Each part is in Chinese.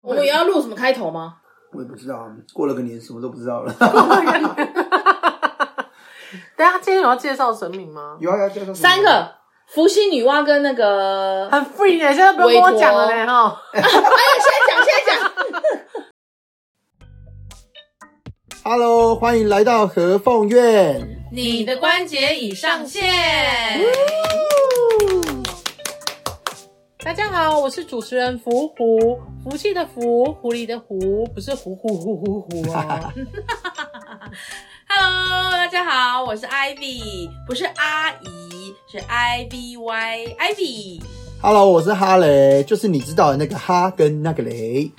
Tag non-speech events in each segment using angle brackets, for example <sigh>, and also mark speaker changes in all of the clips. Speaker 1: 我们也要录什么开头吗？
Speaker 2: 我也不知道，过了个年什么都不知道了。 <laughs>
Speaker 3: 等一下，今天有要介绍神明吗？
Speaker 2: 有啊，要介绍
Speaker 1: 三个伏羲女娲跟那
Speaker 3: <laughs>
Speaker 1: 个，
Speaker 3: 很 free 呢，现在不用跟我讲了呢哈。
Speaker 1: 哎呀，现在讲，现在讲。
Speaker 2: ，Hello，欢迎来到和凤苑。
Speaker 1: 你的关节已上线。
Speaker 3: 大家好，我是主持人福虎，福气的福，狐狸的狐，不是虎虎虎虎虎 <laughs> 啊。
Speaker 1: Hello，大家好，我是 Ivy，不是阿姨，是 I V Y Ivy。
Speaker 2: Hello，我是哈雷，就是你知道的那个哈跟那个雷。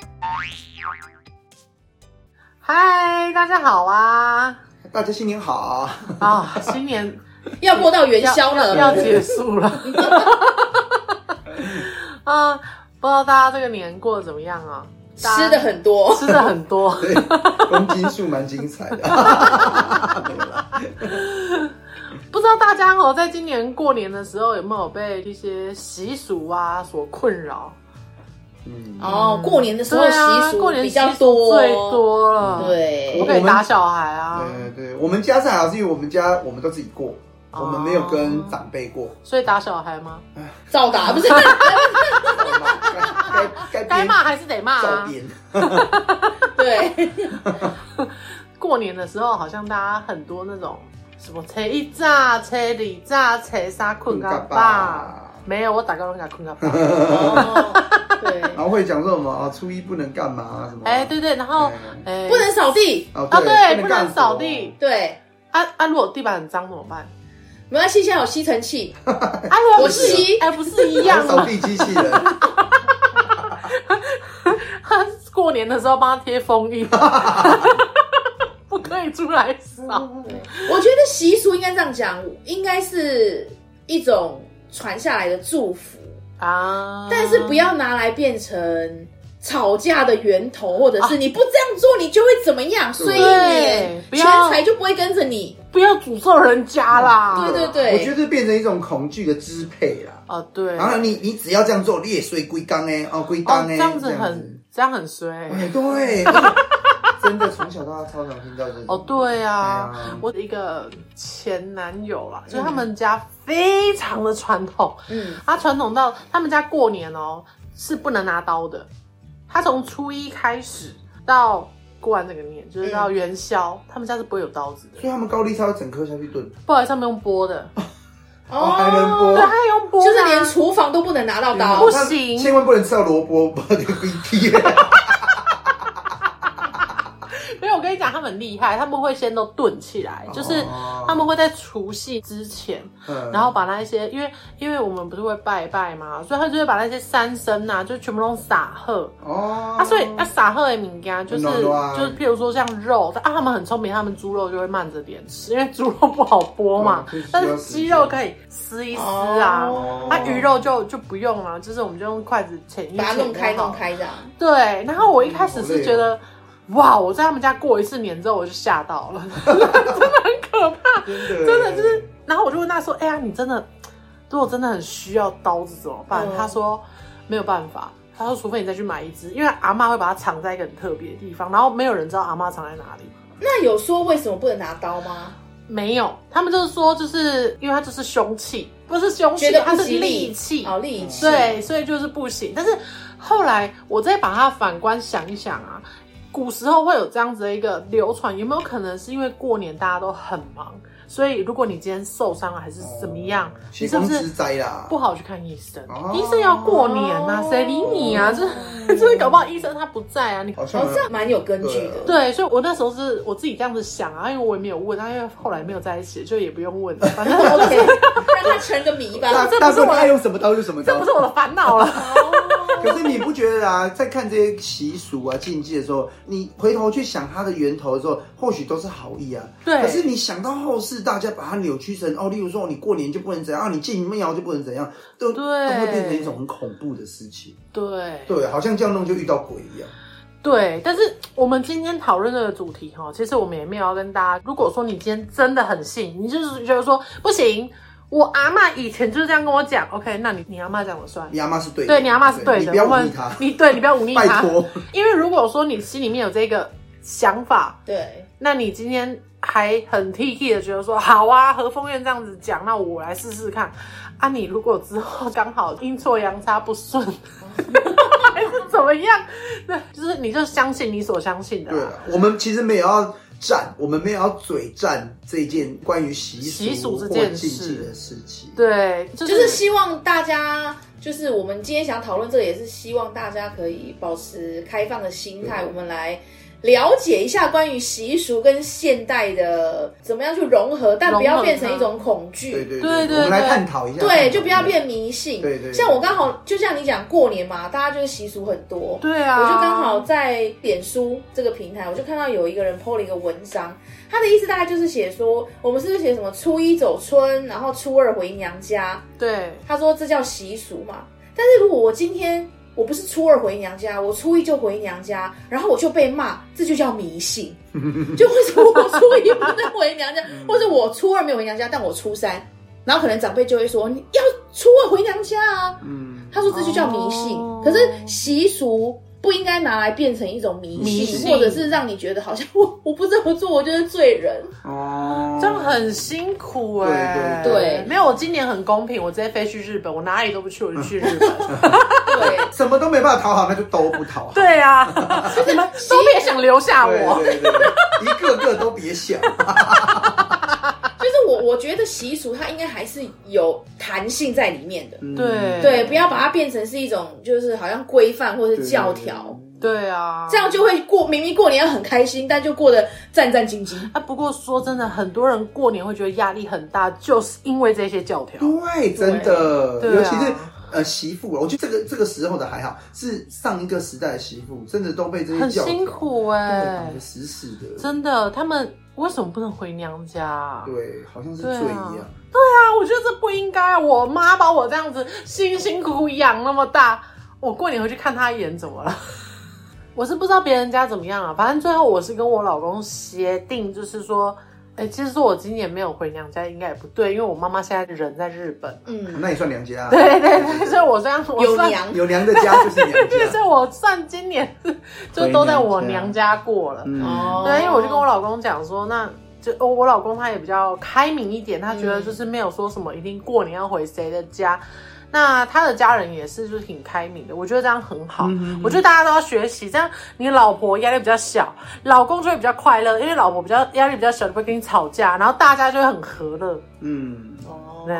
Speaker 3: 嗨，大家好啊！
Speaker 2: 大家新年好， <laughs>
Speaker 3: 啊，新 <laughs> 年
Speaker 1: 要过到元宵
Speaker 3: 要
Speaker 1: 了，
Speaker 3: 要结束了。 <laughs> 啊，不知道大家这个年过得怎么样啊？大家
Speaker 1: 吃的很多。
Speaker 3: 吃的很多， <laughs>
Speaker 2: 对，公斤数蛮精彩的。 <laughs> 没有啦
Speaker 3: 不知道大家哦，在今年过年的时候有没有被一些习俗啊所困扰？
Speaker 2: 嗯，
Speaker 1: 哦，过年的时候
Speaker 3: 对啊，
Speaker 1: 习
Speaker 3: 过
Speaker 1: 俗
Speaker 3: 年
Speaker 1: 比较
Speaker 3: 习俗
Speaker 1: 多，
Speaker 3: 最。多了。，
Speaker 1: 对
Speaker 3: 不，可以打小孩啊，
Speaker 2: 对对对，我们家是还好，是因为我们家我们都自己过，
Speaker 3: 哦
Speaker 2: 我们没有跟长辈
Speaker 3: <laughs>
Speaker 2: 过。
Speaker 3: 所以打小孩吗？
Speaker 1: 照
Speaker 3: <laughs>
Speaker 1: 打不是？
Speaker 2: 该该
Speaker 3: 该
Speaker 2: 该
Speaker 3: 骂还是得骂
Speaker 2: 照
Speaker 3: 啊。
Speaker 2: 编。
Speaker 1: 对，
Speaker 3: 过年的时候，好像大家很多那种什么车一炸、车里炸、车杀困
Speaker 2: 嗯
Speaker 3: 个爸。没有，我打个龙卡困个爸。 <laughs>
Speaker 1: 哦，对，
Speaker 2: 然后会讲说什么啊，初一不能干嘛什么？
Speaker 3: 哎，对对，然后哎，
Speaker 1: 不能扫地。
Speaker 2: 哦
Speaker 3: 啊，对，不
Speaker 2: 干
Speaker 3: 能
Speaker 2: 活
Speaker 3: 扫地。
Speaker 1: 对，
Speaker 3: 啊啊，如果地板很脏怎么办？
Speaker 1: 没关系，现在有吸尘器。
Speaker 3: 哎，我
Speaker 1: 我
Speaker 3: 不是
Speaker 1: 吸
Speaker 3: 哎，不是一
Speaker 2: 还
Speaker 3: 样
Speaker 2: 有扫
Speaker 3: 吗？
Speaker 2: 地机器人，
Speaker 3: 他 <laughs> 过年的时候帮他贴封 <laughs> 印，不可以出来扫。
Speaker 1: 对，我觉得习俗应该这样讲，应该是一种传下来的祝福，
Speaker 3: 啊！
Speaker 1: 但是不要拿来变成吵架的源头，或者是你不这样做，你就会怎么样，所以
Speaker 3: 啊对
Speaker 1: 你
Speaker 3: 不
Speaker 1: 钱
Speaker 3: 要
Speaker 1: 财就不会跟着你。
Speaker 3: 不要诅咒人家啦！
Speaker 1: 对对对
Speaker 2: 我觉得变成一种恐惧的支配啦。
Speaker 3: 啊，对，
Speaker 2: 然后你你只要这样做，你也衰归缸哎，哦归
Speaker 3: 哦
Speaker 2: 缸，
Speaker 3: 这
Speaker 2: 哎，
Speaker 3: 样子很这样很衰
Speaker 2: 这样子，
Speaker 3: <laughs>
Speaker 2: 哎对， <laughs> 真的从小到大超常听到这种
Speaker 3: 哦，对啊
Speaker 2: 对啊，
Speaker 3: 我的一个前男友啦，就是他们家非常的传统，
Speaker 1: 嗯，
Speaker 3: 他传统到他们家过年哦是不能拿刀的，他从初一开始到过完这个年，就是到元宵，他们家是不会有刀子的，
Speaker 2: 所以他们高丽菜要整颗下去炖，
Speaker 3: 不好意思，他们用剥的，
Speaker 2: 哦还能剥
Speaker 3: <laughs> 对，他用剥的啊，嗯
Speaker 1: 就是连厨房都不能拿到刀
Speaker 3: 不。
Speaker 2: 那
Speaker 3: 行
Speaker 2: 哦千万不能吃到萝卜， <laughs> 不然就归踢。
Speaker 3: 没有，我跟你讲，他们很厉害，他们会先都炖起来，就是
Speaker 2: 哦
Speaker 3: 他们会在除夕之前，
Speaker 2: 嗯
Speaker 3: 然后把那一些，因为因为我们不是会拜拜嘛，所以他就会把那些三牲呐、就全部都撒喝。
Speaker 2: 哦，
Speaker 3: 啊，所以啊，撒喝的敏感就是
Speaker 2: 很多啊
Speaker 3: 就是，譬如说像肉啊，他们很聪明，他们猪肉就会慢着点吃，因为猪肉不好剥嘛
Speaker 2: 嗯就是，
Speaker 3: 但
Speaker 2: 要
Speaker 3: 是
Speaker 2: 时
Speaker 3: 鸡
Speaker 2: 间
Speaker 3: 肉可以撕一撕啊，
Speaker 1: 哦
Speaker 3: 啊鱼肉就就不用了，就是我们就用筷子浅一
Speaker 1: 把它
Speaker 3: 浅
Speaker 1: 弄
Speaker 3: 就
Speaker 1: 开，
Speaker 3: 好
Speaker 1: 弄开这样。
Speaker 3: 对，然后我一开始
Speaker 2: 嗯好累哦
Speaker 3: 是觉得，哇，我在他们家过一次年之后，我就吓到了，真的很可怕。
Speaker 2: 真的
Speaker 3: 真的就是，然后我就问他说：“哎呀，你真的，如果真的很需要刀子怎么办？”
Speaker 1: 嗯
Speaker 3: 他说：“没有办法。”他说：“除非你再去买一只，因为阿妈会把它藏在一个很特别的地方，然后没有人知道阿妈藏在哪里。
Speaker 1: 那有说为什么不能拿刀吗？
Speaker 3: 没有，他们就是说，就是因为它就是凶器，不是凶器
Speaker 1: 觉得，
Speaker 3: 它
Speaker 1: 不
Speaker 3: 啊是
Speaker 1: 吉利
Speaker 3: 利器。
Speaker 1: 哦，利器。
Speaker 3: 对，所以就是不行。但是后来我再把它反观想一想啊，古时候会有这样子的一个流传，有没有可能是因为过年大家都很忙，所以如果你今天受伤了还是怎么样，
Speaker 2: 血
Speaker 3: 你是不
Speaker 2: 哦光
Speaker 3: 是
Speaker 2: 之灾啦，
Speaker 3: 不好去看医生？
Speaker 2: 哦
Speaker 3: 医生要过年呐、谁理你啊？就是
Speaker 2: 嗯
Speaker 3: 就是搞不好医生他不在啊，你。
Speaker 2: 好像
Speaker 1: 哦，这样蛮有根据的。
Speaker 3: 对，所以我那时候是我自己这样子想啊，因为我也没有问，他因为后来没有在一起，就也不用问了，反正我 <laughs> 就是
Speaker 1: OK，让它成个
Speaker 2: <laughs>
Speaker 1: 谜
Speaker 2: 大
Speaker 1: 吧。
Speaker 3: 这不
Speaker 2: 大
Speaker 3: 是
Speaker 2: 哥
Speaker 3: 我的
Speaker 2: 爱用什么刀就什么刀，
Speaker 3: 这不是我的烦恼了。
Speaker 2: <laughs>
Speaker 1: 哦
Speaker 2: 可是你不觉得啊，在看这些习俗啊、禁忌的时候，你回头去想它的源头的时候，或许都是好意啊。
Speaker 3: 对
Speaker 2: 可是你想到后世，大家把它扭曲成哦，例如说你过年就不能怎样，啊、你进庙就不能怎样，都
Speaker 3: 对
Speaker 2: 都会变成一种很恐怖的事情。
Speaker 3: 对。
Speaker 2: 对，好像这样弄就遇到鬼一样。
Speaker 3: 对，但是我们今天讨论这个主题哈，其实我们也没有要跟大家。如果说你今天真的很信，你就是觉得说不行，我阿嬷以前就是这样跟我讲，OK，那你你阿嬷讲我算，
Speaker 2: 你阿妈是对的，
Speaker 3: 对你阿嬷是对
Speaker 2: 你
Speaker 3: 的，
Speaker 2: 不要
Speaker 3: 我
Speaker 2: 忤
Speaker 3: 们
Speaker 2: 逆他，
Speaker 3: 你对你不要忤逆
Speaker 2: 拜
Speaker 3: 他， <laughs>
Speaker 2: 托，
Speaker 3: 因为如果说你心里面有这个想法，
Speaker 1: 对，
Speaker 3: 那你今天还很 T T 的觉得说好啊，何风院这样子讲，那我来试试看啊。你如果之后刚好阴错阳差不顺， <laughs> 还是怎么样？那就是你就相信你所相信的
Speaker 2: 对
Speaker 3: 啦、
Speaker 2: 啊，我们其实没有要战，我们没有要嘴战这件关于习俗
Speaker 3: 习俗这
Speaker 2: 或
Speaker 3: 件
Speaker 2: 禁
Speaker 3: 事
Speaker 2: 忌的事情。
Speaker 3: 对，就
Speaker 1: 就是
Speaker 3: 是
Speaker 1: 希望大家，就是我们今天想讨论这个，也是希望大家可以保持开放的心态，
Speaker 3: 嗯
Speaker 1: 我们来了解一下关于习俗跟现代的怎么样去融合，但不
Speaker 3: 融
Speaker 1: 要
Speaker 3: 合
Speaker 1: 变成
Speaker 3: 它
Speaker 1: 一种恐
Speaker 2: 对
Speaker 1: 惧。
Speaker 2: 对
Speaker 3: 对对
Speaker 2: 我们来
Speaker 3: 对
Speaker 2: 探讨一下，
Speaker 1: 对，就不要变迷信。
Speaker 2: 对对对
Speaker 1: 像我刚好，就像你讲过年嘛，大家就是习俗很多。
Speaker 3: 对啊，
Speaker 1: 我就刚好在脸书这个平台，我就看到有一个人 PO 了一个文章，他的意思大概就是写说，我们是不是写什么初一走春，然后初二回娘家？
Speaker 3: 对
Speaker 1: 他说这叫习俗嘛。但是如果我今天我不是初二回娘家，我初一就回娘家，然后我就被骂，这就叫迷信。 <laughs> 就为什么我初一不能回娘家，或者我初二没有回娘家，但我初三，然后可能长辈就会说你要初二回娘家啊，
Speaker 2: 嗯，
Speaker 1: 他说这就叫迷信，
Speaker 3: 哦
Speaker 1: 可是习俗不应该拿来变成一种迷信，
Speaker 3: 迷信
Speaker 1: 或者是让你觉得好像我我不这么做我就是罪人。
Speaker 2: 哦，
Speaker 3: 这样很辛苦哎、
Speaker 2: 对
Speaker 1: 对对
Speaker 3: 没有，我今年很公平，我直接飞去日本，我哪里都不去，我就去日
Speaker 2: <laughs>
Speaker 3: 本。
Speaker 1: 对， <laughs>
Speaker 2: 什么都没办法讨好，那就都不讨好。
Speaker 3: 对呀、啊， <laughs> 你们都别想留下
Speaker 2: 对
Speaker 3: 我。
Speaker 2: 对对对，一个个都别
Speaker 3: <laughs>
Speaker 2: 想。
Speaker 1: 就是我我觉得习俗它应该还是有弹性在里面的，
Speaker 2: 嗯
Speaker 3: 对
Speaker 1: 对，不要把它变成是一种就是好像规范或是教条，
Speaker 3: 对啊，
Speaker 1: 这样就会过明明过年很开心，但就过得战战兢兢。
Speaker 3: 啊，不过说真的，很多人过年会觉得压力很大，就是因为这些教条。
Speaker 2: 对，真的，
Speaker 3: 对啊
Speaker 2: 尤其是呃媳妇，我觉得这个这个时候的还好，是上一个时代的媳妇，真的都被这些
Speaker 3: 很
Speaker 2: 教条
Speaker 3: 辛苦哎、
Speaker 2: 对绑得死死的。
Speaker 3: 真的，他们为什么不能回娘家啊？
Speaker 2: 对，好像是罪一
Speaker 3: 对
Speaker 2: 样
Speaker 3: 啊。啊，我觉得这不应该。啊我妈把我这样子辛辛苦苦养那么大，我过年回去看她一眼怎么了？ <laughs> 我是不知道别人家怎么样啊，反正最后我是跟我老公协定，就是说，哎、其实说我今年没有回娘家应该也不对，因为我妈妈现在人在日本。 <laughs>
Speaker 1: 嗯，
Speaker 2: 那也算娘家、啊，
Speaker 3: 对对对，所以我这样我
Speaker 1: 有
Speaker 3: 算
Speaker 1: 娘，
Speaker 2: 有娘的家就是
Speaker 3: <laughs>
Speaker 2: 娘
Speaker 3: 对，所
Speaker 2: 家。
Speaker 3: 以我算今年
Speaker 2: <laughs>
Speaker 3: 是就都在我娘家过了。
Speaker 2: 嗯，
Speaker 1: 哦
Speaker 3: 对，因为我就跟我老公讲说，那就哦，我老公他也比较开明一点，他觉得
Speaker 1: 嗯
Speaker 3: 就是没有说什么一定过年要回谁的家。那他的家人也是，就是挺开明的，我觉得这样很好。
Speaker 2: 嗯
Speaker 3: 我觉得大家都要学习，这样你老婆压力比较小，老公就会比较快乐，因为老婆比较压力比较小，就不会跟你吵架，然后大家就会很和乐。
Speaker 2: 嗯，
Speaker 1: 哦
Speaker 3: 对，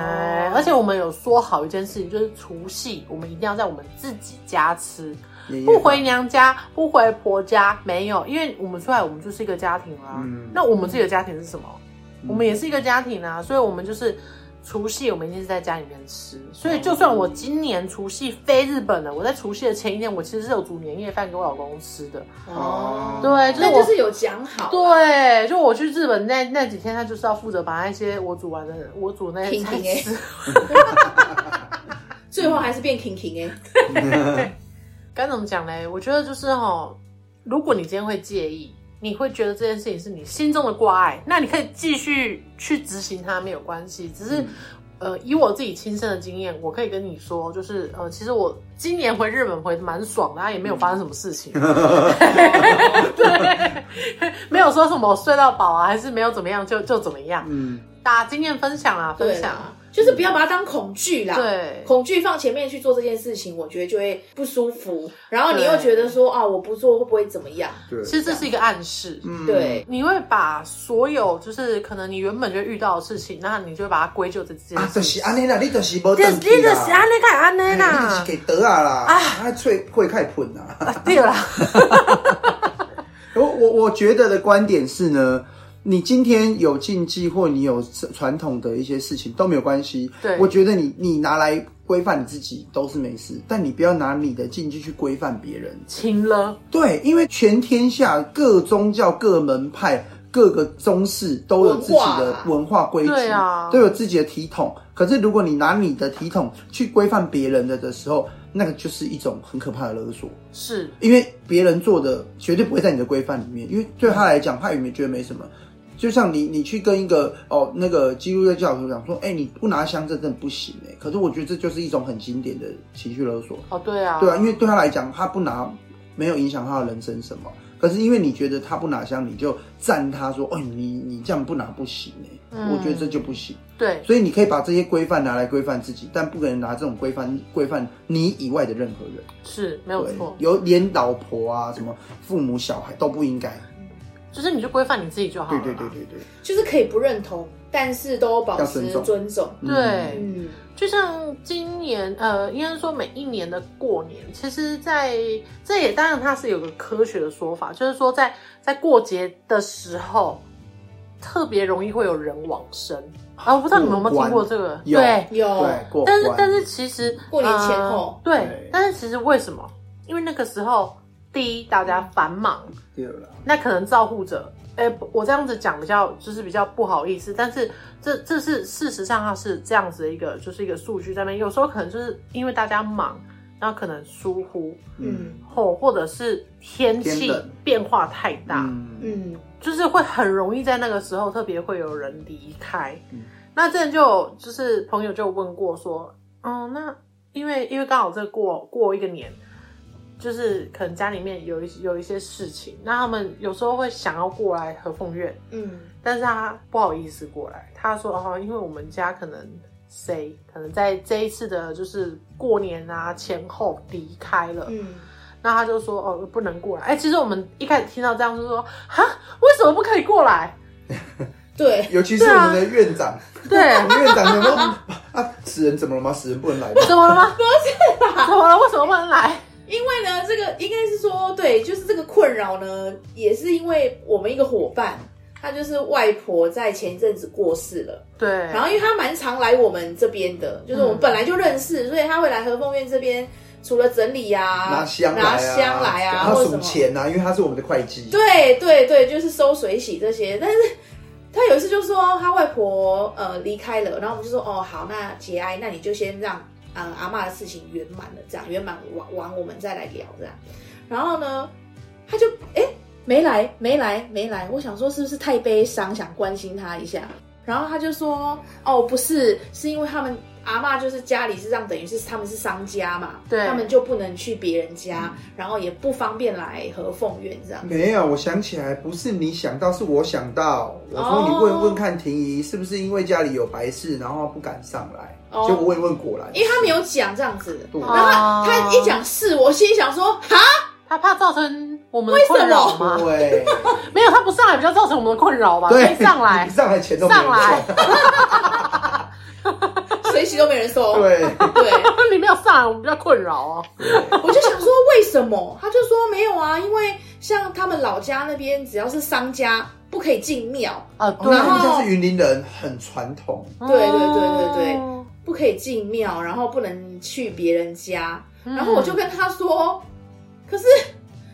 Speaker 3: 而且我们有说好一件事情，就是除夕我们一定要在我们自己家吃，
Speaker 2: 爷爷
Speaker 3: 不回娘家，不回婆家，没有，因为我们出来，我们就是一个家庭啦、
Speaker 2: 嗯
Speaker 3: 那我们自己的家庭是什么？
Speaker 2: 嗯
Speaker 3: 我们也是一个家庭啊，所以我们就是除夕，我们一定是在家里面吃。所以就算我今年除夕飞日本了，我在除夕的前一天，我其实是有煮年夜饭给我老公吃的。
Speaker 1: 哦，
Speaker 3: 对，就是
Speaker 1: 那
Speaker 3: 我。
Speaker 1: 就是有讲好，
Speaker 3: 对，就我去日本那那几天，他就是要负责把那些我煮完的，我煮那些
Speaker 1: 停
Speaker 3: 菜
Speaker 1: 停欸
Speaker 3: 吃。
Speaker 1: 最后还是变 king king 哎。
Speaker 3: 该怎么讲嘞？我觉得就是哦，如果你今天会介意，你会觉得这件事情是你心中的挂碍，那你可以继续去执行它，没有关系。只是，呃，以我自己亲身的经验，我可以跟你说，就是呃，其实我今年回日本回的蛮爽的，啊也没有发生什么事情，对，没有说什么睡到饱啊，还是没有怎么样就就怎么
Speaker 2: <laughs>
Speaker 3: 样。
Speaker 2: 嗯，
Speaker 3: 大家经验分享啊，分
Speaker 1: 对
Speaker 3: 享，
Speaker 1: 啦，就是不要把它当恐惧啦。，
Speaker 3: 对
Speaker 1: 恐惧放前面去做这件事情，我觉得就会不舒服。然后你
Speaker 3: 对
Speaker 1: 又觉得说啊，我不做会不会怎么样？
Speaker 2: 对，
Speaker 3: 其实这是一个暗示，
Speaker 2: 嗯
Speaker 1: 对，
Speaker 3: 你会把所有就是可能你原本就遇到的事情，那你就会把它归咎在这件
Speaker 2: 啊，
Speaker 3: 事
Speaker 2: 就是
Speaker 3: 情。
Speaker 2: 安尼啦，你就是无
Speaker 3: 这啊
Speaker 2: 等级啦，
Speaker 3: 尼看安尼
Speaker 2: 哎 <laughs> 你就是给得啊啦，啊，脆会开喷啊。 <laughs>
Speaker 3: 对啦，
Speaker 2: 我我我觉得的观点是呢，你今天有禁忌或你有传统的一些事情都没有关系。
Speaker 3: 对
Speaker 2: 我觉得你你拿来规范你自己都是没事，但你不要拿你的禁忌去规范别人。
Speaker 3: 亲了，
Speaker 2: 对，因为全天下各宗教、各门派、各个宗室都有自己的文化规矩，
Speaker 3: 文化对啊
Speaker 2: 都有自己的体统。可是如果你拿你的体统去规范别人的的时候，那个就是一种很可怕的勒索。
Speaker 3: 是嗯
Speaker 2: 因为别人做的绝对不会在你的规范里面，因为对他来讲，他也没觉得没什么。就像你你去跟一个哦那个基督教徒讲说，哎、你不拿香这真的不行哎、可是我觉得这就是一种很经典的情绪勒索，
Speaker 3: 哦，对啊，
Speaker 2: 对啊，因为对他来讲，他不拿没有影响他的人生什么。可是因为你觉得他不拿香，你就赞他说：“哦，你你这样不拿不行哎、
Speaker 3: 嗯
Speaker 2: 我觉得这就不行。
Speaker 3: 对
Speaker 2: 所以你可以把这些规范拿来规范自己，但不可能拿这种规范规范你以外的任何人。
Speaker 3: 是没有
Speaker 2: 对
Speaker 3: 错，，
Speaker 2: 有连老婆啊、什么父母、小孩都不应该。
Speaker 3: 就是你就规范你自己就好
Speaker 2: 对
Speaker 3: 了。
Speaker 2: 对对，对对，
Speaker 1: 就是可以不认同，但是都保持
Speaker 2: 要尊重
Speaker 1: 尊重。
Speaker 3: 对
Speaker 1: 嗯，
Speaker 3: 就像今年，呃，应该说每一年的过年，其实在这也当然它是有个科学的说法，就是说在在过节的时候，特别容易会有人往生啊，我不知道你们有没有听过这个？
Speaker 2: 嗯有
Speaker 3: 对，
Speaker 1: 有
Speaker 2: 对，过
Speaker 3: 哦但是
Speaker 2: 关嗯
Speaker 3: 但是其实
Speaker 1: 过年前后
Speaker 3: 呃对，
Speaker 2: 对
Speaker 3: 但是其实为什么？因为那个时候，第一大家繁忙，
Speaker 2: 对了，
Speaker 3: 那可能照护者，哎、不我这样子讲比较就是比较不好意思，但是这这是事实上它是这样子的一个就是一个数据在那边，有时候可能就是因为大家忙，然后可能疏忽
Speaker 2: 嗯
Speaker 1: 嗯
Speaker 3: 后，或者是天
Speaker 2: 天
Speaker 3: 气
Speaker 2: 冷
Speaker 3: 变化太大，
Speaker 2: 嗯
Speaker 1: 嗯，
Speaker 3: 就是会很容易在那个时候特别会有人离开。
Speaker 2: 嗯
Speaker 3: 那之前就有就是朋友就有问过说，嗯，那因为因为刚好这过过一个年，就是可能家里面有一有一些事情，那他们有时候会想要过来和凤苑，
Speaker 1: 嗯，
Speaker 3: 但是他不好意思过来，他说哦，因为我们家可能谁可能在这一次的就是过年啊前后离开了，
Speaker 1: 嗯，
Speaker 3: 那他就说哦不能过来。哎、其实我们一开始听到这样就说哈，为什么不可以过来？
Speaker 1: 对，
Speaker 2: 尤其是
Speaker 3: 啊
Speaker 2: 我们的院长，
Speaker 3: 对， <laughs>
Speaker 2: 我们院长有没有 <laughs> 啊？死人怎么了吗？死人不能来吗？
Speaker 3: 怎么了吗？不是啦，怎么了？为什么不能来？
Speaker 1: 因为呢，这个应该是说，对，就是这个困扰呢，也是因为我们一个伙伴，他就是外婆在前一阵子过世了，
Speaker 3: 对，
Speaker 1: 然后因为他蛮常来我们这边的，就是我们本来就认识，所以他会来和凤苑这边，除了整理呀、
Speaker 2: 拿香来啊，
Speaker 1: 拿香来啊，
Speaker 2: 然
Speaker 1: 或
Speaker 2: 后
Speaker 1: 者什
Speaker 2: 数
Speaker 1: 么，
Speaker 2: 钱啊，因为他是我们的会计。
Speaker 1: 对对对，就是收水洗这些，但是。他有一次就说他外婆呃离开了，然后我们就说哦好，那节哀，那你就先让呃阿嬷的事情圆满了，这样圆满完完我们再来聊这样。然后呢，他就哎没来没来没来，我想说是不是太悲伤，想关心他一下。然后他就说哦不是，是因为他们阿嬷就是家里是让等于是他们是商家嘛，
Speaker 3: 对
Speaker 1: 他们就不能去别人家，然后也不方便来和凤苑这样。
Speaker 2: 没有，我想起来，不是你想到，是我想到。我说你问问看婷宜是不是因为家里有白事，然后不敢上来，
Speaker 1: 哦
Speaker 2: 结果问问果然，
Speaker 1: 因为他没有讲这样子。
Speaker 2: 对
Speaker 1: 然后他
Speaker 3: 哦
Speaker 1: 他一讲是，我心里想说，哈，
Speaker 3: 他怕造成我们的困扰吗？
Speaker 2: 对
Speaker 3: 没有，他不上来比较造成我们的困扰吧？
Speaker 2: 对，
Speaker 3: 所以上来
Speaker 2: 你， <laughs> 上来钱都没有
Speaker 3: 上来
Speaker 2: 赚，
Speaker 1: 随喜都没人收。
Speaker 2: 对，
Speaker 1: 对，
Speaker 3: 你没有上来，我们比较困扰哦。
Speaker 1: 我就想说为什么？他就说没有啊，因为像他们老家那边，只要是商家不可以进庙，
Speaker 3: 啊，
Speaker 2: 哦
Speaker 3: 对
Speaker 2: 那他们
Speaker 1: 然后
Speaker 2: 家是云林人，很传统，
Speaker 1: 对对对对对
Speaker 3: 哦
Speaker 1: 不可以进庙，然后不能去别人家。然后我就
Speaker 3: 嗯
Speaker 1: 跟他说，可是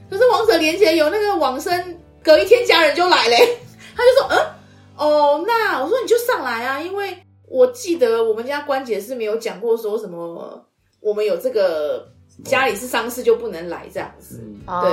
Speaker 1: 可是王者连结有那个往生，隔一天家人就来嘞、 <laughs> 他就说，嗯，哦，那我说你就上来啊，因为我记得我们家关姐是没有讲过说什么，我们有这个家里是丧事就不能来这样子。
Speaker 2: 嗯，
Speaker 3: 哦
Speaker 1: 对，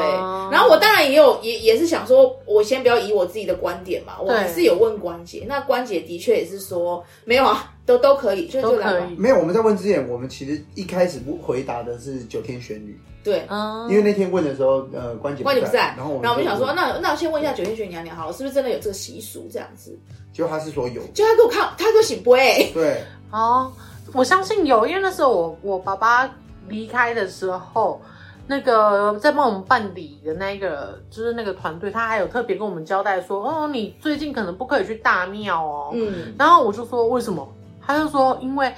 Speaker 1: 然后我当然也有也也是想说，我先不要以我自己的观点嘛，我
Speaker 3: 对
Speaker 1: 还是有问关姐，那关姐的确也是说没有啊，都都可以，就
Speaker 3: 都
Speaker 1: 就来
Speaker 3: 可
Speaker 1: 吧。
Speaker 3: 以，
Speaker 2: 没有。我们在问之前，我们其实一开始不回答的是九天玄女，
Speaker 1: 对，
Speaker 3: 嗯
Speaker 2: 因为那天问的时候，呃，关姐
Speaker 1: 关姐不在，
Speaker 2: 然后我们
Speaker 1: 然后我们
Speaker 2: 就
Speaker 1: 想说，
Speaker 2: 问，
Speaker 1: 那那我先问一下九天玄女娘娘好了，是不是真的有这个习俗这样子？
Speaker 2: 结果他是说有，
Speaker 1: 就他给我看，他给我醒杯、欸，
Speaker 2: 对，
Speaker 3: 哦，我相信有，因为那时候我我爸爸离开的时候，那个在帮我们办理的那个就是那个团队，他还有特别跟我们交代说，哦，你最近可能不可以去大庙哦。
Speaker 1: 嗯，
Speaker 3: 然后我就说为什么？他就说因为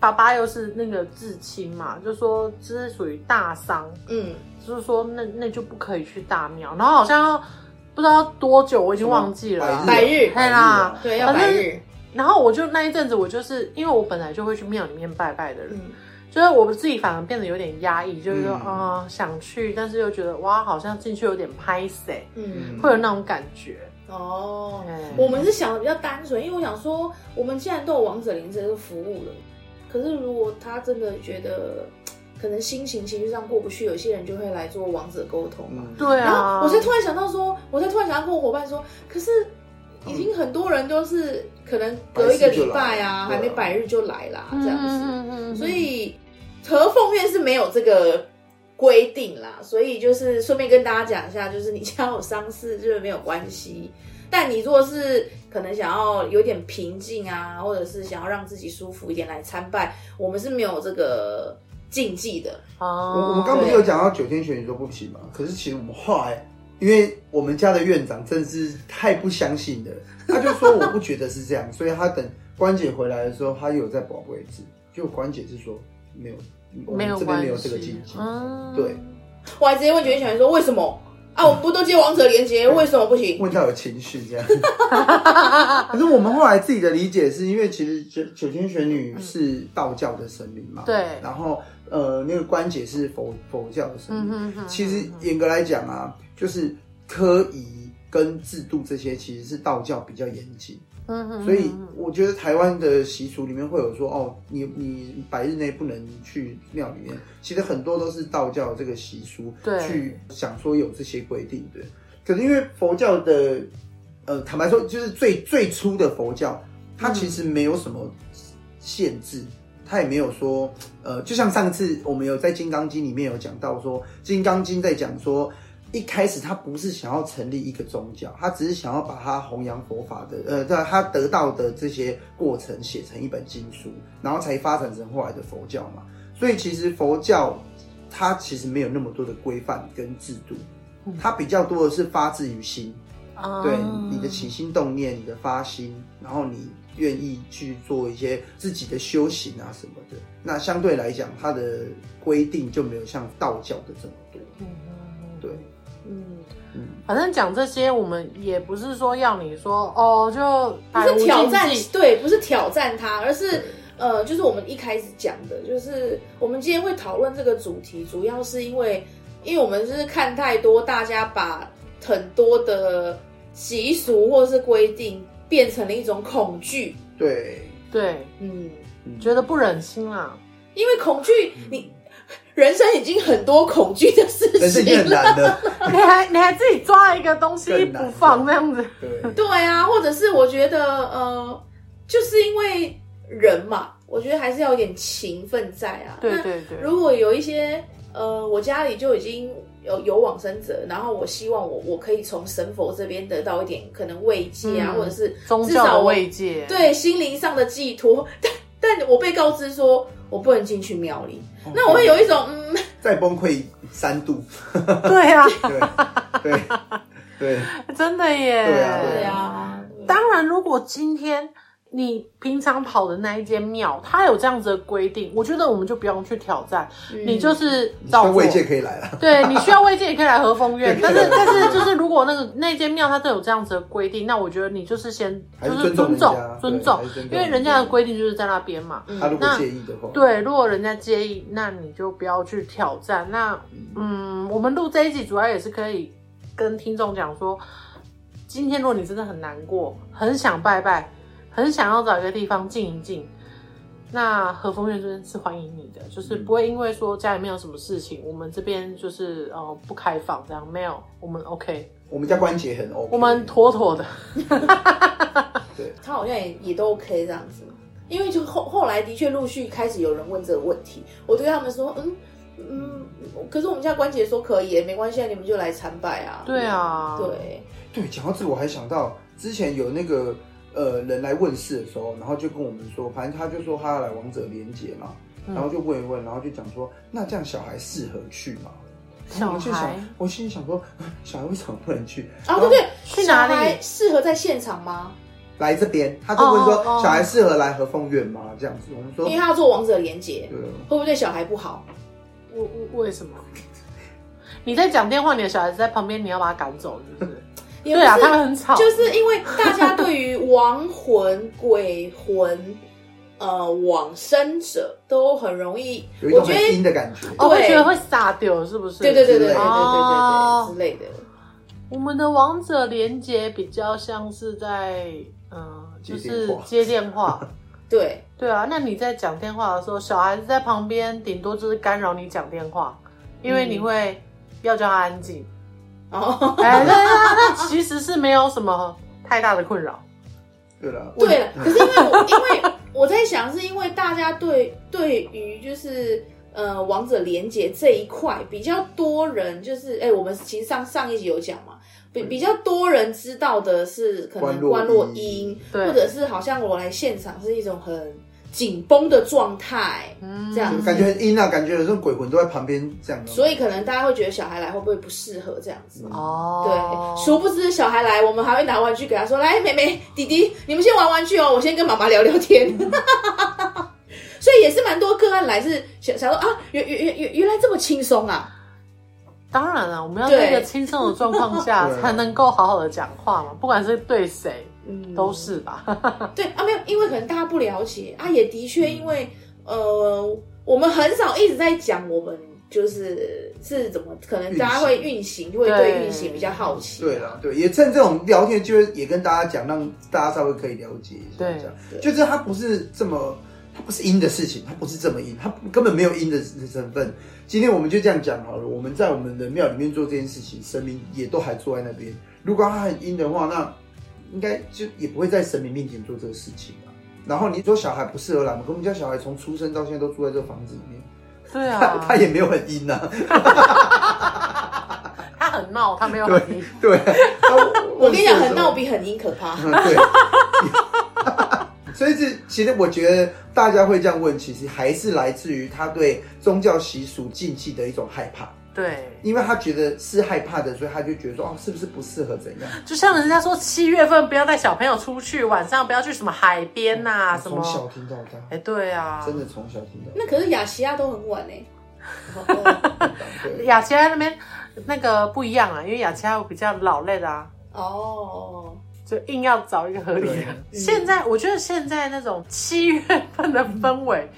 Speaker 3: 爸爸又是那个至亲嘛，就说这是属于大丧，
Speaker 1: 嗯，
Speaker 3: 就是说那那就不可以去大庙。然后好像不知道多久，我已经忘记了
Speaker 2: 什
Speaker 3: 啊。
Speaker 2: 么
Speaker 1: 百日
Speaker 3: 嘿啦
Speaker 2: 百日啊
Speaker 1: 对，要白日，
Speaker 3: 然后我就那一阵子，我就是因为我本来就会去庙里面拜拜的人，
Speaker 1: 嗯，
Speaker 3: 就是我自己反而变得有点压抑，就是说
Speaker 2: 嗯
Speaker 3: 啊、想去，但是又觉得哇好像进去有点拍死、欸
Speaker 1: 嗯，
Speaker 3: 会有那种感觉。
Speaker 1: 哦。
Speaker 3: 哎
Speaker 2: 嗯
Speaker 1: 我们是想的比较单纯，因为我想说，我们既然都有王者灵这个服务了，可是如果他真的觉得可能心情情绪上过不去，有些人就会来做王者沟通嘛。
Speaker 2: 嗯，
Speaker 3: 对
Speaker 1: 然后
Speaker 3: 啊，
Speaker 1: 我才突然想到说，我才突然想到跟我伙伴说，可是已经很多人都是可能隔一个礼拜啊，
Speaker 2: 百日就来
Speaker 1: 还没百日就来啦，这样子。
Speaker 3: 嗯嗯嗯嗯
Speaker 1: 所以和凤院是没有这个规定啦，所以就是顺便跟大家讲一下，就是你家有丧事就是没有关系，但你如果是可能想要有点平静啊，或者是想要让自己舒服一点来参拜，我们是没有这个禁忌的。
Speaker 2: 我
Speaker 3: 哦，
Speaker 2: 我们刚不是有讲到九天玄女说不行嘛？可是其实我们后来，因为我们家的院长真是太不相信了，他就说我不觉得是这样，所以他等关姐回来的时候，他有在保位置，就关姐是说没有，我
Speaker 3: 没
Speaker 2: 们
Speaker 3: 有
Speaker 2: 这边
Speaker 3: 关系，
Speaker 2: 没有这个禁忌。啊
Speaker 3: <laughs> 嗯
Speaker 2: 对，
Speaker 1: 我还直接问九天玄说为什么啊？
Speaker 2: 嗯
Speaker 1: 我们不都接王者连接，为什么不行？
Speaker 2: 问到有情绪这样。可是我们后来自己的理解是因为其实九九天玄女是道教的神明嘛，
Speaker 3: 对
Speaker 2: 然后呃那个关姐是佛佛教的神
Speaker 3: 嗯
Speaker 2: 明，
Speaker 3: 哼哼，
Speaker 2: 其实严格来讲啊，就是科仪跟制度这些其实是道教比较严谨，
Speaker 3: 嗯哼，
Speaker 2: 所以我觉得台湾的习俗里面会有说哦，你你百日内不能去庙里面，其实很多都是道教这个习俗
Speaker 3: 对
Speaker 2: 去想说有这些规定的。可是因为佛教的，呃，坦白说，就是最最初的佛教，
Speaker 3: 嗯
Speaker 2: 它其实没有什么限制。它也没有说，呃，就像上次我们有在《金刚经》里面有讲到说，《金刚经》在讲说，一开始他不是想要成立一个宗教，他只是想要把他弘扬佛法的，呃，他他得到的这些过程写成一本经书，然后才发展成后来的佛教嘛。所以其实佛教它其实没有那么多的规范跟制度，它比较多的是发自于心，
Speaker 3: 啊
Speaker 2: 对你的起心动念、你的发心，然后你愿意去做一些自己的修行啊什么的。那相对来讲，它的规定就没有像道教的这么多。
Speaker 3: 嗯嗯
Speaker 2: 对，
Speaker 1: 嗯，
Speaker 2: 嗯，
Speaker 3: 反正讲这些，我们也不是说要你说哦，就
Speaker 1: 不
Speaker 2: 哎
Speaker 1: 是挑战
Speaker 3: 百无禁忌，
Speaker 1: 对，不是挑战他，而是
Speaker 2: 嗯对。
Speaker 1: 呃，就是我们一开始讲的，就是我们今天会讨论这个主题，主要是因为，因为我们是看太多大家把很多的习俗或是规定变成了一种恐惧，
Speaker 2: 对，
Speaker 3: 对，
Speaker 1: 嗯，
Speaker 2: 嗯
Speaker 3: 觉得不忍心啦。
Speaker 1: 因为恐惧，你 <laughs> 人生已经很多恐惧的事
Speaker 2: 人生已经
Speaker 1: 情
Speaker 2: 很
Speaker 1: 了，
Speaker 2: 难了。
Speaker 3: <laughs> 你还你还自己抓一个东西
Speaker 2: 更难
Speaker 3: 不放这样子，
Speaker 2: <laughs>
Speaker 3: <laughs>
Speaker 2: 对，
Speaker 1: 对啊，或者是我觉得，呃，就是因为人嘛，我觉得还是要有点情分在啊，
Speaker 3: 对
Speaker 1: 那
Speaker 3: 对对，
Speaker 1: 如果有一些呃，我家里就已经有有往生者，然后我希望我我可以从神佛这边得到一点可能慰藉啊，
Speaker 3: 嗯
Speaker 1: 或者是
Speaker 3: 宗
Speaker 1: 至
Speaker 3: 教
Speaker 1: 少
Speaker 3: 的
Speaker 1: 我
Speaker 3: 慰藉，，
Speaker 1: 对心灵上的寄托， <laughs> 但但我被告知说我不能进去庙里，那我会有一种嗯，
Speaker 2: 哦再崩溃三度。
Speaker 3: 对啊， <laughs>
Speaker 2: 对，对，对，
Speaker 3: 真的耶，
Speaker 2: 对啊
Speaker 1: 对啊，
Speaker 3: 当然，如果今天你平常跑的那一间庙，它有这样子的规定，我觉得我们就不用去挑战，
Speaker 1: 嗯
Speaker 3: 你就是
Speaker 2: 那
Speaker 3: 照做。
Speaker 2: 慰藉可以来了。，
Speaker 3: 对你需要慰藉也可以来和风院
Speaker 2: <laughs>
Speaker 3: 但
Speaker 2: 对
Speaker 3: 是但是就是如果那个那间庙它都有这样子的规定，那我觉得你就是先
Speaker 2: 还
Speaker 3: 就是是
Speaker 2: 尊
Speaker 3: 尊
Speaker 2: 重
Speaker 3: 重
Speaker 2: 人家
Speaker 3: 尊
Speaker 2: 对
Speaker 3: 重
Speaker 2: 还是尊，重
Speaker 3: 因为人家的规定就是在那边嘛。
Speaker 2: 他
Speaker 1: 嗯，
Speaker 2: 如果
Speaker 3: 那
Speaker 2: 介意的话，
Speaker 3: 对，如果人家介意，那你就不要去挑战。那嗯，我们录这一集主要也是可以跟听众讲说，今天如果你真的很难过，很想拜拜，很想要找一个地方静一静，那和风院这边是欢迎你的，就是不会因为说家里面有什么事情，我们这边就是呃不开放这样，没有，我们 OK，
Speaker 2: 我们家关节很 OK，
Speaker 3: 我们妥妥的，
Speaker 2: 对，
Speaker 1: 他好像也也都 OK 这样子，因为就后后来的确陆续开始有人问这个问题，我对他们说嗯。嗯，可是我们家关姐说可以，没关系，啊，你们就来参拜啊。
Speaker 3: 对啊，
Speaker 1: 对，
Speaker 2: 对，讲到这个，我还想到之前有那个呃人来问事的时候，然后就跟我们说，反正他就说他要来王者连结嘛，
Speaker 3: 嗯
Speaker 2: 然后就问一问，然后就讲说，那这样小孩适合去吗？然后
Speaker 3: 小
Speaker 2: 我就想
Speaker 3: 孩，
Speaker 2: 我心里想说， <laughs> 啊小孩为什么不能去？
Speaker 1: 啊，对对，
Speaker 3: 去哪里
Speaker 1: 小孩适合在现场吗？
Speaker 2: 来这边，他就问说，
Speaker 3: 哦哦哦
Speaker 2: 小孩适合来和凤院吗？这样子，我们说
Speaker 1: 因为，他要做王者连
Speaker 3: 嗯
Speaker 1: 结，
Speaker 2: 对，
Speaker 1: 会不会对小孩不好？
Speaker 3: 我我为什么？你在讲电话，你的小孩子在旁边，你要把他赶走，是不是？
Speaker 1: 也不
Speaker 3: 对啊，
Speaker 1: 是
Speaker 3: 他们很吵。
Speaker 1: 就是因为大家对于亡魂、鬼魂、呃往生者都很容易，
Speaker 2: 有一种
Speaker 1: 我觉
Speaker 2: 很
Speaker 1: 得
Speaker 2: 阴的感觉。
Speaker 3: 哦，会
Speaker 1: 对
Speaker 3: 觉得会傻掉，是不是？
Speaker 1: 对对对对对对对对
Speaker 3: 哦
Speaker 1: 对之类的。
Speaker 3: 我们的王者连接比较像是在，嗯、就
Speaker 2: 接
Speaker 3: 是
Speaker 2: 电话
Speaker 3: 接电话。 <laughs>
Speaker 1: 对，
Speaker 3: 对啊，那你在讲电话的时候，小孩子在旁边，顶多就是干扰你讲电话，因为你会、要叫他安静。
Speaker 1: 哦，
Speaker 2: <laughs>
Speaker 3: <laughs> 哎，那那那其实是没有什么太大的困扰。
Speaker 2: 对了，
Speaker 1: 对
Speaker 2: 问
Speaker 1: 了，可是因为我因为我在想，是因为大家对对于就是呃王者连结这一块比较多人，就是哎、我们其实上上一集有讲嘛，比比较多人知道的是可
Speaker 2: 关
Speaker 1: 能
Speaker 2: 洛
Speaker 1: 关洛
Speaker 2: 音
Speaker 1: 音，
Speaker 3: 对
Speaker 1: 或者是好像我来现场是一种很紧绷的状态，
Speaker 3: 嗯
Speaker 1: 这样子
Speaker 2: 感觉很阴啊，感觉有这种鬼魂都在旁边这样。
Speaker 1: 所以可能大家会觉得小孩来会不会不适合这样子？
Speaker 3: 哦，
Speaker 1: 对，殊不知小孩来，我们还会拿玩具给他说：“来，妹妹、弟弟，你们先玩玩具哦，我先跟妈妈聊聊天。” <laughs> 所以也是蛮多个案来是想想说啊，原原原原原来这么轻松啊！
Speaker 3: 当然了，我们要在一个
Speaker 1: 对
Speaker 3: 轻松的状况
Speaker 2: <laughs>
Speaker 3: 下
Speaker 2: 对啊
Speaker 3: 才能够好好的讲话嘛，不管是对谁
Speaker 1: 嗯，
Speaker 3: 都是吧。
Speaker 1: 对啊，没有，因为可能大家不了解啊，也的确因为
Speaker 3: 嗯
Speaker 1: 呃，我们很少一直在讲我们就是是怎么，可能大家会运行，会对
Speaker 3: 对
Speaker 1: 运行比较好奇。啊
Speaker 2: 对啊啦，对，也趁这种聊天机会，也跟大家讲，让大家稍微可以了解一下。
Speaker 3: 对
Speaker 2: 这样
Speaker 1: 对
Speaker 2: 就是它不是这么，它不是阴的事情，它不是这么阴，它根本没有阴的成分。今天我们就这样讲好了。我们在我们的庙里面做这件事情，神明也都还坐在那边。如果它很阴的话，那应该就也不会在神明面前做这个事情啊。然后你说小孩不适合来，我们我们家小孩从出生到现在都住在这个房子里面，
Speaker 3: <laughs> 对
Speaker 2: 他 <laughs>
Speaker 3: 啊，
Speaker 2: 他也没有很阴啊。
Speaker 3: 他很闹，他没有很低。
Speaker 2: 对，
Speaker 1: 我跟你讲，
Speaker 2: 问世的时候
Speaker 1: 很闹比很阴可怕。
Speaker 2: 嗯， <laughs> 对。所以这其实我觉得大家会这样问，其实还是来自于他对宗教习俗禁忌的一种害怕，
Speaker 3: 对，
Speaker 2: 因为他觉得是害怕的，所以他就觉得说哦，是不是不适合怎样？
Speaker 3: 就像人家说七月份不要带小朋友出去，晚上不要去什么海边呐、
Speaker 2: 啊
Speaker 3: 什
Speaker 2: 嗯从小
Speaker 3: 么。
Speaker 2: 听到大，
Speaker 3: 哎，对啊，
Speaker 2: 真的从小听到
Speaker 1: 那可是雅琪亚都很
Speaker 3: <laughs>
Speaker 1: 晚哦哎、
Speaker 2: 大。对，
Speaker 3: 雅琪在那边那个不一样啊，因为雅琪还有比较老类的啊，
Speaker 1: 哦，
Speaker 3: 就硬要找一个合理的。
Speaker 1: 对
Speaker 3: 现在我觉得现在那种七月份的氛围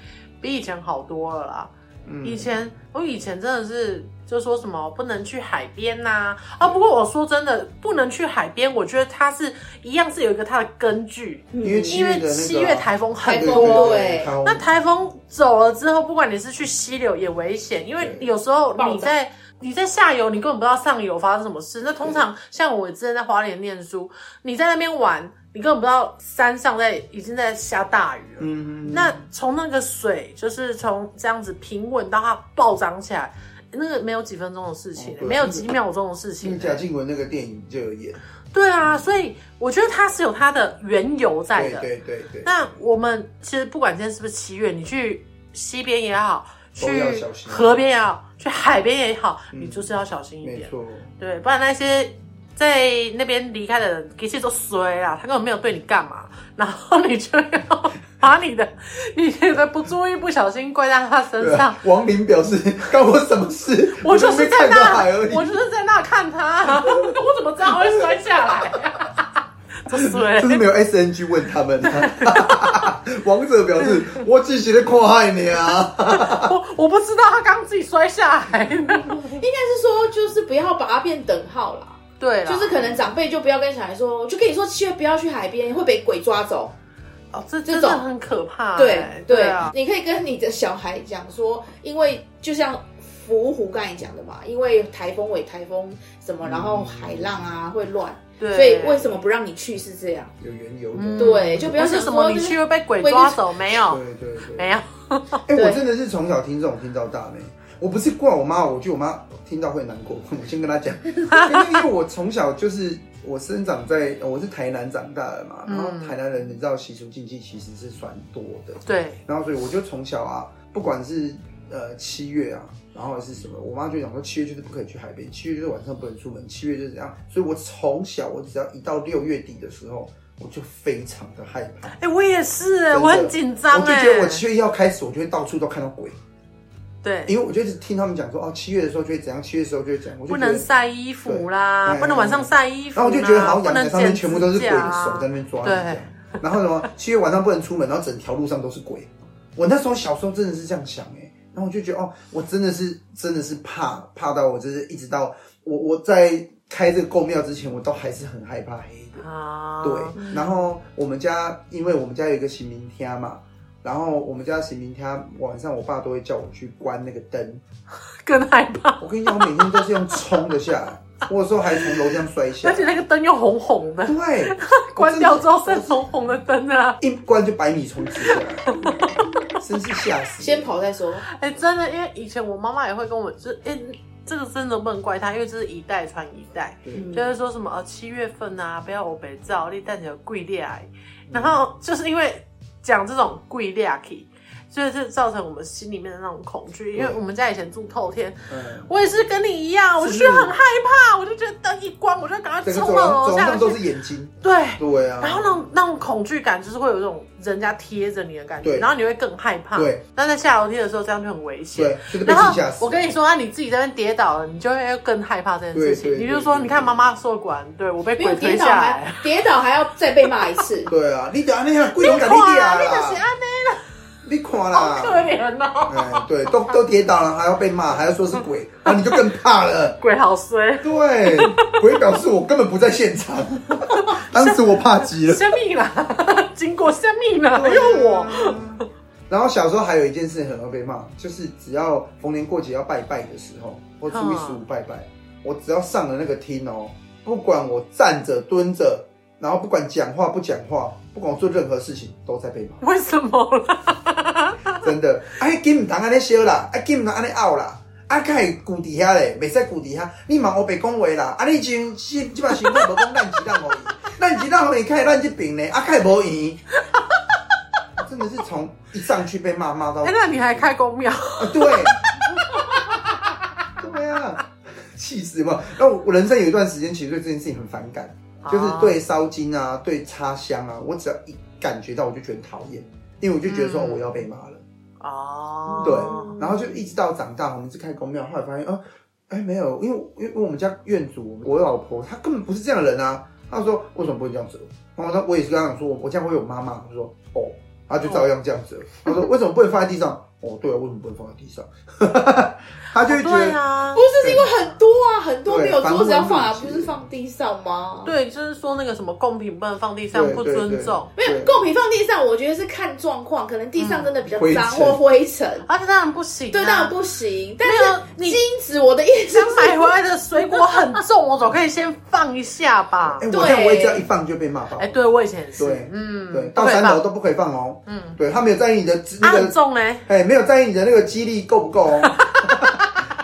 Speaker 3: 比以前好多了啦。
Speaker 2: 嗯
Speaker 3: 以前我以前真的是就说什么不能去海边呐、啊，不过我说真的，不能去海边，我觉得它是一样是有一个它的根据，
Speaker 2: 因为七
Speaker 3: 因
Speaker 2: 月
Speaker 3: 为
Speaker 2: 的那个
Speaker 3: 七月台风很
Speaker 1: 台
Speaker 2: 对
Speaker 1: 风
Speaker 3: 多。
Speaker 1: 对
Speaker 2: 台风
Speaker 3: 那台风走了之后，不管你是去溪流也危险，因为
Speaker 2: 对
Speaker 3: 有时候
Speaker 1: 暴
Speaker 3: 你
Speaker 1: 涨
Speaker 3: 在你在下游，你根本不知道上游发生什么事。那通常像我之前在花莲念书，你在那边玩，你根本不知道山上在已经在下大雨了。
Speaker 2: 嗯，
Speaker 3: 那从那个水就是从这样子平稳到它暴涨起来，那个没有几分钟的事情
Speaker 2: 哦，对
Speaker 3: 没有几秒钟的事情
Speaker 2: 听。贾静雯那个电影就有演，
Speaker 3: 对啊，所以我觉得它是有它的缘由在
Speaker 2: 对
Speaker 3: 的。
Speaker 2: 对对对，
Speaker 3: 那我们其实不管今天是不是七月，你去西边也好，
Speaker 2: 都
Speaker 3: 去
Speaker 2: 要小心
Speaker 3: 河边也好，去海边也好，
Speaker 2: 嗯
Speaker 3: 你就是要小心一
Speaker 2: 没
Speaker 3: 点。
Speaker 2: 错，
Speaker 3: 对，不然那些在那边离开的人，一切都衰啦，他根本没有对你干嘛，然后你就要 <laughs> 把你的你的不注意、不小心怪在他身
Speaker 2: 对
Speaker 3: 上
Speaker 2: 啊。。王林表示 <laughs> 干我什么事？
Speaker 3: 我就
Speaker 2: 没
Speaker 3: 是在
Speaker 2: 看到
Speaker 3: 那
Speaker 2: 海而已，。
Speaker 3: 我就是在那看他， <laughs> 我怎么知道他会摔下来、啊？这
Speaker 2: <laughs>
Speaker 3: 衰
Speaker 2: 就是没有 SNG 问他们、 <laughs> 王者表示我只是在看海你啊，
Speaker 3: 我我不知道他刚自己摔下来的。
Speaker 1: 应该是说就是不要把它变等号啦，
Speaker 3: 对啊啦，
Speaker 1: 就是可能长辈就不要跟小孩说，我就跟你说七月不要去海边，会被鬼抓走。
Speaker 3: 哦，这
Speaker 1: 这
Speaker 3: 真
Speaker 1: 种
Speaker 3: 的很可怕、
Speaker 1: 对
Speaker 3: 欸。
Speaker 1: 对
Speaker 3: 啊，
Speaker 1: 你可以跟你的小孩讲说，因为就像。伏虎刚才讲的嘛，因为台风尾台风什么，然后海浪啊会乱，
Speaker 3: 嗯对，
Speaker 1: 所以为什么不让你去是这样？
Speaker 2: 有缘由的。
Speaker 3: 嗯
Speaker 1: 对就不要
Speaker 3: 是
Speaker 1: 想
Speaker 3: 什么
Speaker 1: 说
Speaker 3: 你
Speaker 1: 就是
Speaker 3: 去会被鬼抓走，没有，
Speaker 2: 对对对。
Speaker 3: 没
Speaker 2: 哎、
Speaker 3: 有，
Speaker 2: 我
Speaker 1: 对
Speaker 2: 真的是从小听这种听到大呢。我不是怪我妈，我觉得我妈听到会难过。 <laughs> 我先跟她讲，因为因为我从小就是我生长在我是台南长大的嘛，然后
Speaker 3: 嗯
Speaker 2: 台南人你知道习俗禁忌其实是算多的，
Speaker 3: 对，
Speaker 2: 然后所以我就从小啊，不管是呃七月啊，然后还是什么，我妈就讲说七月就是不可以去海边，七月就是晚上不能出门，七月就是这样。所以我从小我只要一到六月底的时候，我就非常的害怕，
Speaker 3: 哎、我也是、
Speaker 2: 真的
Speaker 3: 我很紧张
Speaker 2: 我就
Speaker 3: 哎，
Speaker 2: 觉得我七月一号开始，我就会到处都看到鬼，
Speaker 3: 对，
Speaker 2: 因为我就一直听他们讲说哦，七月的时候就会怎样，七月的时候就会怎样，我就
Speaker 3: 不
Speaker 2: 觉得
Speaker 3: 能。晒衣服啦
Speaker 2: 对，
Speaker 3: 不能晚上晒衣服
Speaker 2: 然后
Speaker 3: 啦，
Speaker 2: 我就觉得好像
Speaker 3: 不
Speaker 2: 阳
Speaker 3: 能
Speaker 2: 台上面
Speaker 3: 剪
Speaker 2: 全部都是
Speaker 3: 指
Speaker 2: 鬼
Speaker 3: 甲
Speaker 2: 的
Speaker 3: 啊
Speaker 2: 手在那边抓你
Speaker 3: 对
Speaker 2: 这样，然后什么七月晚上不能出门，然后整条路上都是鬼。我那时候小时候真的是这样想哎、然后我就觉得哦，我真的是真的是怕怕到我，就是一直到我我在开这个购庙之前，我都还是很害怕黑的。
Speaker 3: 啊，
Speaker 2: 对，然后我们家因为我们家有一个行明天嘛。然后我们家行明天晚上，我爸都会叫我去关那个灯。
Speaker 3: 更害怕，
Speaker 2: 我跟你讲，我每天都是用冲的下来，我有时候还从楼这样摔下
Speaker 3: 而。且那个灯又红红 <laughs>
Speaker 2: <laughs>
Speaker 3: 的，
Speaker 2: 对，
Speaker 3: 关掉之后剩红红的灯啊！
Speaker 2: 一关就百米冲刺下来， <laughs> 真是吓死。
Speaker 1: 先跑再说。
Speaker 3: 哎、真的，因为以前我妈妈也会跟我，就是哎、这个真的不能怪她，因为这是一代传一代，
Speaker 2: 对，
Speaker 1: 嗯
Speaker 3: 就是说什么呃七月份啊，不要欧北照，立蛋有贵裂癌，然后就是因为讲这种贵裂癌，所以就造成我们心里面的那种恐惧。因为
Speaker 2: 对
Speaker 3: 我们家以前住透天，
Speaker 2: 嗯，
Speaker 3: 我也是跟你一样，我
Speaker 2: 是
Speaker 3: 是很害怕，我就觉得灯一关，我就赶快
Speaker 2: 整个
Speaker 3: 冲
Speaker 2: 走
Speaker 3: 到
Speaker 2: 廊走
Speaker 3: 楼
Speaker 2: 廊
Speaker 3: 下
Speaker 2: 上都是
Speaker 3: 去。
Speaker 2: 眼睛。
Speaker 3: 对，
Speaker 2: 对啊，
Speaker 3: 然后那种那种恐惧感，就是会有一种人家贴着你的感觉，
Speaker 2: 对
Speaker 3: 然后你会更害怕。
Speaker 2: 对，
Speaker 3: 但在下楼梯的时候，这样就很危险
Speaker 2: 对。，就是被
Speaker 3: 然
Speaker 2: 惊
Speaker 3: 后
Speaker 2: 吓死。
Speaker 3: 我跟你说，啊那你自己在那边跌倒了，你就会更害怕这件事
Speaker 2: 对
Speaker 3: 情。
Speaker 2: 对
Speaker 3: 你就说，
Speaker 2: 对对，
Speaker 3: 你看妈妈说的果然对我被
Speaker 1: 没有
Speaker 3: 鬼
Speaker 1: 跌
Speaker 3: 推
Speaker 1: 倒
Speaker 3: 下
Speaker 1: 还
Speaker 3: 来，
Speaker 1: <laughs> 跌倒还要再被骂一次 <laughs>
Speaker 2: 对啊，你等那样贵
Speaker 3: 你
Speaker 2: 龙感
Speaker 3: 看
Speaker 2: 你
Speaker 3: 啊，
Speaker 2: 啊
Speaker 3: 那个谁
Speaker 2: 啦，
Speaker 3: 啊，那
Speaker 2: 你看
Speaker 3: 好可
Speaker 2: 啦，
Speaker 3: 怜哦，
Speaker 2: 哎，对，都都跌倒了，还要被骂，还要说是
Speaker 3: <laughs>
Speaker 2: 鬼，那你就更怕了。
Speaker 3: 鬼好衰，
Speaker 2: 对，鬼表示我根本不在现场， <laughs> 当时我怕极了。
Speaker 3: 虾米啦， <laughs> 经过虾米啦， <laughs> 还有我，
Speaker 2: 然后小时候还有一件事很容易被骂，就是只要逢年过节要拜拜的时候，或初一十五拜拜，我只要上了那个厅哦，不管我站着蹲着，然后不管讲话不讲话，不管我做任何事情，都在被骂。
Speaker 3: 为什么啦？
Speaker 2: 真的，啊，迄金毋通安尼烧啦，啊，金毋通安尼拗啦，啊，较会顾伫遐咧，袂使顾伫遐，你嘛乌白讲话啦，啊，你真即即摆想法无讲咱是咱互伊，咱是咱互伊，较会咱即边咧，啊，较会无闲。真的是从一上去被骂骂到，
Speaker 3: 哎，
Speaker 2: 啊，
Speaker 3: 那你还开公庙？
Speaker 2: 对，对啊，气死嘛！那我我人生有一段时间其实对这件事情很反感，
Speaker 3: 啊
Speaker 2: 就是对烧金啊，对插香啊，我只要一感觉到我就觉得讨厌，因为我就觉得说
Speaker 3: 嗯
Speaker 2: 我要被骂了。
Speaker 3: 哦，
Speaker 2: 对，然后就一直到长大，我们是开公庙，后来发现啊，哎、没有，因为因为我们家院主，我老婆她根本不是这样的人啊。她说为什么不能这样折？然后她我也是跟她讲说，我我这样会有妈妈。她说哦，她就照样这样折。
Speaker 3: 哦
Speaker 2: 她说为什么不能放在地上？哦，对啊，为什么不能放在地上？ <laughs> 她就会觉
Speaker 3: 对
Speaker 2: 得、
Speaker 3: 啊
Speaker 1: 不，是是因为很多啊，很多
Speaker 2: 对
Speaker 1: 没有桌子要放啊，
Speaker 2: 繁文缛
Speaker 1: 不
Speaker 2: 节
Speaker 1: 是放地上吗？，
Speaker 3: 对，就是说那个什么贡品不能放地上，
Speaker 2: 对
Speaker 3: 不
Speaker 2: 对
Speaker 3: 尊
Speaker 2: 对
Speaker 3: 重。
Speaker 1: 没有
Speaker 2: 对
Speaker 1: 贡品放地上，我觉得是看状况，可能地上真的比较
Speaker 2: 嗯
Speaker 1: 脏
Speaker 2: 灰尘
Speaker 1: 或灰尘，
Speaker 3: 啊，这当然不行、啊，
Speaker 1: 对，当然不行。但
Speaker 3: 没有
Speaker 1: 是
Speaker 3: 你
Speaker 1: 金子，我的意思
Speaker 3: 想买
Speaker 1: 是，
Speaker 3: 回来的水果很重，我总可以先放一下吧
Speaker 2: 哎、。
Speaker 1: 对
Speaker 2: 我这样我也只要一放就被骂爆。
Speaker 3: 哎、对我以前也是，
Speaker 2: 对
Speaker 3: 嗯，
Speaker 2: 对，到
Speaker 3: 都可以
Speaker 2: 三
Speaker 3: 放
Speaker 2: 楼都不可以放哦。
Speaker 3: 嗯，
Speaker 2: 对，他没有在意你的
Speaker 3: 啊
Speaker 2: 那个
Speaker 3: 很重嘞，
Speaker 2: <laughs> 哎、没有在意你的那个肌力够不够哦。 <laughs>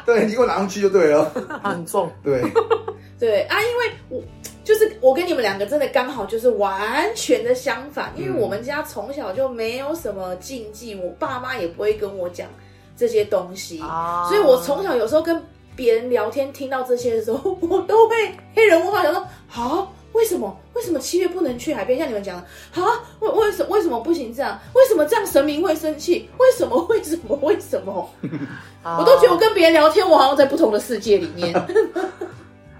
Speaker 2: 对，你给我拿上去就对了。
Speaker 3: 很重，
Speaker 2: 对，
Speaker 1: <laughs> 对啊，因为我就是我跟你们两个真的刚好就是完全的相反，因为
Speaker 2: 嗯
Speaker 1: 我们家从小就没有什么禁忌，我爸妈也不会跟我讲这些东西，
Speaker 3: 啊
Speaker 1: 所以我从小有时候跟别人聊天听到这些的时候，我都被黑人问号，想说啊。为什么？为什么七月不能去海边？像你们讲的啊，为为什为什么不行这样？为什么这样神明会生气？为什么？为什么？为什么？
Speaker 3: 啊
Speaker 1: 我都觉得我跟别人聊天，我好像在不同的世界里面。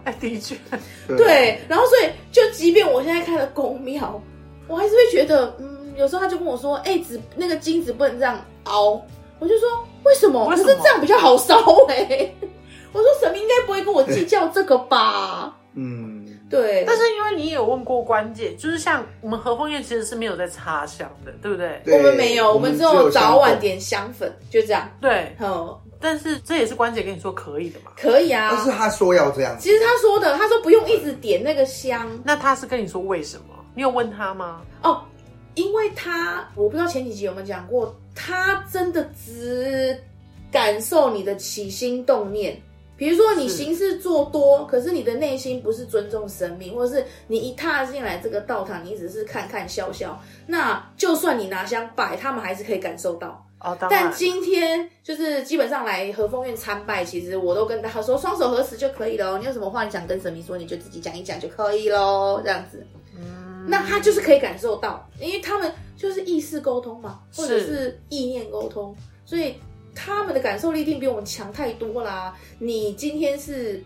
Speaker 3: 哎、的确，
Speaker 2: 对
Speaker 1: 对，然后所以就即便我现在开了公庙，我还是会觉得，嗯，有时候他就跟我说，哎、子那个金子不能这样凹，我就说为什么？
Speaker 3: 为什么
Speaker 1: 可是这样比较好烧哎、我说神明应该不会跟我计较这个吧？
Speaker 2: 嗯，
Speaker 1: 对，
Speaker 3: <laughs> 但是因为你也有问过关键，就是像我们和风宴其实是没有在插香的，对不对？
Speaker 2: 对
Speaker 1: 我们没有，我们只有早晚。点香粉，就这样。
Speaker 3: 对，
Speaker 1: 嗯，
Speaker 3: 但是这也是关姐跟你说可以的嘛。
Speaker 1: 可以
Speaker 2: 但是
Speaker 1: 啊。
Speaker 2: 他说要这样，
Speaker 1: 其实他说的，他说不用一直点那个香
Speaker 3: 那他是跟你说为什么？你有问他吗？
Speaker 1: 哦，因为他我不知道前几集有没有讲过，他真的只感受你的起心动念。比如说你
Speaker 3: 是
Speaker 1: 行事做多，可是你的内心不是尊重神明，或者是你一踏进来这个道场，你只是看看笑笑，那就算你拿香拜，他们还是可以感受到。
Speaker 3: 哦，当然
Speaker 1: 但，今天就是基本上来和风院参拜，其实我都跟大家说，双手合十就可以喽。你有什么话你想跟神明说，你就自己讲一讲就可以喽，这样子。
Speaker 3: 嗯
Speaker 1: 那他就是可以感受到，因为他们就是意识沟通嘛，
Speaker 3: 是
Speaker 1: 或者是意念沟通，所以他们的感受力一定比我们强太多啦。你今天是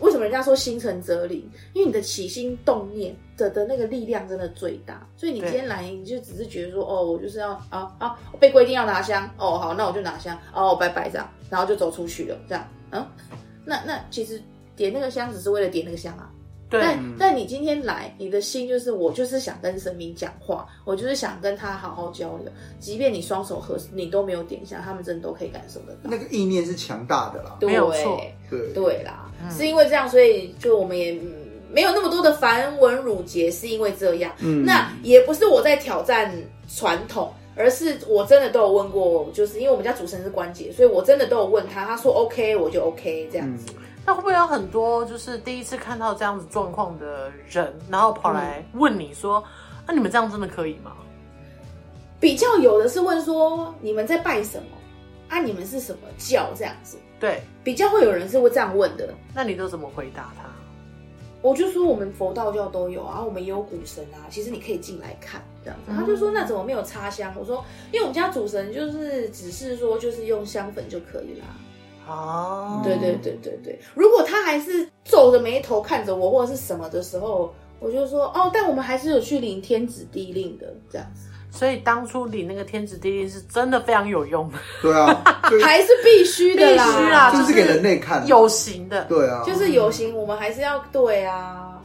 Speaker 1: 为什么人家说心诚则灵？因为你的起心动念的的那个力量真的最大，所以你
Speaker 3: 对
Speaker 1: 今天来，你就只是觉得说，哦，我就是要啊啊，被规定要拿香，哦，好，那我就拿香，哦，拜拜这样，然后就走出去了，这样，嗯，那那其实点那个香只是为了点那个香啊，
Speaker 3: 对
Speaker 1: 但但你今天来，你的心就是我就是想跟神明讲话，我就是想跟他好好交流，即便你双手合十，你都没有点香，他们真的都可以感受得到。
Speaker 2: 那个意念是强大的啦。
Speaker 1: 对
Speaker 3: 没有错嗯
Speaker 2: 对，
Speaker 1: 对啦，是因为这样，所以就我们也嗯没有那么多的繁文缛节，是因为这样。
Speaker 2: 嗯
Speaker 1: 那也不是我在挑战传统，而是我真的都有问过，就是因为我们家主持人是关节，所以我真的都有问他，他说 OK，我就 OK 这样子。
Speaker 3: 那会不会有很多就是第一次看到这样子状况的人，然后跑来
Speaker 2: 嗯
Speaker 3: 问你说：“那、你们这样真的可以吗
Speaker 1: 比较有的是问说你们在拜什么啊？你们是什么教这样子？？”
Speaker 3: 对，
Speaker 1: 比较会有人是会这样问的。
Speaker 3: 那你都怎么回答他？
Speaker 1: 我就说我们佛道教都有啊，我们也有古神啊，其实你可以进来看这样子。
Speaker 3: 嗯
Speaker 1: 他就说那怎么没有插香？我说因为我们家主神就是只是说就是用香粉就可以啦。
Speaker 3: 哦，
Speaker 1: 对对对对对，如果他还是皱着眉头看着我或者是什么的时候，我就说哦，但我们还是有去领天子地令的这样子，
Speaker 3: 所以当初领那个天子地利是真的非常有
Speaker 2: <laughs>
Speaker 3: 用的，
Speaker 2: 对
Speaker 1: <laughs>
Speaker 2: 啊，对，
Speaker 1: 还是必须的啦，
Speaker 3: 必须啦
Speaker 2: 就是
Speaker 3: 就是
Speaker 2: 给人类看的。
Speaker 3: 有形的。
Speaker 2: 对啊，
Speaker 1: 就是有形我们还是要对啊，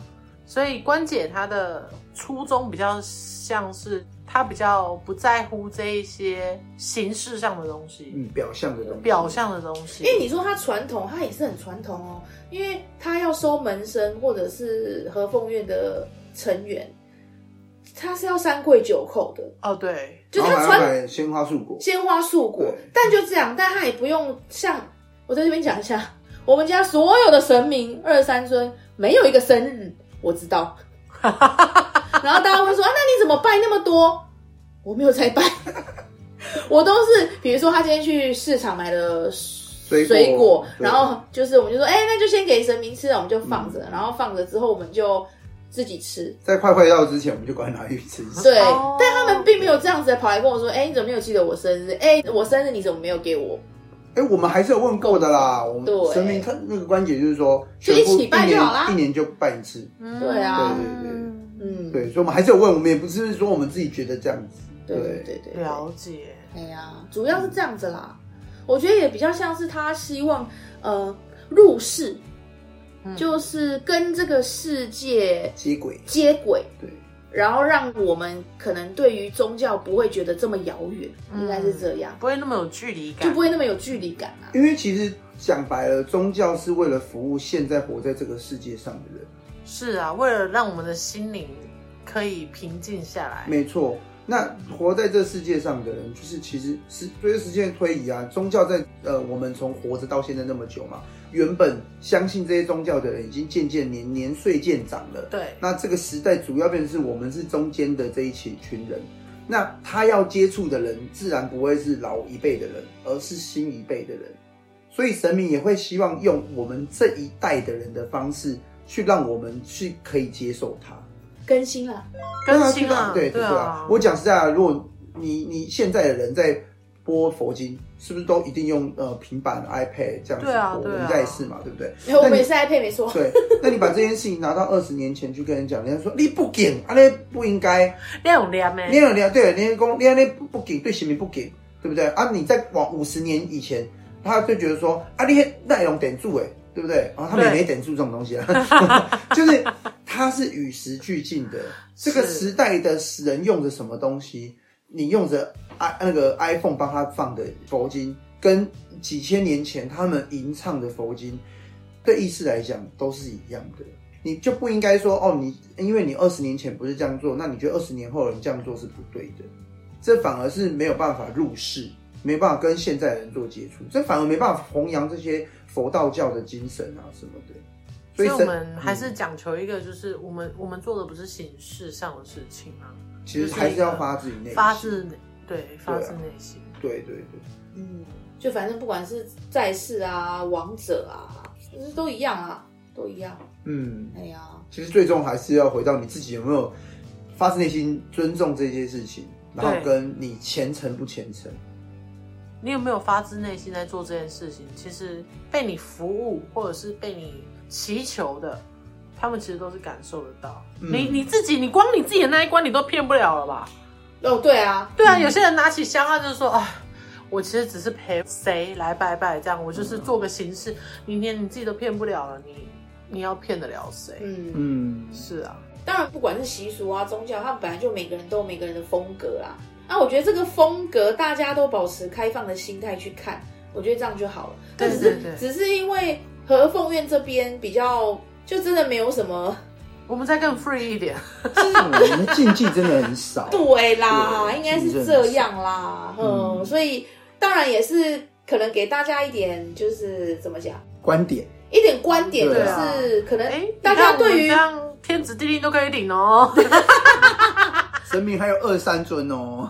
Speaker 3: 所以关姐她的初衷比较像是她比较不在乎这一些形式上的东西、
Speaker 2: 嗯表象的东西。
Speaker 3: 表象的东西。
Speaker 1: 因为你说他传统，他也是很传统哦，因为他要收门生或者是和凤院的成员，他是要三跪九叩的，
Speaker 3: 哦，对，
Speaker 1: 就是
Speaker 2: 然
Speaker 1: 他
Speaker 2: 后还要
Speaker 1: 传
Speaker 2: 买鲜花素果，
Speaker 1: 鲜花素果
Speaker 2: 对，
Speaker 1: 但就这样，但他也不用像我在这边讲一下，我们家所有的神明二三尊没有一个生日，我知
Speaker 2: <laughs>
Speaker 1: 道。然后大家会说、啊，那你怎么拜那么多？我没有在拜，我都是比如说他今天去市场买了水
Speaker 2: 水果对
Speaker 1: 然后就是我们就说，哎、那就先给神明吃了，我们就放
Speaker 2: 嗯
Speaker 1: 着，然后放着之后我们就自己吃。
Speaker 2: 在快快到之前，我们就赶快拿去吃一次。
Speaker 1: 对，
Speaker 3: 哦
Speaker 1: 但他们并没有这样子跑来跟我说，哎、你怎么没有记得我生日？哎、我生日你怎么没有给我？
Speaker 2: 哎，我们还是有问过的啦。我
Speaker 1: 对
Speaker 2: 们神明他那个关节就是说，
Speaker 1: 就一起拜
Speaker 2: 全
Speaker 1: 就
Speaker 2: 部一年
Speaker 1: 好啦
Speaker 2: 一年就拜一次。
Speaker 3: 嗯
Speaker 1: 对啊
Speaker 2: 对对对
Speaker 1: 嗯，
Speaker 2: 对，所以我们还是有问，我们也不是说我们自己觉得这样子。
Speaker 1: 对对对对，
Speaker 3: 了解。
Speaker 1: 哎呀，主要是这样子啦。我觉得也比较像是他希望呃入世，
Speaker 3: 嗯
Speaker 1: 就是跟这个世界
Speaker 2: 接轨，
Speaker 1: 接轨，
Speaker 2: 对，
Speaker 1: 然后让我们可能对于宗教不会觉得这么遥远，
Speaker 3: 嗯
Speaker 1: 应该是这样，
Speaker 3: 不会那么有距离感，
Speaker 1: 就不会那么有距离感啊。
Speaker 2: 因为其实讲白了，宗教是为了服务现在活在这个世界上的人。
Speaker 3: 是啊，为了让我们的心灵可以平静下来，
Speaker 2: 没错，那活在这世界上的人，就是其实是随着时间的推移啊，宗教在呃，我们从活着到现在那么久嘛，原本相信这些宗教的人，已经渐渐年年岁渐长了。
Speaker 3: 对，
Speaker 2: 那这个时代主要变成是我们是中间的这一群群人，那他要接触的人自然不会是老一辈的人，而是新一辈的人，所以神明也会希望用我们这一代的人的方式，去让我们去可以接受他。
Speaker 1: 更新啦，
Speaker 3: 更新
Speaker 2: 对啊
Speaker 3: 啊，
Speaker 2: 对对
Speaker 3: 啊
Speaker 2: 啊。，我讲实在啊，如果你你现在的人在播佛经，是不是都一定用呃平板、iPad 这样子播？
Speaker 3: 对啊对
Speaker 2: 我
Speaker 3: 啊
Speaker 2: 们家也是嘛，对不对？
Speaker 1: 然后我
Speaker 2: 那
Speaker 1: 们
Speaker 2: 你
Speaker 1: 也是 iPad 没错，
Speaker 2: 对，那你把这件事情拿到二十年前去跟人讲，人家说你不给，啊那不应该，
Speaker 3: 那种连咩
Speaker 2: 你？有了对，你公你那不给对神明不给，对不对？啊，你再往五十年以前，他就觉得说啊，你内容点住哎，对不对？啊，他们也
Speaker 3: 对
Speaker 2: 没点住这种东西啊， <laughs> 就是它是与时俱进的，这个
Speaker 3: 是
Speaker 2: 时代的人用着什么东西，你用着 i 那个 iPhone 帮他放的佛经，跟几千年前他们吟唱的佛经，对意识来讲都是一样的。你就不应该说哦，你因为你二十年前不是这样做，那你觉得二十年后的人这样做是不对的，这反而是没有办法入世，没办法跟现在人做接触，这反而没办法弘扬这些佛道教的精神啊什么的。
Speaker 3: 所以
Speaker 2: 神
Speaker 3: 我们还是
Speaker 2: 嗯
Speaker 3: 讲求一个，就是我们我们做的不是形式上的事情啊，
Speaker 2: 其实还是要发自于内心，
Speaker 3: 发自内对发自内心。
Speaker 2: 对对对。
Speaker 1: 嗯，就反正不管是在世啊、王者啊，都一样啊，都一样。
Speaker 2: 嗯，
Speaker 1: 哎呀，
Speaker 2: 其实最终还是要回到你自己有没有发自内心尊重这些事情，然后
Speaker 3: 对
Speaker 2: 跟你虔诚不虔诚。嗯
Speaker 3: 你有没有发自内心在做这件事情？其实被你服务或者是被你祈求的，他们其实都是感受得到。
Speaker 2: 嗯
Speaker 3: 你你自己，你光你自己的那一关你都骗不了了吧？
Speaker 1: 哦，对啊，
Speaker 3: 对啊，有些人拿起香，他就说啊，我其实只是陪谁来拜拜，这样我就是做个形式。你连你自己都骗不了了，你你要骗得了谁？
Speaker 1: 嗯，
Speaker 2: 嗯，
Speaker 3: 是啊，
Speaker 1: 当然不管是习俗啊、宗教，他们本来就每个人都有每个人的风格啦。那我觉得这个风格大家都保持开放的心态去看，我觉得这样就好了。但只是
Speaker 3: 对对对
Speaker 1: 只是因为和凤院这边比较，就真的没有什么
Speaker 3: 我们再更 free 一点。
Speaker 2: 我们的禁忌真的很少。
Speaker 1: <laughs> 对啦，
Speaker 2: 对
Speaker 1: 应该是这样啦，嗯，
Speaker 2: 嗯
Speaker 1: 所以当然也是可能给大家一点，就是怎么讲，
Speaker 2: 观点，
Speaker 1: 一点观点，就
Speaker 2: 对
Speaker 3: 啊
Speaker 1: 是可
Speaker 2: 呃
Speaker 1: 能
Speaker 3: 哎，
Speaker 1: 大家对
Speaker 3: 你
Speaker 1: 于
Speaker 3: 看我们这样天子地利都可以
Speaker 2: <laughs>
Speaker 3: 领哦。
Speaker 2: 神明还有二三尊哦。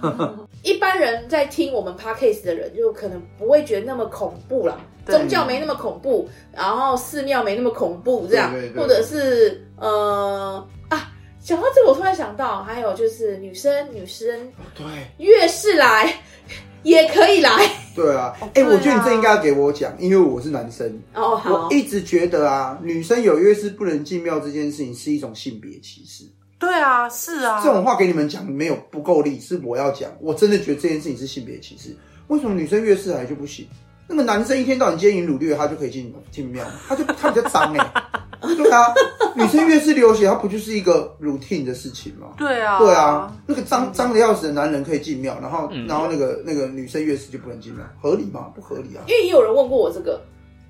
Speaker 1: 一般人在听我们 podcast 的人，就可能不会觉得那么恐怖啦，
Speaker 3: 对
Speaker 1: 宗教没那么恐怖，然后寺庙没那么恐怖，这样，
Speaker 2: 对对对
Speaker 1: 或者是呃啊，讲到这个，我突然想到，还有就是女生女生
Speaker 2: 对
Speaker 1: 越是来 <laughs> 也可以来
Speaker 2: 对啊，哎、
Speaker 3: 对啊
Speaker 2: 我觉得你这应该要给我讲，因为我是男生。
Speaker 1: 哦，好
Speaker 2: 我，一直觉得啊，女生有约是不能进庙这件事情是一种性别歧视。
Speaker 3: 对啊，是啊，
Speaker 2: 这种话给你们讲没有不够力，是我要讲。我真的觉得这件事情是性别歧视。为什么女生越是来就不行？那个男生一天到晚奸淫掳掠，他就可以进进庙，他就他比较脏哎、 <laughs> 对啊，女生越是流血，他不就是一个 routine 的事情吗？
Speaker 3: 对啊，
Speaker 2: 对啊，，那个脏脏的要死的男人可以进庙，然后、然后那个那个女生越是就不能进庙，合理吗？不合理啊。
Speaker 1: 因为也有人问过我这个，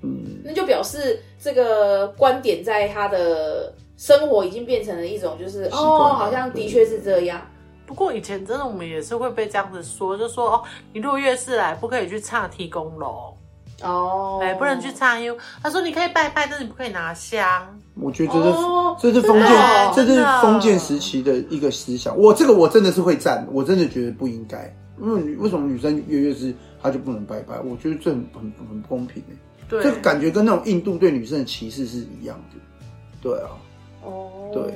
Speaker 2: 嗯，
Speaker 1: 那就表示这个观点在他的生活已经变成了一种，就是
Speaker 2: 习惯
Speaker 1: 哦，
Speaker 2: 了
Speaker 1: 好像的确是这样。
Speaker 3: 不过以前真的我们也是会被这样子说，就说哦，你如果月事来，不可以去岔提公楼，
Speaker 1: 哦，
Speaker 3: 哎、不能去岔 U。他说你可以拜拜，但是你不可以拿香。
Speaker 2: 我觉得这是
Speaker 1: 哦，哦
Speaker 2: 这是封建，这
Speaker 3: 真
Speaker 2: 是
Speaker 3: 的
Speaker 2: 封建时期的一个思想。我这个我真的是会站，我真的觉得不应该。因为女为什么女生月月是她就不能拜拜？我觉得这很很很不公平欸
Speaker 3: 对，
Speaker 2: 这感觉跟那种印度对女生的歧视是一样的。对啊，
Speaker 1: 哦，
Speaker 2: 对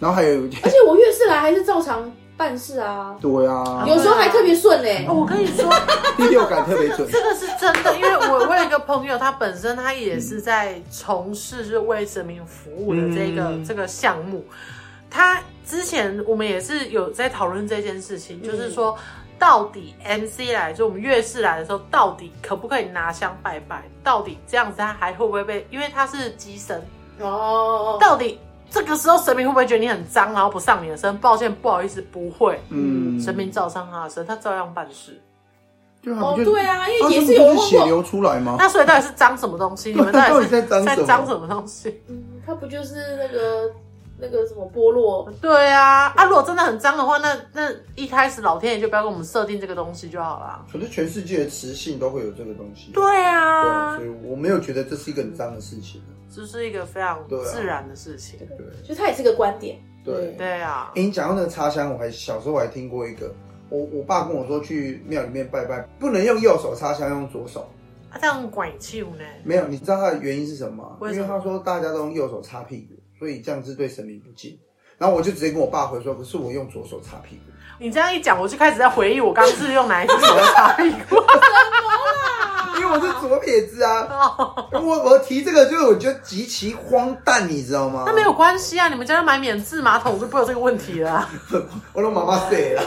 Speaker 2: 然后还有一
Speaker 1: 而
Speaker 2: 点，，
Speaker 1: 且我越是来还是照常办事啊
Speaker 2: 对啊，
Speaker 1: 有时候还特别顺欸呢、
Speaker 3: 哦我跟你说，
Speaker 2: 第六感特别
Speaker 1: 哦
Speaker 2: 准。
Speaker 3: 这个是真的，因为我 <laughs> 我有一个朋友，他本身他也是在从事就是为人民服务的这个、
Speaker 2: 嗯
Speaker 3: 这个项目。他之前我们也是有在讨论这件事
Speaker 2: 嗯
Speaker 3: 情，就是说到底 MC 来，就我们月事来的时候，到底可不可以拿香拜拜？到底这样子他还会不会被？因为他是机身，
Speaker 1: 哦，
Speaker 3: 到底这个时候神明会不会觉得你很脏，然后不上你的身？抱歉，不好意思，不会。
Speaker 2: 嗯，
Speaker 3: 神明照上他的身，他照样办事。
Speaker 2: 对啊，
Speaker 1: 哦
Speaker 2: 不就
Speaker 1: 对啊，因
Speaker 2: 啊
Speaker 1: 为也是
Speaker 2: 这不就
Speaker 1: 有人问
Speaker 2: 是血
Speaker 1: 过，啊
Speaker 2: 流出来吗？
Speaker 3: 那所以到底是脏什么东西？你们到
Speaker 2: 哦到底
Speaker 3: 底是
Speaker 2: 在脏
Speaker 3: 在
Speaker 2: 什么
Speaker 3: 脏什么东西？
Speaker 1: 嗯，他不就是那个那个什么波洛？
Speaker 3: 对啊，啊，如果真的很脏的话，那那一开始老天爷就不要给我们设定这个东西就好啦。
Speaker 2: 可是全世界的雌性都会有这个东西。
Speaker 3: 对
Speaker 2: 对啊，
Speaker 3: 啊
Speaker 2: 所，以我没有觉得这是一个很脏的事情啊。
Speaker 3: 这是一个非常
Speaker 2: 对啊
Speaker 3: 自然的事情。
Speaker 2: 对
Speaker 1: 就他也是个观点，
Speaker 2: 对。
Speaker 3: 对啊，
Speaker 2: 欸，你讲到那个插香，我还小时候还听过一个，我我爸跟我说去庙里面拜拜，不能用右手插香，用左手。
Speaker 3: 啊，这样拐气呢？
Speaker 2: 没有，你知道他的原因是什么吗？
Speaker 3: 为什
Speaker 2: 因
Speaker 3: 么
Speaker 2: 为他说大家都用右手擦屁股，所以这样是对神明不敬。然后我就直接跟我爸回说，可是我用左手擦屁股。
Speaker 3: 你这样一讲，我就开始在回忆我刚是用哪一只手在擦
Speaker 2: <laughs>
Speaker 3: 屁股。啊
Speaker 2: 因为我是左撇子啊， <laughs>
Speaker 3: 哦
Speaker 2: 我我提这个就是我觉得极其荒诞，你知道吗？
Speaker 3: 那没有关系啊，你们家要买免治马桶就不会有这个问题
Speaker 2: <laughs>
Speaker 3: 啦。
Speaker 2: 我让妈妈睡了。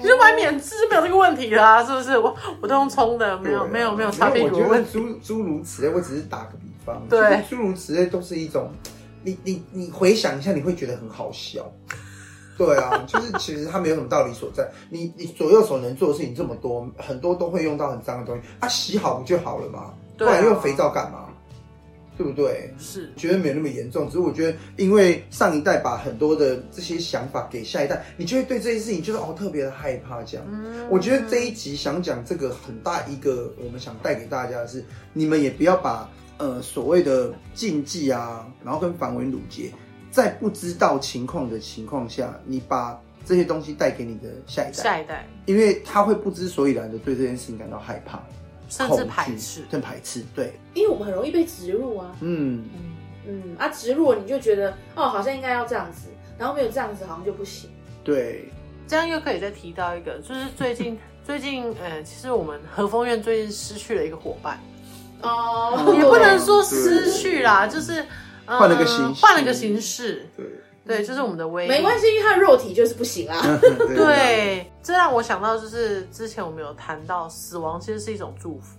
Speaker 3: 你就买免治就没有这个问题啦，是不是？我我都用冲的，没有没有没有擦屁股
Speaker 2: 啊我
Speaker 3: 的
Speaker 2: 觉得
Speaker 3: 问题。
Speaker 2: 诸诸如此类，我只是打个比方。
Speaker 3: 对
Speaker 2: 就是诸如此类都是一种，你你你回想一下，你会觉得很好笑。对啊， <laughs> 就是其实它没有什么道理所在。你你左右手能做的事情这么多，很多都会用到很脏的东西，啊，洗好不就好了嘛？不
Speaker 3: 对啊
Speaker 2: 然用肥皂干嘛？对不对？
Speaker 3: 是，
Speaker 2: 觉得没有那么严重，只是我觉得，因为上一代把很多的这些想法给下一代，你就会对这些事情就是哦特别的害怕这样。
Speaker 3: 嗯
Speaker 2: 我觉得这一集想讲这个很大一个我们想带给大家的是，你们也不要把呃所谓的禁忌啊，然后跟繁文缛节，在不知道情况的情况下，你把这些东西带给你的下一代，
Speaker 3: 下一代
Speaker 2: 因为他会不知所以然的对这件事情感到害怕、
Speaker 3: 甚
Speaker 2: 恐
Speaker 3: 至
Speaker 2: 惧
Speaker 3: 排斥。
Speaker 2: 更排斥。对，
Speaker 1: 因为我们很容易被植入啊，
Speaker 2: 嗯，
Speaker 3: 嗯
Speaker 1: 嗯，啊，植入了你就觉得哦，好像应该要这样子，然后没有这样子好像就不行。
Speaker 2: 对，
Speaker 3: 这样又可以再提到一个，就是
Speaker 2: <laughs>
Speaker 3: 最近最近，呃，其实我们和风院最近失去了一个伙伴，
Speaker 1: 哦，
Speaker 2: 对
Speaker 3: 也不能说失去啦，就是、呃
Speaker 2: 换了个形式嗯
Speaker 3: 换了个形式，
Speaker 2: 对，
Speaker 3: 对，就是我们的威，
Speaker 1: 没关系，因为他的肉体就是不行啊啦。
Speaker 2: 对
Speaker 3: 对，这让我想到就是之前我们有谈到，死亡其实是一种祝福，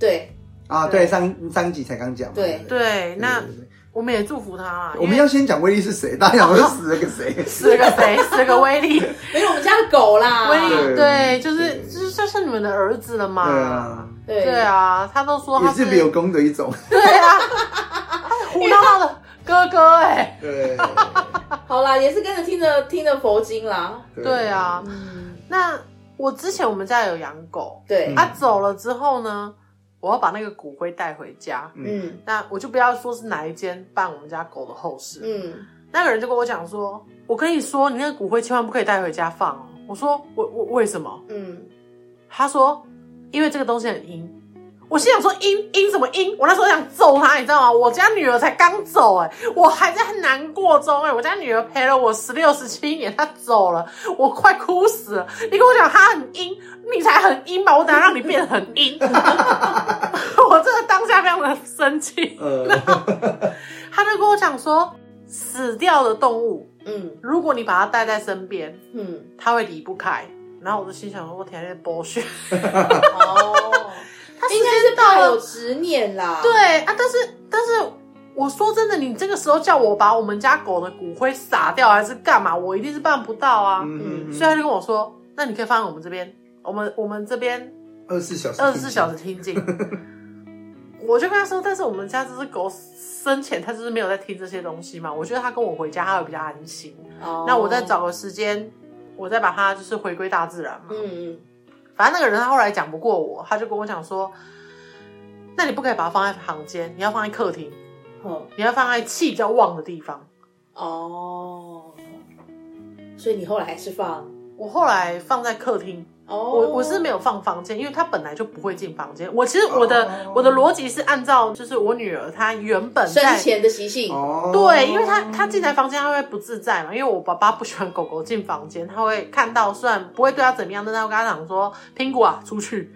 Speaker 1: 对，
Speaker 2: 啊，
Speaker 3: 对
Speaker 2: 对，上上一集才刚讲嘛，
Speaker 1: 对
Speaker 2: 不
Speaker 3: 对，那
Speaker 2: 对对对
Speaker 3: 我们也祝福他啊。
Speaker 2: 我们要先讲威力是谁，大家想说死了个谁？
Speaker 3: 十个谁，十个威
Speaker 2: <laughs>
Speaker 3: 力，
Speaker 1: 没有我们家的狗啦，
Speaker 3: 威力
Speaker 2: 对
Speaker 3: 对，就是
Speaker 2: 对
Speaker 3: 就是就是你们的儿子了嘛。
Speaker 2: 对啊，
Speaker 1: 对
Speaker 3: 对，啊，他都说他
Speaker 2: 也是没有功的一种，
Speaker 3: <laughs> 对啊，他胡闹闹的哥哥哎、
Speaker 2: 对
Speaker 1: 好啦，也是跟着听着听着佛经啦，
Speaker 3: 对，啊，
Speaker 1: 嗯，
Speaker 3: 那我之前我们家有养狗，
Speaker 1: 对，
Speaker 3: 啊走了之后呢，我要把那个骨灰带回家。
Speaker 1: 嗯
Speaker 3: 那我就不要说是哪一间办我们家狗的后事，
Speaker 1: 嗯，
Speaker 3: 那个人就跟我讲说，我跟你说，你那个骨灰千万不可以带回家放哦。我说我我为什么？
Speaker 1: 嗯，
Speaker 3: 他说因为这个东西很阴。我心想说阴阴什么阴？我那时候想揍他，你知道吗？我家女儿才刚走、欸，我还在难过中、欸，我家女儿陪了我十六十七年，她走了，我快哭死了。你跟我讲她很阴，你才很阴吧？我等下让你变得很阴。 <laughs> 我真的当下非常的生气。
Speaker 2: 呃，
Speaker 3: 他就跟我讲说，死掉的动物，
Speaker 1: 嗯
Speaker 3: 如果你把它带在身边，
Speaker 1: 嗯，
Speaker 3: 它会离不开。然后我就心想说，我天，这剥削。
Speaker 1: 哦，
Speaker 3: 他时
Speaker 1: 应该
Speaker 3: 间
Speaker 1: 是
Speaker 3: 到
Speaker 1: 抱有
Speaker 3: 了，
Speaker 1: 执念啦，
Speaker 3: 对啊，但是但是我说真的，你这个时候叫我把我们家狗的骨灰撒掉还是干嘛，我一定是办不到啊。
Speaker 2: 嗯，
Speaker 3: 所以他就跟我说，那你可以放在我们这边，我们我们这边 <laughs>
Speaker 2: 二十四小时，
Speaker 3: 二十四小时，听进。 <laughs> 我就跟他说，但是我们家这只狗生前它就是没有在听这些东西嘛，我觉得它跟我回家它会比较安心。
Speaker 1: 哦，
Speaker 3: 那我再找个时间，我再把它就是回归大自然嘛。
Speaker 1: 嗯，嗯
Speaker 3: 反正那个人他后来讲不过我，他就跟我讲说，那你不可以把它放在房间，你要放在客厅，
Speaker 1: 嗯好，
Speaker 3: 你要放在气比较旺的地方。
Speaker 1: 哦，所以你后来还是放，
Speaker 3: 我后来放在客厅，
Speaker 1: 哦，
Speaker 3: 我我是没有放房间，因为他本来就不会进房间。我其实我的、
Speaker 2: 哦
Speaker 3: 我的逻辑是按照就是我女儿她原本
Speaker 1: 生
Speaker 3: 在
Speaker 1: 前的习性，
Speaker 2: 哦，
Speaker 3: 对，因为他他进来房间他会不自在嘛，因为我爸爸不喜欢狗狗进房间，他会看到虽然不会对他怎么样，但他会跟他讲说苹果啊出去，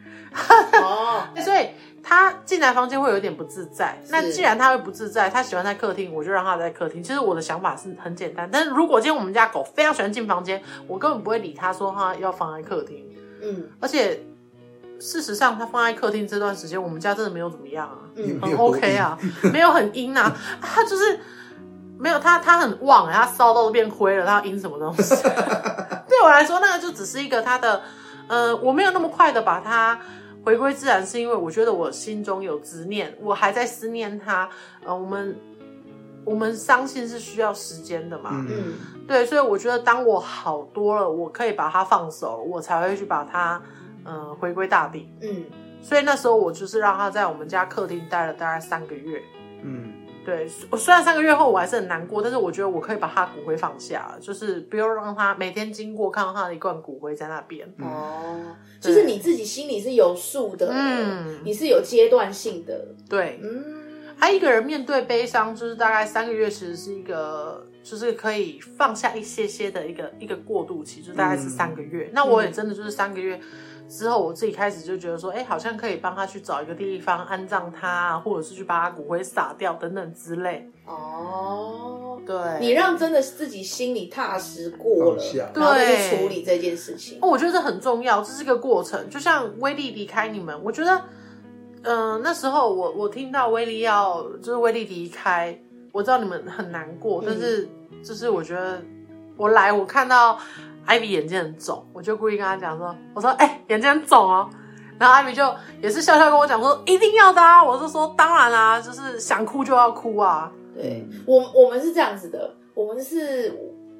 Speaker 1: 哦，
Speaker 3: 所以他进来房间会有点不自在。那
Speaker 1: 是
Speaker 3: 既然他会不自在，他喜欢在客厅，我就让他在客厅。其实我的想法是很简单，但是如果今天我们家狗非常喜欢进房间，我根本不会理他说他要放在客厅，
Speaker 1: 嗯
Speaker 3: 而且事实上他放在客厅这段时间，我们家真的没有怎么样啊。
Speaker 1: 嗯，
Speaker 2: 没
Speaker 3: 很
Speaker 2: 有多
Speaker 3: OK 啊，没有很阴啊，他就是没有他，他很旺、欸，他烧到都变灰了，他要阴什么东西？ <laughs> 对我来说，那个就只是一个他的，呃，我没有那么快的把它回归自然，是因为我觉得我心中有执念，我还在思念他。呃，我们我们伤心是需要时间的嘛，
Speaker 2: 嗯，
Speaker 1: 嗯
Speaker 3: 对，所以我觉得当我好多了，我可以把它放手，我才会去把它，呃，回归大地。
Speaker 1: 嗯，
Speaker 3: 所以那时候我就是让他在我们家客厅待了大概三个月。
Speaker 2: 嗯，
Speaker 3: 对，虽虽然三个月后我还是很难过，但是我觉得我可以把他骨灰放下了，就是不用让他每天经过看到他的一罐骨灰在那边。
Speaker 2: 嗯
Speaker 1: 哦，就是你自己心里是有数的，
Speaker 3: 嗯
Speaker 1: 你是有阶段性的，
Speaker 3: 对，
Speaker 1: 嗯
Speaker 3: 他一个人面对悲伤，就是大概三个月，其实是一个就是可以放下一些些的一个一个过渡期，就大概是三个月。那我也真的就是三个月。之后我自己开始就觉得说，哎、好像可以帮他去找一个地方安葬他，或者是去把他骨灰撒掉等等之类。
Speaker 1: 哦，
Speaker 3: 对，
Speaker 1: 你让真的自己心里踏实过了
Speaker 2: 放下，嗯
Speaker 1: 然后再去
Speaker 3: 对
Speaker 1: 处理这件事情。
Speaker 3: 哦，我觉得这很重要，这是个过程。就像威利离开你们，我觉得，嗯、那时候我我听到威利要就是威利离开，我知道你们很难过，
Speaker 1: 嗯
Speaker 3: 但是就是我觉得我来我看到艾比眼睛很肿，我就故意跟他讲说，我说哎、眼睛很肿哦。然后艾比就也是笑笑跟我讲说，一定要的啊！我就说当然啦、就是想哭就要哭啊。
Speaker 1: 对
Speaker 2: 嗯
Speaker 1: 我，我们是这样子的，我们是，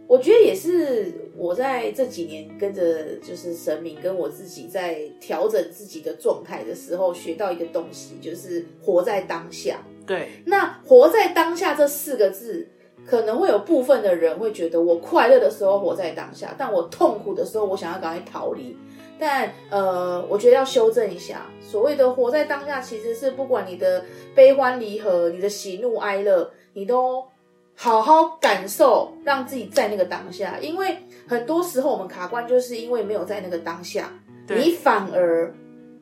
Speaker 1: 我觉得也是我在这几年跟着就是神明跟我自己在调整自己的状态的时候，学到一个东西，就是活在当下。
Speaker 3: 对，
Speaker 1: 那活在当下这四个字，可能会有部分的人会觉得我快乐的时候活在当下，但我痛苦的时候，我想要赶快逃离。但呃，我觉得要修正一下，所谓的活在当下，其实是不管你的悲欢离合、你的喜怒哀乐，你都好好感受，让自己在那个当下。因为很多时候我们卡关，就是因为没有在那个当下，
Speaker 3: 对
Speaker 1: 你反而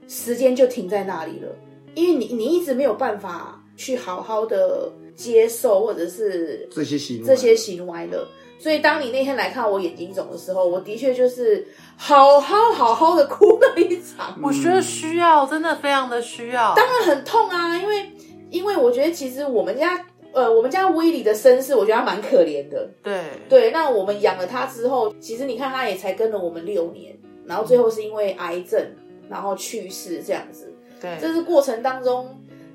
Speaker 1: 时间就停在那里了，因为你你一直没有办法去好好的接受或者是
Speaker 2: 这些喜怒
Speaker 1: 这些喜怒哀乐。所以当你那天来看我眼睛肿的时候，我的确就是好好好好的哭了一场，
Speaker 3: 我觉得需要，真的非常的需要。
Speaker 1: 当然很痛啊，因为因为我觉得其实我们家呃我们家威利的身世，我觉得他蛮可怜的，
Speaker 3: 对
Speaker 1: 对，那我们养了它之后，其实你看它也才跟了我们六年，然后最后是因为癌症然后去世这样子。
Speaker 3: 对
Speaker 1: 这是过程当中，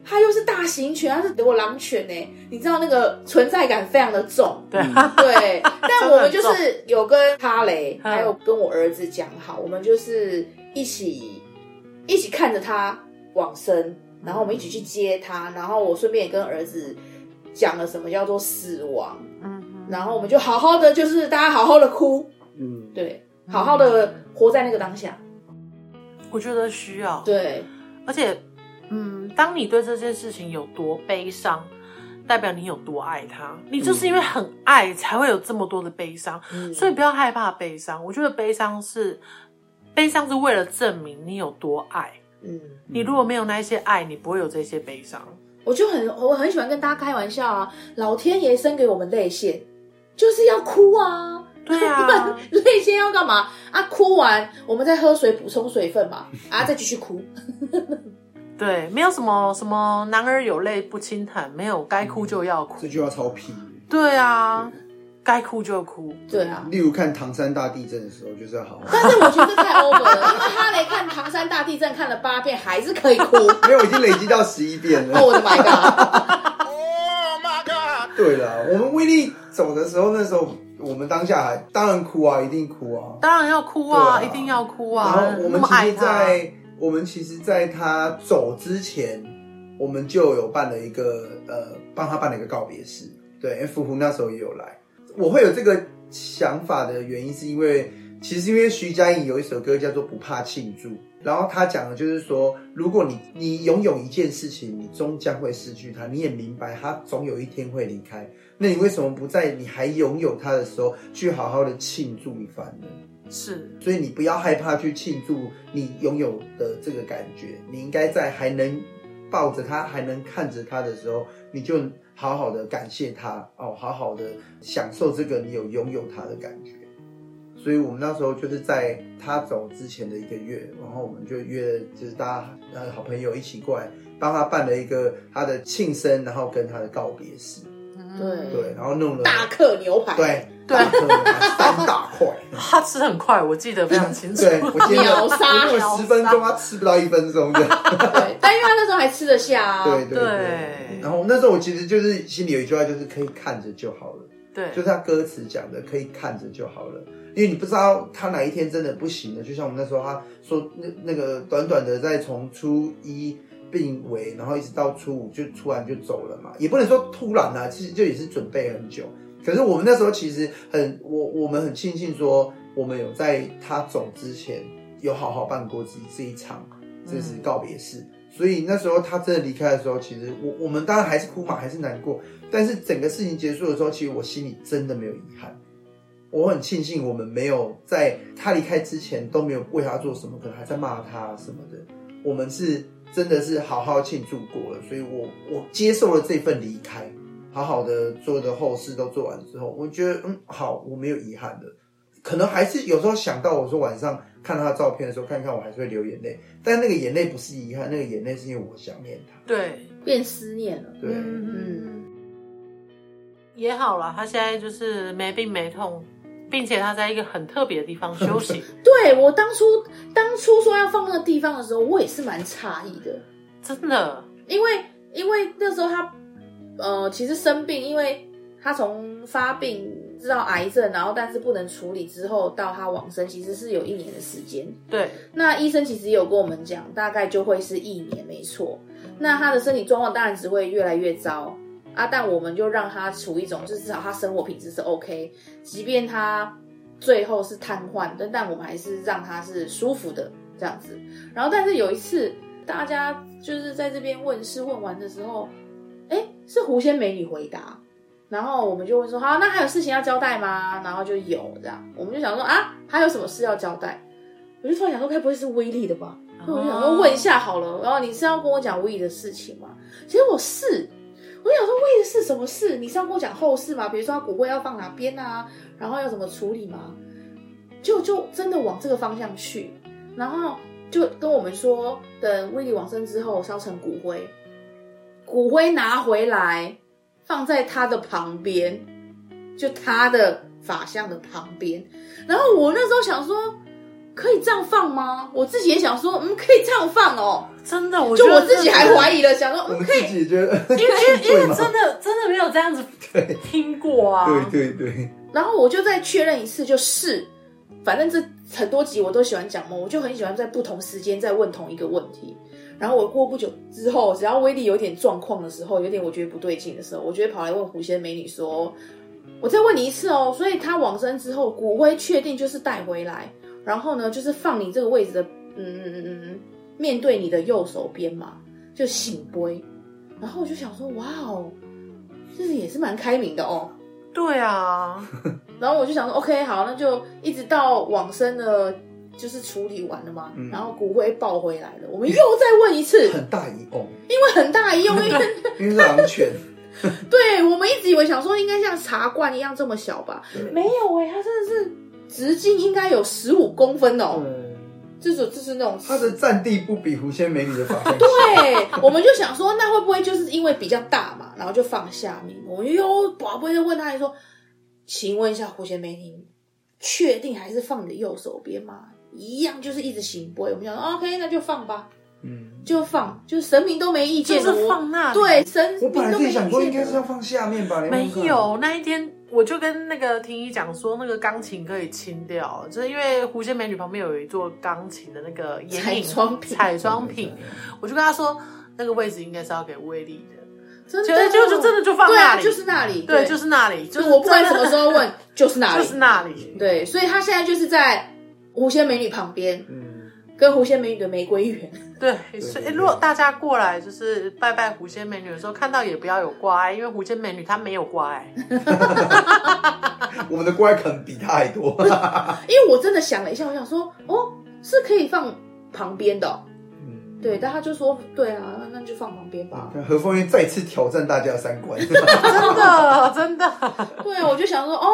Speaker 1: 它又是大型犬，它是德国狼犬呢、你知道那个存在感非常的重。
Speaker 3: 对，
Speaker 2: 嗯
Speaker 3: <laughs>
Speaker 1: 对，但我们就是有跟哈雷
Speaker 3: 嗯
Speaker 1: 还有跟我儿子讲好，我们就是一起一起看着他往生，然后我们一起去接他，然后我顺便也跟儿子讲了什么叫做死亡。
Speaker 3: 嗯，
Speaker 1: 然后我们就好好的，就是大家好好的哭，
Speaker 3: <laughs>
Speaker 2: 嗯，
Speaker 1: 对，好好的活在那个当下，
Speaker 3: 我觉得需要。
Speaker 1: 对，
Speaker 3: 而且，嗯，当你对这件事情有多悲伤，代表你有多爱他。你就是
Speaker 2: 嗯
Speaker 3: 因为很爱，才会有这么多的悲伤。
Speaker 1: 嗯
Speaker 3: 所以不要害怕悲伤。我觉得悲伤是，悲伤是为了证明你有多爱。
Speaker 1: 嗯，
Speaker 3: 你如果没有那一些爱，你不会有这些悲伤。
Speaker 1: 我就很我很喜欢跟大家开玩笑啊，老天爷生给我们泪腺，就是要哭啊。
Speaker 3: 对
Speaker 1: <laughs>
Speaker 3: 啊
Speaker 1: 不然泪腺要干嘛啊？哭完，我们再喝水补充水分嘛，啊，再继续哭。
Speaker 3: 对，没有什么什么男儿有泪不轻弹，没有该哭就要哭
Speaker 2: 嗯这。句话超屁。
Speaker 3: 对啊，该哭就哭。
Speaker 1: 对啊，
Speaker 2: 例如看唐山大地震的时候，就是要好好。 <laughs>
Speaker 1: 但是我觉得这太 over 了， <laughs> 因为哈雷看唐山大地震看了八遍，还是可以哭。
Speaker 2: 没有，已经累积到十一遍
Speaker 3: <laughs>
Speaker 1: 哦，我
Speaker 2: 了。
Speaker 1: 的 my god！
Speaker 2: 对了，我们威力走的时候，那时候我们当下还当然哭啊，一定哭啊。
Speaker 3: 当然要哭啊，
Speaker 2: 对啊
Speaker 3: 一定要哭
Speaker 2: 然
Speaker 3: 啊！
Speaker 2: 后我
Speaker 3: 那
Speaker 2: 们
Speaker 3: 么
Speaker 2: 其
Speaker 3: 爱
Speaker 2: 实
Speaker 3: 他，
Speaker 2: 在我们其实在他走之前，我们就有办了一个呃，帮他办了一个告别式。对，因为福福那时候也有来。我会有这个想法的原因，是因为其实因为徐佳莹有一首歌叫做《不怕庆祝》，然后他讲的就是说，如果你你拥有一件事情，你终将会失去它，你也明白它总有一天会离开，那你为什么不在你还拥有它的时候，去好好的庆祝一番呢？
Speaker 3: 是
Speaker 2: 所以你不要害怕去庆祝你拥有的这个感觉，你应该在还能抱着它、还能看着它的时候，你就好好的感谢它哦，好好的享受这个你有拥有它的感觉。所以我们那时候就是在他走之前的一个月，然后我们就约了就是大家呃好朋友一起过来帮他办了一个他的庆生，然后跟他的告别式，
Speaker 1: 对
Speaker 2: 对，然后弄了
Speaker 1: 大客牛排，，
Speaker 2: 对
Speaker 3: 对
Speaker 2: 大颗三大块。
Speaker 3: 他吃得很快，我记得非常清楚。
Speaker 2: 对，我今天
Speaker 1: <laughs> 秒杀
Speaker 2: 我有十分钟，他吃不到一分钟的。
Speaker 1: 对，但因为他那时候还吃得下啊，
Speaker 2: <laughs> 对对
Speaker 3: 对
Speaker 2: 对。然后那时候我其实就是心里有一句话，就是可以看着就好了，
Speaker 3: <laughs> 对，
Speaker 2: 就是他歌词讲的，可以看着就好了。因为你不知道他哪一天真的不行了，就像我们那时候他说那那个短短的在从初一病危，然后一直到初五就突然就走了嘛，也不能说突然啦、其实就也是准备很久。可是我们那时候其实很我我们很庆幸说，我们有在他走之前有好好办过这这一场这是告别式。所以那时候他真的离开的时候，其实我我们当然还是哭嘛，还是难过。但是整个事情结束的时候，其实我心里真的没有遗憾，我很庆幸我们没有在他离开之前都没有为他做什么，可能还在骂他什么的。我们是真的是好好庆祝过了，所以我我接受了这份离开，好好的所有的后事都做完之后，我觉得嗯好，我没有遗憾了。可能还是有时候想到我说晚上看他的照片的时候，看看我还是会流眼泪，但那个眼泪不是遗憾，那个眼泪是因为我想念他。
Speaker 3: 对，
Speaker 1: 变思念了。
Speaker 2: 对，
Speaker 3: 嗯，也好了，他现在就是没病没痛，并且他在一个很特别的地方
Speaker 2: <laughs>
Speaker 3: 休息，
Speaker 1: 对我当初当初说要放那个地方的时候，我也是蛮诧异的，
Speaker 3: 真的，
Speaker 1: 因为因为那时候他呃其实生病，因为他从发病知道癌症，然后但是不能处理之后到他往生，其实是有一年的时间。
Speaker 3: 对，
Speaker 1: 那医生其实也有跟我们讲，大概就会是一年，没错。那他的身体状况当然只会越来越糟啊，但我们就让他处于一种，就是至少他生活品质是 OK，即便他最后是瘫痪的，但我们还是让他是舒服的这样子。然后，但是有一次大家就是在这边问事问完的时候，哎，是狐仙美女回答。然后我们就问说，好，那还有事情要交代吗？然后就有这样，我们就想说啊，还有什么事要交代？我就突然想说，该不会是威力的吧？
Speaker 3: 哦
Speaker 1: 那我就想说问一下好了。然后你是要跟我讲威力的事情吗？其实我是，我想说为的是什么事？你是要跟我讲后事吗？比如说他骨灰要放哪边啊，然后要怎么处理吗？就就真的往这个方向去，然后就跟我们说，等威利往生之后烧成骨灰，骨灰拿回来放在他的旁边，就他的法像的旁边。然后我那时候想说，可以这样放吗？我自己也想说，嗯，可以这样放哦。
Speaker 3: 真的，我
Speaker 1: 就
Speaker 3: 觉
Speaker 1: 我
Speaker 3: 得
Speaker 1: 自己
Speaker 3: 真的
Speaker 1: 还怀疑了，想说，
Speaker 2: 我
Speaker 1: 嗯，
Speaker 2: 们
Speaker 1: 可以
Speaker 2: 自己也觉得，
Speaker 3: 因为因
Speaker 2: <laughs>
Speaker 3: 为因
Speaker 2: 对
Speaker 3: 为
Speaker 2: 吗
Speaker 3: 真的真的没有这样子
Speaker 2: <laughs> 对
Speaker 3: 听过啊。
Speaker 2: 对对对，
Speaker 1: 然后我就再确认一次，就是反正这很多集我都喜欢讲梦，我就很喜欢在不同时间再问同一个问题。然后我过不久之后，只要威力有点状况的时候，有点我觉得不对劲的时候，我就会跑来问狐仙美女说：“我再问你一次哦，所以他往生之后，骨灰确定就是带回来，然后呢，就是放你这个位置的，嗯嗯嗯嗯嗯，面对你的右手边嘛，就醒杯。”然后我就想说：“哇哦，这也是蛮开明的哦。”
Speaker 3: 对啊，
Speaker 1: 然后我就想说，OK，好，那就一直到往生的，就是处理完了嘛，
Speaker 2: 嗯
Speaker 1: 然后骨灰抱回来了，我们又再问一
Speaker 2: <laughs>
Speaker 1: 次，
Speaker 2: 很大一哦，
Speaker 1: 因为很大一用，
Speaker 2: <laughs>
Speaker 1: 因为
Speaker 2: 因为是狼犬，
Speaker 1: 对我们一直以为想说应该像茶罐一样这么小吧，没有哎、它真的是直径应该有十五公分哦，
Speaker 2: 嗯，
Speaker 1: 这种就是那种
Speaker 2: 它的占地不比狐仙美女的法相小，
Speaker 1: 对，啊我们就想说，那会不会就是因为比较大嘛，然后就放下面？我们又宝贝就问他说：“请问一下，胡贤梅，你确定还是放你的右手边吗？”一样就是一直行不会？我们想说，OK，那就放吧，
Speaker 2: 嗯，
Speaker 1: 就放，就是神明都没意
Speaker 3: 就
Speaker 1: 见的，
Speaker 3: 是
Speaker 1: 我
Speaker 3: 放那里啊
Speaker 1: 对神
Speaker 2: 我
Speaker 1: 明
Speaker 2: 本来
Speaker 1: 都
Speaker 2: 自
Speaker 1: 没
Speaker 2: 己
Speaker 1: 意见
Speaker 2: 想说应该是要
Speaker 1: 的。
Speaker 2: 放下面吧，你
Speaker 3: 没
Speaker 2: 看看，
Speaker 3: 有，那一天我就跟那个婷宜讲说，那个钢琴可以清掉，就是因为狐仙美女旁边有一座钢琴的那个眼影
Speaker 1: 彩妆品
Speaker 3: 彩
Speaker 2: 嗯
Speaker 3: 妆品，我就跟她说，那个位置应该是要给威力的，
Speaker 1: 真
Speaker 3: 就
Speaker 1: 的
Speaker 3: 就就真的就放
Speaker 1: 对
Speaker 3: 那
Speaker 1: 啊，
Speaker 3: 里，
Speaker 1: 就是那里，
Speaker 3: 对，就是是那里，就是
Speaker 1: 我不管什
Speaker 3: 真的
Speaker 1: 么时候
Speaker 3: <laughs>
Speaker 1: 问，就是那
Speaker 3: 就
Speaker 1: 里
Speaker 3: 是，那里，
Speaker 1: 对，所以他现在就是在狐仙美女旁边，
Speaker 2: 嗯，
Speaker 1: 跟狐仙美女的玫瑰园。
Speaker 3: 对，所以如果大家过来就是拜拜狐仙美女的时候，看到也不要有挂碍，因为狐仙美女她没有挂
Speaker 1: <laughs>
Speaker 3: 碍，
Speaker 2: 我们的乖可能比它还多，
Speaker 1: 因为我真的想了一下，我想说，哦，是可以放旁边的哦、
Speaker 2: 嗯，
Speaker 1: 对，但他就说，对啊，那就放旁边吧。
Speaker 2: 啊何凤英再次挑战大家的三
Speaker 3: <laughs>
Speaker 2: 观，
Speaker 3: 真的真的，
Speaker 1: 对啊，我就想说，哦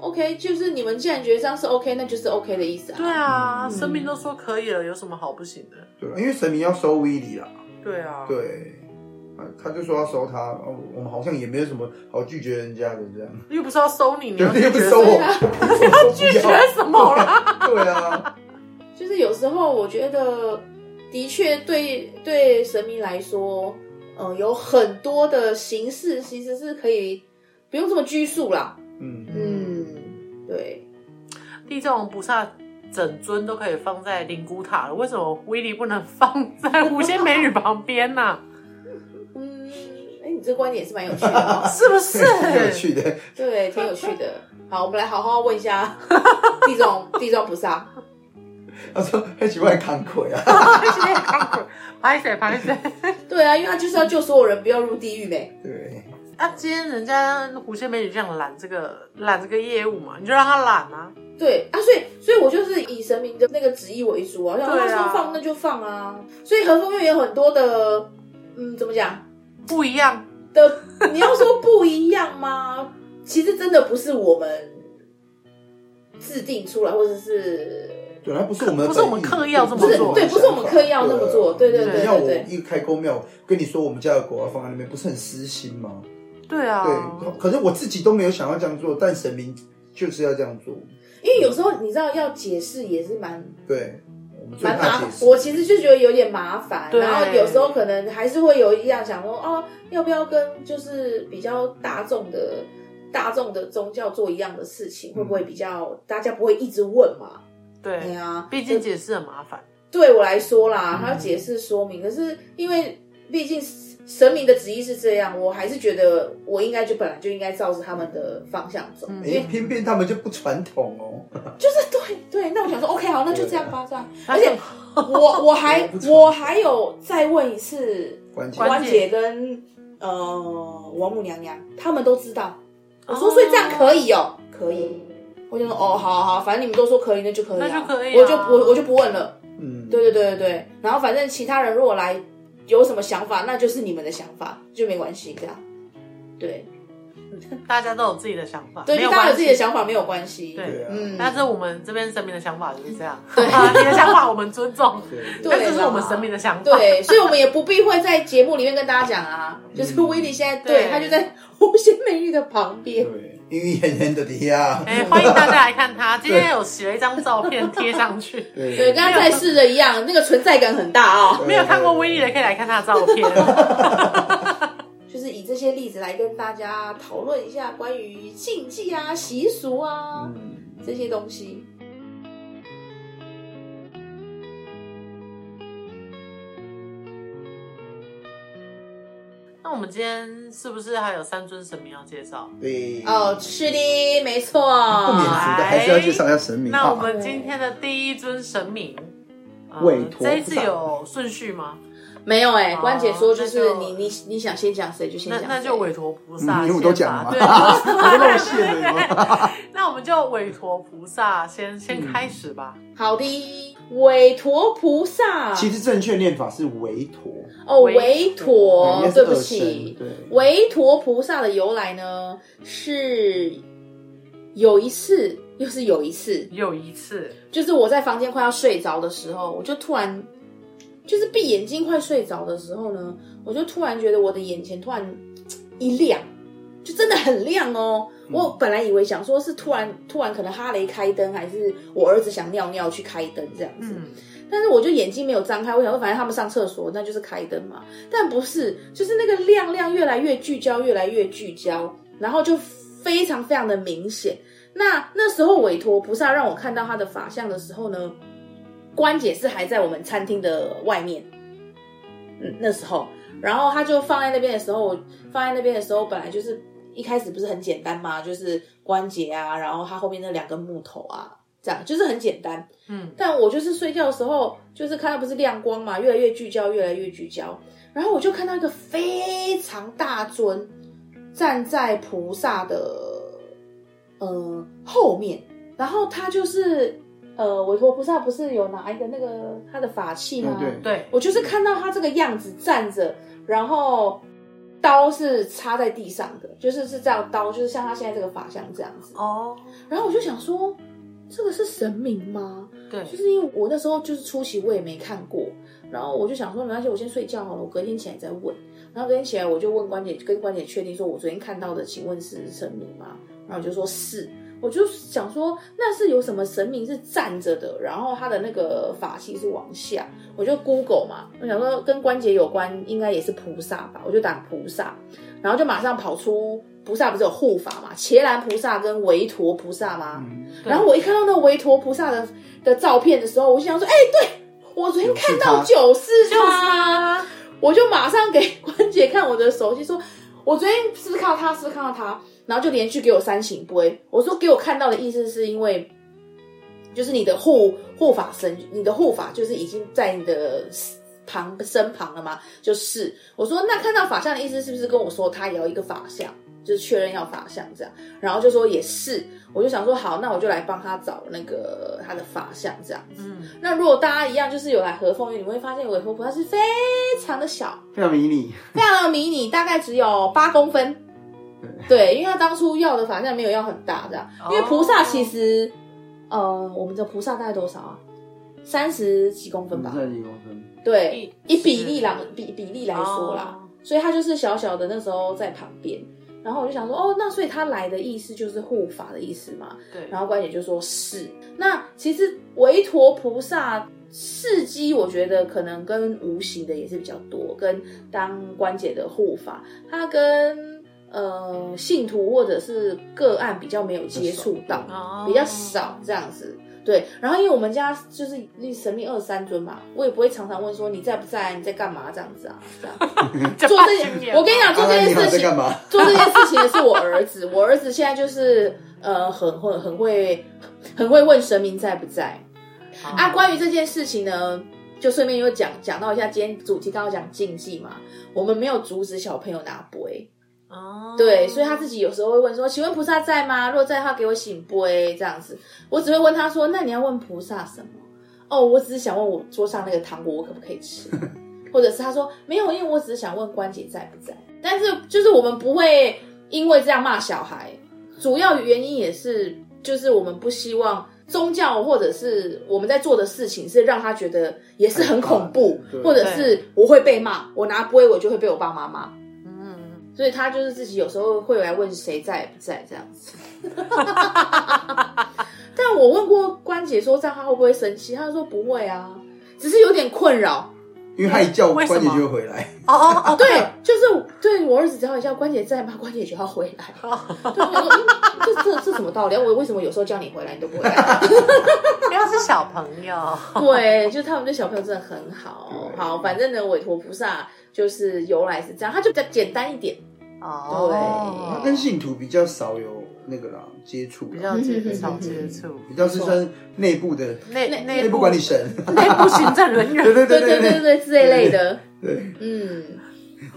Speaker 1: ，OK，就是你们既然觉得这样是 OK，那就是 OK 的意思啊。
Speaker 3: 对啊，
Speaker 2: 嗯
Speaker 3: 生命都说可以了，有什么好不行的？
Speaker 2: 对，因为神明要收威力啦，
Speaker 3: 对啊，
Speaker 2: 对，啊他就说要收他，哦我们好像也没有什么好拒绝人家的这样，
Speaker 3: 又不是要收你，嗯你
Speaker 2: 对
Speaker 3: 要，拒
Speaker 2: 又不
Speaker 3: 绝
Speaker 2: 收我，
Speaker 1: 对啊
Speaker 2: <laughs> 我凭什么说
Speaker 3: 拒
Speaker 2: 不要
Speaker 3: 绝什么 <laughs> 啦？
Speaker 2: 对啊，
Speaker 1: 就是有时候我觉得，的确对对神明来说，嗯、有很多的形式其实是可以不用这么拘束啦。
Speaker 3: <laughs>
Speaker 2: 嗯，
Speaker 1: 嗯，对，
Speaker 3: 地藏王菩萨整尊都可以放在灵骨塔了，为什么威力不能放在狐仙美女旁边啊呢、
Speaker 1: 嗯，哎，你这观点是蛮有趣的、哦。
Speaker 3: 是不是？
Speaker 2: 挺有 <laughs> 趣的，
Speaker 1: 对，挺有趣的。好，我们来好好问一
Speaker 3: <laughs>
Speaker 1: 下地藏地藏菩萨，
Speaker 2: 他说很喜欢看鬼啊，
Speaker 3: 拍谁拍谁？
Speaker 1: 对啊，因为他就是要救所有人不要入地狱呗。
Speaker 2: 对，
Speaker 3: 啊，今天人家狐仙美女这样揽这个揽这个业务嘛，你就让她揽啊。
Speaker 1: 对啊，所以所以我就是以神明的那个旨意为主啊，然后他
Speaker 3: 对啊
Speaker 1: 说放那就放啊。所以和风月有很多的，嗯，怎么讲
Speaker 3: 不一样，
Speaker 1: 的？你要说不一样吗？其实真的不是我们制定出来，或者是
Speaker 2: 对，他不是我们的本意，
Speaker 3: 不是我们刻意要这么
Speaker 1: 不是
Speaker 3: 做
Speaker 1: 对，不是我们刻意要那么做，对对
Speaker 2: 对啊
Speaker 1: 对
Speaker 2: 你要
Speaker 1: 对
Speaker 2: 我
Speaker 1: 对，
Speaker 2: 一开公庙跟你说我们家的狗要放在那边，不是很私心吗？
Speaker 3: 对啊，
Speaker 2: 对，可是我自己都没有想要这样做，但神明就是要这样做。
Speaker 1: 因为有时候你知道要解释也是蛮
Speaker 2: 对，我们最
Speaker 1: 蛮麻
Speaker 2: 怕
Speaker 1: 烦
Speaker 2: 解，释。
Speaker 1: 我其实就觉得有点麻烦，
Speaker 3: 对
Speaker 1: 然后有时候可能还是会有一样想说，哦，要不要跟就是比较大众的大众的宗教做一样的事情，会不
Speaker 2: 嗯
Speaker 1: 会比较大家不会一直问嘛？
Speaker 3: 对
Speaker 1: 对啊，
Speaker 3: 毕竟解释很麻烦。
Speaker 1: 对我来说
Speaker 2: 嗯
Speaker 1: 啦，还要解释说明，可是因为毕竟神明的旨意是这样，我还是觉得我应该就本来就应该照着他们的方向走，
Speaker 3: 嗯
Speaker 1: 因为
Speaker 2: 哎，偏偏他们就不传统哦。
Speaker 1: 就是对对，那我想说，OK，好，那就这样吧，这
Speaker 2: <laughs>
Speaker 1: 样。而且
Speaker 3: 啊
Speaker 1: 我我还
Speaker 2: 不错
Speaker 1: 我还有再问一次
Speaker 2: 关键
Speaker 1: 关姐跟呃王母娘娘，他们都知道。我说，所以这样可以哦，可以。我就说，哦，好好好，反正你们都说可以，那就可以啊、
Speaker 3: 那就可以啊
Speaker 1: 我就我我就不问了。
Speaker 2: 嗯，
Speaker 1: 对对对对对。然后反正其他人如果来有什么想法，那就是你们的想法，就没关系这样。对，
Speaker 3: 大家都有自己的想法，
Speaker 1: 对，
Speaker 3: 没
Speaker 1: 就
Speaker 3: 有
Speaker 1: 大家有
Speaker 3: 关
Speaker 1: 自己
Speaker 3: 系。
Speaker 1: 的想法，没有关系。
Speaker 3: 对
Speaker 2: 对啊，
Speaker 1: 嗯
Speaker 3: 但是我们这边神明的想法就是这样， <laughs> 啊你的想法我们尊重，
Speaker 2: 对
Speaker 1: 对
Speaker 3: 但
Speaker 1: 啦
Speaker 3: 这是我们神明的想法。
Speaker 1: 对，所以我们也不必会在节目里面跟大家讲啊，就是威力现在对
Speaker 3: 对
Speaker 1: 他就在狐仙美女的旁边，
Speaker 2: 对，因为很很的底啊，
Speaker 3: 哎、欢迎大家来看
Speaker 1: <laughs>
Speaker 3: 他，今天有洗了一张照片贴上去，
Speaker 2: 对
Speaker 1: 对，跟他在世的一样，那个存在感很大啊、
Speaker 3: 没有看过威力的可以来看他的照片。
Speaker 1: <laughs> 就是以这些例子来跟大家讨论一下关于禁忌啊、习俗啊、
Speaker 2: 嗯
Speaker 1: 这些东西。
Speaker 3: 那我们今天是不是还有三尊神明要介绍？
Speaker 2: 对
Speaker 1: 哦，是的，没错。
Speaker 2: 不免俗的还是要介绍一下神明。
Speaker 3: 那
Speaker 2: 好
Speaker 3: 我
Speaker 2: 吧
Speaker 3: 们今天的第一尊神明，呃
Speaker 2: 委托
Speaker 3: 这一次有顺序吗？
Speaker 1: 没有哎、
Speaker 3: 哦
Speaker 1: 关姐说就是
Speaker 3: 那就
Speaker 1: 你你你想先讲谁就先
Speaker 3: 那
Speaker 1: 讲谁，
Speaker 3: 那就委托菩萨先吧，
Speaker 2: 嗯因为我都讲了嘛
Speaker 3: 对，
Speaker 2: <laughs>
Speaker 3: 我
Speaker 2: 都露馅了有
Speaker 3: <laughs> 那我们就委托菩萨先先
Speaker 2: 嗯
Speaker 3: 开始吧。
Speaker 1: 好的。韦陀菩萨，
Speaker 2: 其实正确念法是维陀，
Speaker 1: 哦，
Speaker 3: 韦
Speaker 1: 韦陀
Speaker 2: 应该，是
Speaker 1: 对不
Speaker 2: 二
Speaker 1: 起
Speaker 2: 声，对，
Speaker 1: 韦陀菩萨的由来呢，是有一次，又是有一次，
Speaker 3: 有一次，
Speaker 1: 就是我在房间快要睡着的时候，我就突然，就是闭眼睛快睡着的时候呢，我就突然觉得我的眼前突然嘖一亮，就真的很亮哦。我本来以为想说是突然突然可能哈雷开灯，还是我儿子想尿尿去开灯这样子。
Speaker 3: 嗯，
Speaker 1: 但是我就眼睛没有张开，我想说反正他们上厕所那就是开灯嘛，但不是，就是那个亮亮越来越聚焦，越来越聚焦，然后就非常非常的明显。那那时候委托菩萨让我看到他的法相的时候呢，关姐是还在我们餐厅的外面，嗯，那时候，然后他就放在那边的时候，我放在那边的时候，本来就是一开始不是很简单嘛，就是关节啊，然后他后面那两根木头啊，这样就是很简单。
Speaker 3: 嗯，
Speaker 1: 但我就是睡觉的时候，就是看到不是亮光嘛，越来越聚焦，越来越聚焦。然后我就看到一个非常大尊站在菩萨的呃后面，然后他就是呃韦陀菩萨不是有拿一个那个他的法器吗？
Speaker 2: 嗯对
Speaker 3: 对，
Speaker 1: 我就是看到他这个样子站着，然后刀是插在地上的，就是是这样刀，就是像他现在这个法相这样子。
Speaker 3: 哦，
Speaker 1: 然后我就想说，这个是神明吗？
Speaker 3: 对，
Speaker 1: 就是因为我那时候就是初期我也没看过，然后我就想说没关系，我先睡觉好了，我隔天起来再问。然后隔天起来我就问关姐，跟关姐确定说，我昨天看到的，请问是神明吗？然后我就说是，我就想说那是有什么神明是站着的，然后他的那个法器是往下，我就 Google 嘛，我想说跟关节有关，应该也是菩萨吧，我就打菩萨，然后就马上跑出菩萨不是有护法嘛，伽蓝菩萨跟韦陀菩萨吗？
Speaker 2: 嗯
Speaker 3: 对
Speaker 1: 然后我一看到那个韦陀菩萨的的照片的时候，我就想说，哎、对我昨天看到就是
Speaker 3: 就是
Speaker 1: 他，
Speaker 3: 啊，
Speaker 1: 我就马上给关姐看我的手机，说我昨天是不是看到他，是不是看到他？然后就连续给我三醒杯。我说给我看到的意思是因为，就是你的护护法神，你的护法就是已经在你的旁身旁了嘛，就是我说那看到法相的意思是不是跟我说他也要一个法相，就是确认要法相这样，然后就说也是，我就想说好，那我就来帮他找那个他的法相这样子。
Speaker 3: 嗯，
Speaker 1: 那如果大家一样就是有来和风院，你会发现韦陀菩萨是非常的小，
Speaker 2: 非常迷你，
Speaker 1: 非常的迷你，大概只有八公分。对，因为他当初要的法相没有要很大这样，
Speaker 3: 哦
Speaker 1: 因为菩萨其实，呃，我们的菩萨大概多少啊？三十几公分吧。
Speaker 2: 在几公分？
Speaker 1: 嗯对，
Speaker 3: 一
Speaker 1: 以比例来比比例来说啦，
Speaker 3: 哦
Speaker 1: 所以他就是小小的那时候在旁边，然后我就想说，哦，那所以他来的意思就是护法的意思嘛。
Speaker 3: 对，
Speaker 1: 然后关姐就说是。那其实韦陀菩萨事迹，我觉得可能跟无形的也是比较多，跟当关姐的护法，他跟呃信徒或者是个案比较没有接触到，
Speaker 3: 哦
Speaker 1: 比较少这样子。对，然后因为我们家就是神秘二三尊嘛，我也不会常常问说你在不在，你在干嘛这样子啊，这样
Speaker 3: 就
Speaker 1: 做
Speaker 3: 八
Speaker 1: 这
Speaker 3: 千年
Speaker 1: 件，我跟你讲做这件
Speaker 2: 你好
Speaker 1: 事
Speaker 2: 在
Speaker 1: 情，
Speaker 2: 干嘛？
Speaker 1: <laughs> 做这件事情的是我儿子，我儿子现在就是呃，很会很会很会问神明在不在
Speaker 3: 哦
Speaker 1: 啊。关于这件事情呢，就顺便又讲讲到一下，今天主题刚好讲禁忌嘛，我们没有阻止小朋友拿杯，
Speaker 3: 哦
Speaker 1: 对，所以他自己有时候会问说：“请问菩萨在吗？如果在的话，给我醒杯。”这样子，我只会问他说：“那你要问菩萨什么？”哦，我只是想问我桌上那个糖果我可不可以吃。 <laughs> 或者是他说没有，因为我只是想问关节在不在。但是就是我们不会因为这样骂小孩，主要原因也是就是我们不希望宗教或者是我们在做的事情是让他觉得也是很恐怖
Speaker 2: 对，
Speaker 1: 或者是我会被骂，我拿杯我就会被我爸妈骂，
Speaker 3: 嗯，
Speaker 1: 所以他就是自己有时候会来问谁在不在这样子。 <laughs> 但我问过关姐说这样他会不会生气，他说不会啊，只是有点困扰。
Speaker 2: 因为他一叫
Speaker 3: 为
Speaker 2: 关
Speaker 3: 什么
Speaker 2: 节就会回来，
Speaker 3: 哦哦
Speaker 1: <laughs>
Speaker 3: 哦，
Speaker 1: 对，就是对我儿子只要一叫关姐在吗，关姐就要回 <laughs> 来。对，我说、嗯、这这这什么道理？我为什么有时候叫你回来你都不回来？ <laughs>
Speaker 3: 因为他是小朋友，
Speaker 1: 对，就他们对小朋友真的很好。
Speaker 2: 对
Speaker 1: 好，反正呢，委托菩萨就是由来是这样，他就比较简单一点。
Speaker 3: 哦，
Speaker 2: 跟信徒比较少有那个啦接触啦，嗯
Speaker 3: 比较接少接触，
Speaker 2: 比较是算内部的
Speaker 3: 内
Speaker 1: 内
Speaker 2: 内部管理神，
Speaker 3: 内部行政人员，
Speaker 2: 对对
Speaker 1: 对
Speaker 2: 对
Speaker 1: 对对对，这一类的，
Speaker 2: 对，
Speaker 1: 嗯。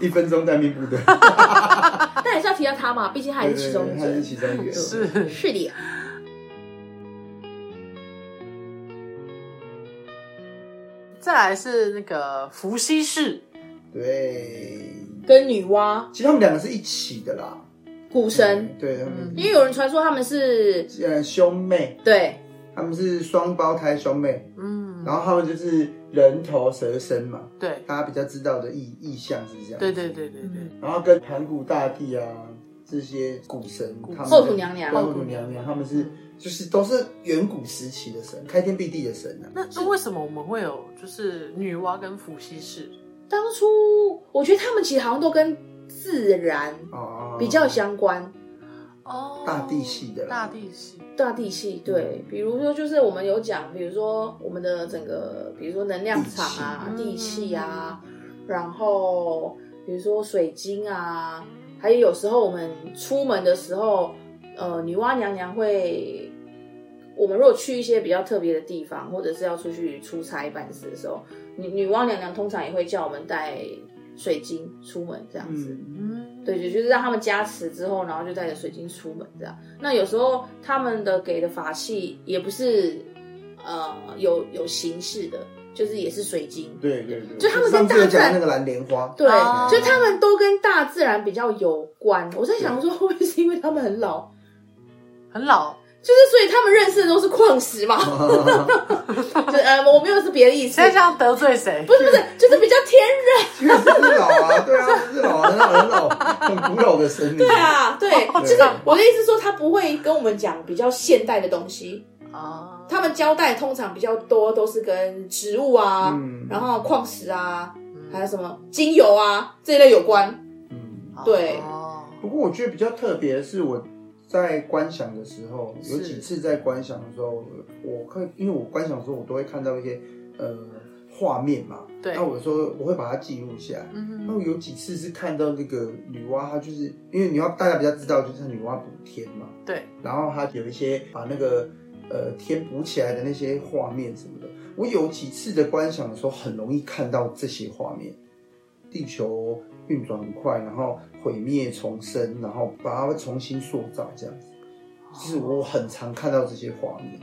Speaker 2: 一分钟待命部队，
Speaker 1: 但还是要提到他嘛，毕竟他也
Speaker 2: 对
Speaker 1: 是
Speaker 2: 对
Speaker 1: 其
Speaker 2: 对，
Speaker 1: 中
Speaker 2: 他
Speaker 1: 者
Speaker 2: 是。其中一员，
Speaker 3: 是
Speaker 1: 是的，
Speaker 3: 再来是那个伏羲氏，
Speaker 2: 对，
Speaker 1: 跟女娲、
Speaker 2: 其实他们两个是一起的啦，
Speaker 1: 古神，
Speaker 2: 对他们
Speaker 1: 因为有人传说他们是
Speaker 2: 呃兄妹，
Speaker 1: 对
Speaker 2: 他们是双胞胎兄妹，
Speaker 3: 嗯，
Speaker 2: 然后他们就是人头蛇身嘛，
Speaker 3: 对
Speaker 2: 大家比较知道的意意象是这样，
Speaker 3: 对对对对对，
Speaker 2: 然后跟盘古大帝啊这些古神，他们
Speaker 1: 后土娘娘
Speaker 2: 对后土娘娘，他
Speaker 3: 嗯
Speaker 2: 们是就是都是远古时期的神，开天辟地的神啊。
Speaker 3: 那那为什么我们会有就是女娲跟伏羲氏？
Speaker 1: 当初我觉得他们其实好像都跟自然
Speaker 2: 哦，
Speaker 1: 比较相关，
Speaker 3: 哦
Speaker 2: 大地系的啦
Speaker 3: 大地系，
Speaker 1: 大地系对，比如说就是我们有讲，比如说我们的整个，比如说能量场啊、
Speaker 3: 地
Speaker 1: 地
Speaker 3: 气
Speaker 1: 气啊，然后比如说水晶啊，还有有时候我们出门的时候，呃，女娲娘娘会，我们如果去一些比较特别的地方，或者是要出去出差办事的时候，女女娲娘娘通常也会叫我们带水晶出门这样子。
Speaker 2: 嗯，
Speaker 3: 嗯，
Speaker 1: 对，就是让他们加持之后，然后就带着水晶出门这样。那有时候他们的给的法器也不是呃有有形式的，就是也是水晶。
Speaker 2: 对对对，
Speaker 1: 就他们跟
Speaker 2: 上次有
Speaker 1: 大自然
Speaker 2: 讲那个蓝莲花，
Speaker 1: 对，
Speaker 3: 哦
Speaker 1: 就他们都跟大自然比较有关。我在想说，会不会是因为他们很老，
Speaker 3: 很老，
Speaker 1: 就是所以他们认识的都是矿石嘛？就是呃，我没有是别的意思
Speaker 3: 现在，这样得罪谁？
Speaker 1: 不是不是，就是比较天然。
Speaker 2: 确实是老啊，对啊，是老，很老，很老，很古老的神明。对
Speaker 1: 对，啊，对，就是我的意思说，他不会跟我们讲比较现代的东西。
Speaker 3: 啊，
Speaker 1: 他们胶带通常比较多都是跟植物啊，
Speaker 2: 嗯
Speaker 1: 然后矿石啊，
Speaker 3: 嗯
Speaker 1: 还有什么精油啊这一类有关。
Speaker 2: 嗯，
Speaker 1: 对
Speaker 3: 哦
Speaker 2: 不过我觉得比较特别的是我。在观想的时候，有
Speaker 3: 是
Speaker 2: 几次在观想的时候，我会因为我观想的时候，我都会看到一些呃画面嘛，
Speaker 3: 对
Speaker 2: 那我说我会把它记录下来。
Speaker 3: 嗯
Speaker 2: 那我有几次是看到那个女娲，她就是因为女娲大家比较知道，就是女娲补天嘛，
Speaker 3: 对，
Speaker 2: 然后她有一些把那个呃天补起来的那些画面什么的。我有几次的观想的时候，很容易看到这些画面，地球运转很快，然后毁灭重生，然后把它重新塑造这样子。就是我很常看到这些画面，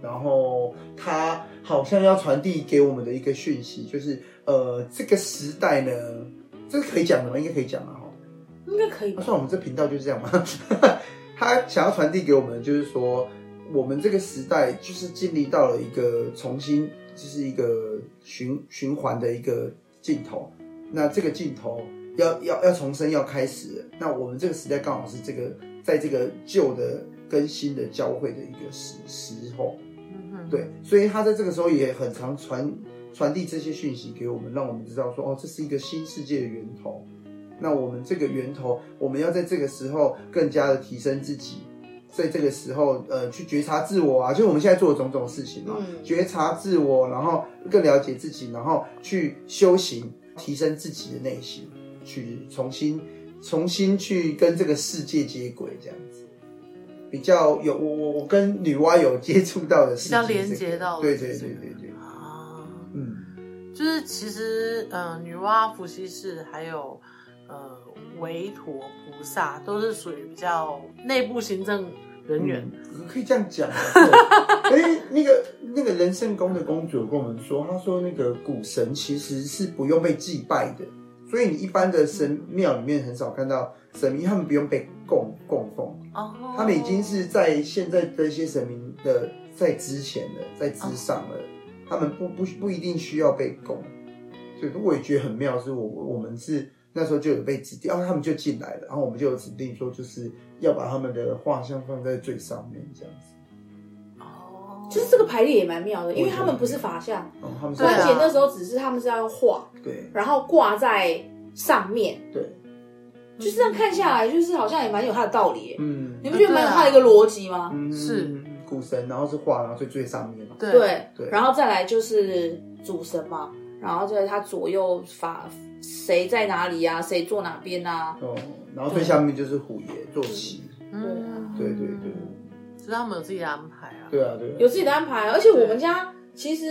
Speaker 2: 然后它好像要传递给我们的一个讯息，就是呃，这个时代呢，这个可以讲的吗？应该可以讲了哈。
Speaker 1: 应该可以
Speaker 2: 那
Speaker 1: 吧？
Speaker 2: 算我们这频道就是这样嘛。 <laughs> 他想要传递给我们，就是说，我们这个时代就是经历到了一个重新，就是一个循循环的一个尽头。那这个尽头要要要重生，要开始了。那我们这个时代刚好是这个，在这个旧的跟新的交汇的一个时时候。
Speaker 3: 嗯哼
Speaker 2: 对，所以他在这个时候也很常传传递这些讯息给我们，让我们知道说，哦，这是一个新世界的源头。那我们这个源头，我们要在这个时候更加的提升自己，在这个时候，呃，去觉察自我啊，就是我们现在做的种种事情嘛，
Speaker 1: 嗯
Speaker 2: 觉察自我，然后更了解自己，然后去修行，提升自己的内心，去重新重新去跟这个世界接轨，这样子。比较有我我我跟女娲有接触到的事情
Speaker 3: 比较
Speaker 2: 是这个，
Speaker 3: 连接到的
Speaker 2: 对
Speaker 3: 是
Speaker 2: 对
Speaker 3: 这
Speaker 2: 对
Speaker 3: 个
Speaker 2: 对对，
Speaker 3: 啊。
Speaker 2: 嗯，
Speaker 3: 就是其实，呃，女娲、伏羲氏还有呃韦陀菩萨，都是属于比较内部行政人员。
Speaker 2: 嗯可以这样讲啊。对哎，那个那那个人圣宫的公主跟我们说，她说那个古神其实是不用被祭拜的，所以你一般的神庙里面很少看到神明，他们不用被供供奉，
Speaker 3: 哦
Speaker 2: 嗯他们已经是在现在这些神明的在之前了，在之上了，他们不不不一定需要被供。所以我也觉得很妙，是我我们是那时候就有被指定，然、后啊他们就进来了，然后我们就有指定说，就是要把他们的画像放在最上面这样子。
Speaker 3: 哦，
Speaker 1: 就是这个排列也蛮妙的，因为
Speaker 2: 我觉得
Speaker 1: 他们不是法像，
Speaker 2: 哦，他们是
Speaker 3: 对啊
Speaker 1: 而且那时候只是他们是要画，
Speaker 2: 对
Speaker 1: 然后挂在上面，
Speaker 2: 对，
Speaker 1: 就是这样看下来，就是好像也蛮有它的道理耶。
Speaker 2: 嗯
Speaker 1: 你不觉得蛮有它的一个逻辑吗？
Speaker 2: 嗯
Speaker 3: 是
Speaker 2: 古神，然后是画，然后最最上面嘛。
Speaker 3: 对
Speaker 1: 对，
Speaker 2: 嗯对
Speaker 1: 然后再来就是主神嘛，然后在他左右法谁在哪里啊，谁坐哪边啊，
Speaker 2: 哦，然后最下面就是虎爷坐骑。
Speaker 3: 嗯
Speaker 2: 对对对，
Speaker 3: 就是他们有自己的安排啊。
Speaker 2: 对啊对啊。
Speaker 1: 有自己的安排。而且我们家其实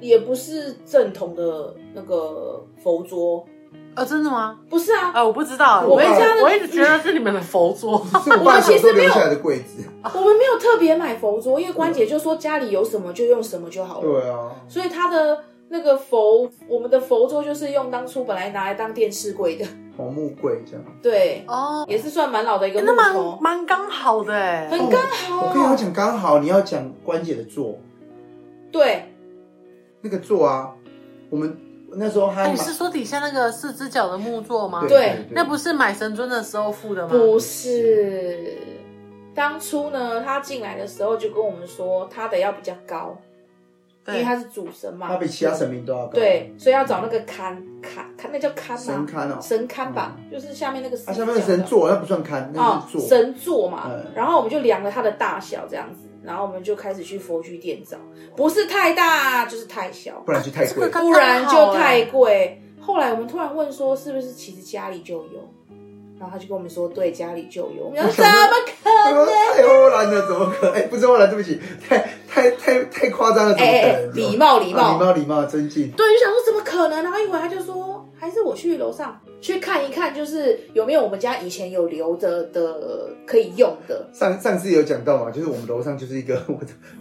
Speaker 1: 也不是正统的那个佛桌，
Speaker 3: 啊，真的吗？
Speaker 1: 不是啊，
Speaker 3: 啊，我不知道，
Speaker 2: 我
Speaker 3: 我一直
Speaker 2: 爸
Speaker 3: 我一直觉得是你们的佛桌。
Speaker 2: <laughs> 是我爸
Speaker 1: 我
Speaker 2: 小
Speaker 1: 其
Speaker 2: 时候
Speaker 1: 实没
Speaker 2: 留
Speaker 1: 有
Speaker 2: 下来的柜子。
Speaker 1: 我们没有特别买佛桌，因为关姐就说家里有什么就用什么就好了，
Speaker 2: 对啊，
Speaker 1: 所以她的。那个佛，我们的佛桌就是用当初本来拿来当电视柜的， <laughs>
Speaker 2: 红木柜这样。
Speaker 1: 对，
Speaker 3: 哦，
Speaker 1: 也是算蛮老的一个
Speaker 3: 欸
Speaker 1: 木
Speaker 3: 那
Speaker 1: 头
Speaker 3: 蛮，蛮刚好的哎。
Speaker 1: 很刚好。
Speaker 2: 哦我跟你讲，刚好你要讲关姐的座，
Speaker 1: 对，
Speaker 2: 那个座啊，我们那时候还
Speaker 1: 啊
Speaker 3: 哎，你
Speaker 2: 买
Speaker 3: 是说底下那个四只脚的木座吗？
Speaker 1: 对
Speaker 3: 那不是买神尊的时候付
Speaker 2: 啊
Speaker 3: 的吗？
Speaker 1: 不是，当初呢，他进来的时候就跟我们说，他的要比较高，因为
Speaker 3: 对，
Speaker 1: 他是主神嘛，
Speaker 2: 它比其他神明都要高。
Speaker 1: 对，所以要找那个龛龛龛，那叫龛
Speaker 2: 神
Speaker 1: 嘛，
Speaker 2: 龛哦，
Speaker 1: 神龛吧，就是下面那个
Speaker 2: 啊，下面的神座那不算龛，那
Speaker 1: 啊
Speaker 2: 是，座。
Speaker 1: 神座嘛
Speaker 2: 嗯。
Speaker 1: 然后我们就量了它的大小这样子，然后我们就开始去佛具店找，不是太大就是太小，
Speaker 2: 不然就太
Speaker 3: 这
Speaker 2: 贵
Speaker 3: 个。刚
Speaker 1: 不
Speaker 3: 刚
Speaker 1: 然
Speaker 3: 好
Speaker 1: 就
Speaker 3: 欸
Speaker 1: 太贵。后来我们突然问说，是不是其实家里就有？然后他就跟我们说，对，家里就有。我们想怎么可
Speaker 2: <laughs>
Speaker 1: 能？
Speaker 2: 太欧兰了，怎么可能？哎、不是欧兰，对不起，太太太太夸张了，怎么
Speaker 1: 哎
Speaker 2: 可
Speaker 1: 哎哎
Speaker 2: 能？，
Speaker 1: 礼貌礼
Speaker 2: 啊
Speaker 1: 貌
Speaker 2: 礼，貌，礼貌，尊敬。
Speaker 1: 对，就想说怎么可能？然后一会儿他就说，还是我去楼上去看一看，就是有没有我们家以前有留着的可以用的。
Speaker 2: 上上次有讲到嘛，就是我们楼上就是一个 <laughs> 我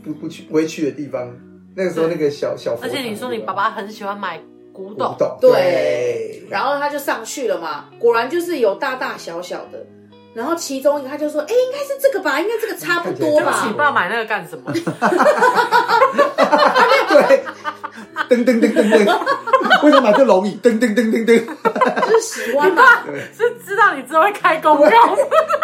Speaker 2: 不不去不会去的地方。那个时候那个小小佛
Speaker 3: 而
Speaker 2: 堂的地
Speaker 3: 且
Speaker 2: 方，
Speaker 3: 你说你爸爸很喜欢买古
Speaker 2: 古
Speaker 3: 董，
Speaker 2: 董，
Speaker 1: 对
Speaker 2: 对，
Speaker 1: 然后他就上去了嘛，果然就是有大大小小的。然后其中一个他就说，哎，应该是这个吧，应该这个差不多
Speaker 3: 对不起，
Speaker 1: 吧。
Speaker 3: 爸买那个干什么？
Speaker 2: 对，噔噔噔噔噔，为什么买这龙椅？噔噔噔噔噔，
Speaker 1: 就是喜欢嘛。
Speaker 3: 是知道你之后会开公
Speaker 2: <laughs>
Speaker 3: 告，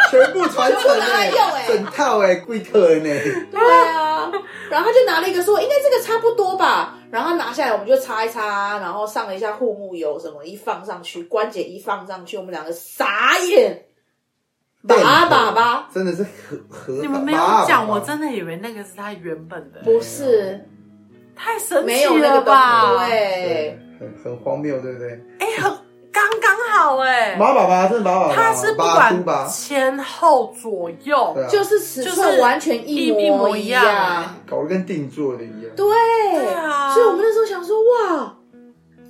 Speaker 2: 全部传承
Speaker 1: 全部拿来用
Speaker 2: 哎，
Speaker 1: 哎
Speaker 2: 整套哎，贵客呢？
Speaker 1: 对啊，然后他就拿了一个说，应该这个差不多吧。然后他拿下来，我们就擦一擦，然后上了一下护目油什么，一放上去，关节一放上去，我们两个傻眼，拔粑粑，
Speaker 2: 真的是合合。
Speaker 3: 你们没有讲，我真的以为那个是他原本的，
Speaker 1: 不是
Speaker 3: 太神
Speaker 1: 没
Speaker 3: 奇
Speaker 1: 有那
Speaker 3: 了
Speaker 1: 个
Speaker 3: 吧？
Speaker 1: 东西，
Speaker 2: 对
Speaker 1: 对，，
Speaker 2: 很很荒谬，对不对？
Speaker 3: 哎、很刚刚好哎、
Speaker 2: 马爸爸，真的马爸爸，
Speaker 3: 他是不
Speaker 2: 八叔
Speaker 3: 管
Speaker 2: 吧？
Speaker 3: 前后左右，
Speaker 2: 对啊，
Speaker 1: 就是尺
Speaker 3: 就是
Speaker 1: 寸完全一
Speaker 3: 一模
Speaker 1: 模
Speaker 3: 一样
Speaker 1: 样。
Speaker 2: 搞得跟定做的一样。
Speaker 1: 对，
Speaker 3: 对啊
Speaker 1: 所以我们那时候想说，哇，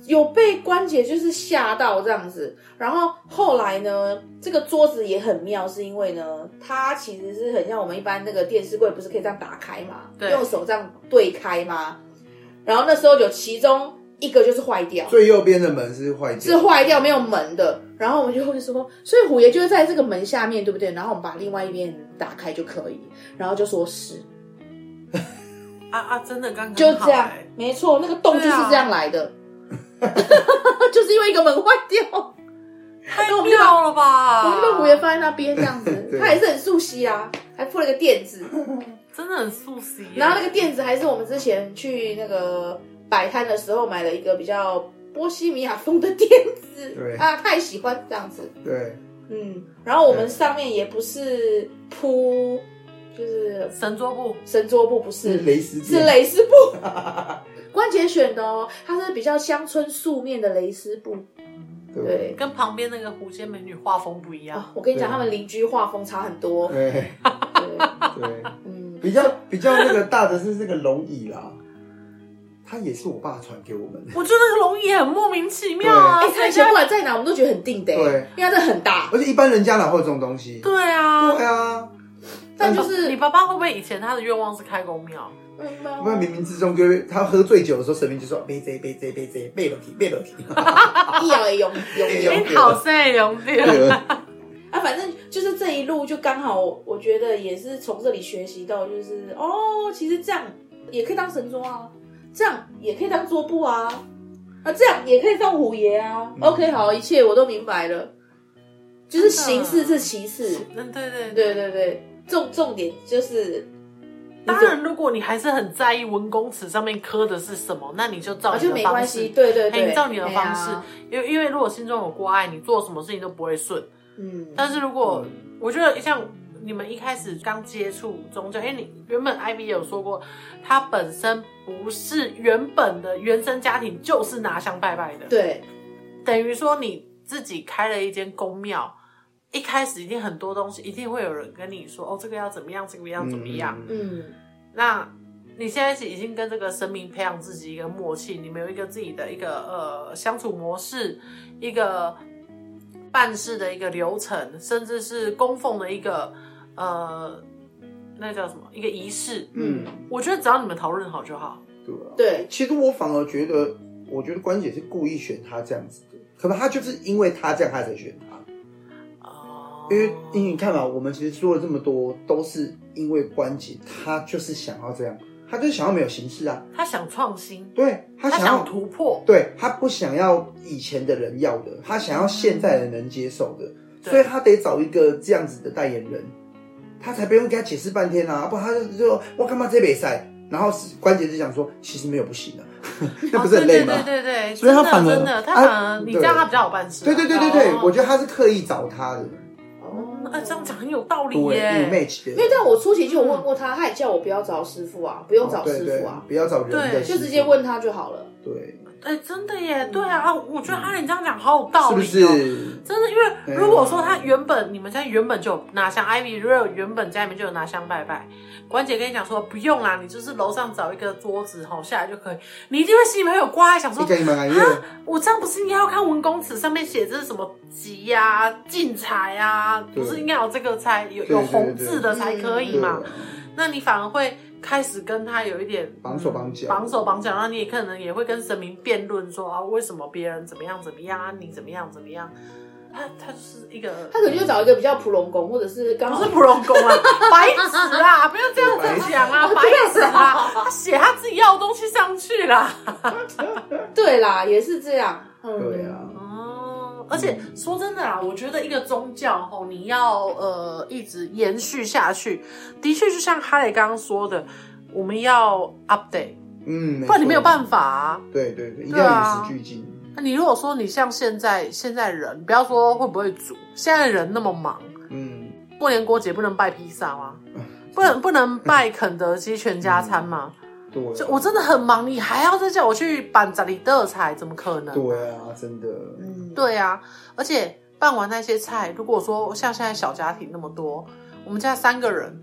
Speaker 1: 有被关节就是吓到这样子。然后后来呢，这个桌子也很妙，是因为呢，它其实是很像我们一般那个电视柜，不是可以这样打开嘛，
Speaker 3: 对
Speaker 1: 用手这样对开吗？然后那时候有其中一个就是坏掉，
Speaker 2: 最右边的门是坏
Speaker 1: 是
Speaker 2: 掉，
Speaker 1: 坏掉没有门的。然后我们就会说，所以虎爷就是在这个门下面，对不对？然后我们把另外一边打开就可以，然后就说是，
Speaker 3: 啊啊，真的刚
Speaker 1: 就
Speaker 3: 刚好
Speaker 1: 这样
Speaker 2: 欸
Speaker 3: 哎、，
Speaker 1: 没错，那个洞就是这样来的，
Speaker 2: 啊
Speaker 1: <laughs> 就是因为一个门坏掉，
Speaker 3: 太妙了吧！
Speaker 1: 我们就把虎爷放在那边这样子
Speaker 2: 啊 <laughs> 对，
Speaker 1: 他也是很熟悉啊，还铺了个垫子，
Speaker 3: 真的很素食、
Speaker 1: 然后那个垫子还是我们之前去那个摆摊的时候买了一个比较波西米亚风的垫子，
Speaker 2: 对
Speaker 1: 啊，他也喜欢这样子，
Speaker 2: 对，
Speaker 1: 嗯，然后我们
Speaker 2: 对
Speaker 1: 上面也不是铺，就是
Speaker 3: 神桌布，
Speaker 1: 神桌布，不
Speaker 2: 是
Speaker 1: 是，
Speaker 2: 蕾丝
Speaker 1: 是
Speaker 2: 边，
Speaker 1: 蕾丝布， <laughs> 关节选的哦，它是比较乡村素面的蕾丝布。
Speaker 2: 对
Speaker 1: 对，
Speaker 3: 跟旁边那个狐仙美女画风不一样。
Speaker 1: 啊，我跟你讲，
Speaker 2: 对
Speaker 1: 他们邻居画风差很多。<laughs>
Speaker 2: 对
Speaker 1: 对，
Speaker 2: 对，
Speaker 1: 嗯，
Speaker 2: 比较比较那个大的是那个龙椅啦，它也是我爸传给我们的，
Speaker 3: <laughs> 我觉得那个龙也很莫名其妙啊！
Speaker 1: 哎，他以前不管在哪，我们都觉得很定的，欸
Speaker 2: 对
Speaker 1: 因为它真的很大，
Speaker 2: 而且一般人家哪会有这种东西？
Speaker 3: 对啊，哦
Speaker 2: 对啊，
Speaker 1: 但就
Speaker 3: 你
Speaker 1: 是
Speaker 3: 爸爸会不会以前他的愿望是开公庙？
Speaker 1: 嗯嗯
Speaker 2: 那冥冥之中就会，他喝醉酒的时候，神明就说：“别贼，别贼，别贼，别楼梯，别楼梯。
Speaker 1: 一摇也永永
Speaker 2: 对
Speaker 1: 永
Speaker 2: 啊
Speaker 3: 你哎好善良的， <laughs>
Speaker 1: 啊，反正就是这一路就刚好，我觉得也是从这里学习到，就是哦，其实这样也可以当神桌啊，这样也可以当桌布啊，啊，这样也可以当虎爷啊。
Speaker 2: 嗯
Speaker 1: OK，好，一切我都明白了，就是
Speaker 3: 真的
Speaker 1: 形式是其次，
Speaker 3: 嗯，对对对。
Speaker 1: 对对对，重重点就是
Speaker 3: 当然，如果你还是很在意文公尺上面刻的是什么，那你就照
Speaker 1: 啊，
Speaker 3: 你
Speaker 1: 就
Speaker 3: 的
Speaker 1: 没
Speaker 3: 方
Speaker 1: 关
Speaker 3: 式
Speaker 1: 系，。对对
Speaker 3: 哎
Speaker 1: 对，
Speaker 3: 你照你的
Speaker 1: 哎
Speaker 3: 方
Speaker 1: 呀
Speaker 3: 式，因为因为如果心中有过爱，你做什么事情都不会顺。
Speaker 1: 嗯，
Speaker 3: 但是如果我觉得像你们一开始刚接触宗教，因为你原本 Ivy 也有说过，他本身不是原本的原生家庭就是拿香拜拜的，，
Speaker 1: 对，
Speaker 3: 等于说你自己开了一间公庙，一开始一定很多东西，一定会有人跟你说，哦，这个要怎么样，这个要怎么样。
Speaker 2: 嗯
Speaker 1: 嗯，
Speaker 3: 那你现在已经跟这个神明培养自己一个默契，你们有一个自己的一个呃相处模式，一个办事的一个流程，甚至是供奉的一个呃那叫什么一个仪式。
Speaker 2: 嗯，
Speaker 3: 我觉得只要你们讨论好就好。
Speaker 2: 对啊。
Speaker 1: 对，
Speaker 2: 其实我反而觉得，我觉得关姐是故意选他这样子的，可能他就是因为他这样，他才选他。
Speaker 3: 哦
Speaker 2: 因为因为你看嘛，我们其实说了这么多，都是因为关姐她就是想要这样，她就是想要没有形式啊，
Speaker 3: 他想创新，
Speaker 2: 对她
Speaker 3: 他
Speaker 2: 想
Speaker 3: 想
Speaker 2: 要，
Speaker 3: 突破，
Speaker 2: 对她不想要以前的人要的，她想要现在人能接受的，
Speaker 3: 对
Speaker 2: 所以她得找一个这样子的代言人，她才不用跟他解释半天啊，不然她就就说我干嘛这比赛，然后是关姐就想说，其实没有不行的、啊，那不是很累吗？
Speaker 3: 哦对对对对对，
Speaker 2: 所以他
Speaker 3: 真的
Speaker 2: 反而
Speaker 3: 真的，他
Speaker 2: 啊
Speaker 3: 反而你这样
Speaker 2: 对
Speaker 3: 他比较有办事啊。
Speaker 2: 对对对对对，
Speaker 3: 哦
Speaker 2: 我觉得她是刻意找他的，
Speaker 1: 哦
Speaker 3: 啊这样讲很有道理
Speaker 2: 对，
Speaker 3: 耶。
Speaker 2: 有 match 的，
Speaker 1: 因为但我初期就有问过他，他也叫我不要找师傅啊，不用找
Speaker 2: 对
Speaker 1: 师
Speaker 2: 对
Speaker 1: 傅啊，，
Speaker 2: 不要找人的
Speaker 3: 对
Speaker 2: 师
Speaker 1: 就
Speaker 2: 傅，
Speaker 1: 直接问他就好了。
Speaker 2: 对。
Speaker 3: 哎、真的耶，对啊，啊我觉得阿你这样讲好有道
Speaker 2: 是
Speaker 3: 理、
Speaker 2: 不
Speaker 3: 哦，
Speaker 2: 是？
Speaker 3: 真的，因为如果说他原本你们家原本就有拿香，Ivy 如果原本家里面就有拿香拜拜，管姐跟你讲说不用啦，你就是楼上找一个桌子吼下来就可以，你一定会心里面有挂碍，想说
Speaker 2: 你敢买
Speaker 3: 啊，我这样不是应该要看文公尺上面写这是什么吉呀、进财呀，
Speaker 2: 对
Speaker 3: 不是应该有这个才有
Speaker 2: 对
Speaker 3: 有
Speaker 2: 对
Speaker 3: 红
Speaker 2: 对
Speaker 3: 字的才可以
Speaker 2: 对
Speaker 3: 嘛？那你反而会开始跟他有一点
Speaker 2: 绑手绑脚
Speaker 3: 绑手绑脚，那你也可能也会跟神明辩论说啊，为什么别人怎么样怎么样啊，你怎么样怎么样？他他就是一个，
Speaker 1: 他可能就找一个比较普龙宫，或者是刚
Speaker 3: 不是普龙宫
Speaker 1: <laughs>
Speaker 3: 啊，白纸啊，不要这样子讲啊，白纸啊，他写他自己要的东西上去啦。
Speaker 1: 对啦，也是这样。嗯，
Speaker 2: 对，啊，
Speaker 3: 哦，而且说真的啊，我觉得一个宗教吼，你要呃一直延续下去，的确就像哈雷刚刚说的，我们要 update，
Speaker 2: 嗯，
Speaker 3: 不然你没有
Speaker 2: 办，
Speaker 3: 办法啊。
Speaker 2: 对对对，一定
Speaker 3: 对啊
Speaker 2: 要与时俱进。
Speaker 3: 那你如果说你像现在现在人，不要说会不会煮，现在人那么忙，
Speaker 2: 嗯，
Speaker 3: 过年过节不能拜披萨吗？不能不能拜肯德基全家餐吗？
Speaker 2: 对啊，
Speaker 3: 就我真的很忙，你还要再叫我去办杂里的菜，怎么可能？
Speaker 2: 对啊，真的，
Speaker 1: 嗯，
Speaker 3: 对啊，而且办完那些菜，如果说像现在小家庭那么多，我们家三个人，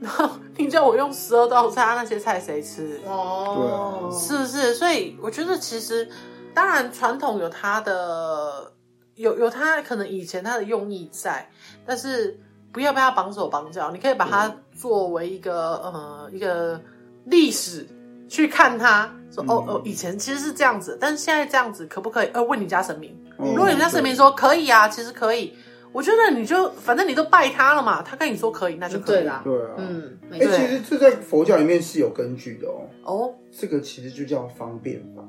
Speaker 3: 然后 <laughs> 你叫我用十二道菜，啊那些菜谁吃？
Speaker 1: 哦，
Speaker 2: 啊
Speaker 3: 是不是？所以我觉得其实，当然传统有它的有有它可能以前它的用意在，但是不要被它绑手绑脚，你可以把它作为一个呃一个历史去看它。说哦
Speaker 2: 嗯
Speaker 3: 哦，以前其实是这样子，但是现在这样子可不可以？呃，问你家神明，
Speaker 2: 嗯
Speaker 3: 如果你家神明说可以啊，其实可以，我觉得你就反正你都拜他了嘛，他跟你说可以，那就可以
Speaker 1: 对。啦，
Speaker 2: 对啊，嗯，
Speaker 1: 嗯，没
Speaker 2: 哎，
Speaker 1: 错，
Speaker 2: 其实这在佛教里面是有根据的哦，
Speaker 3: 哦
Speaker 2: 这个其实就叫方便法。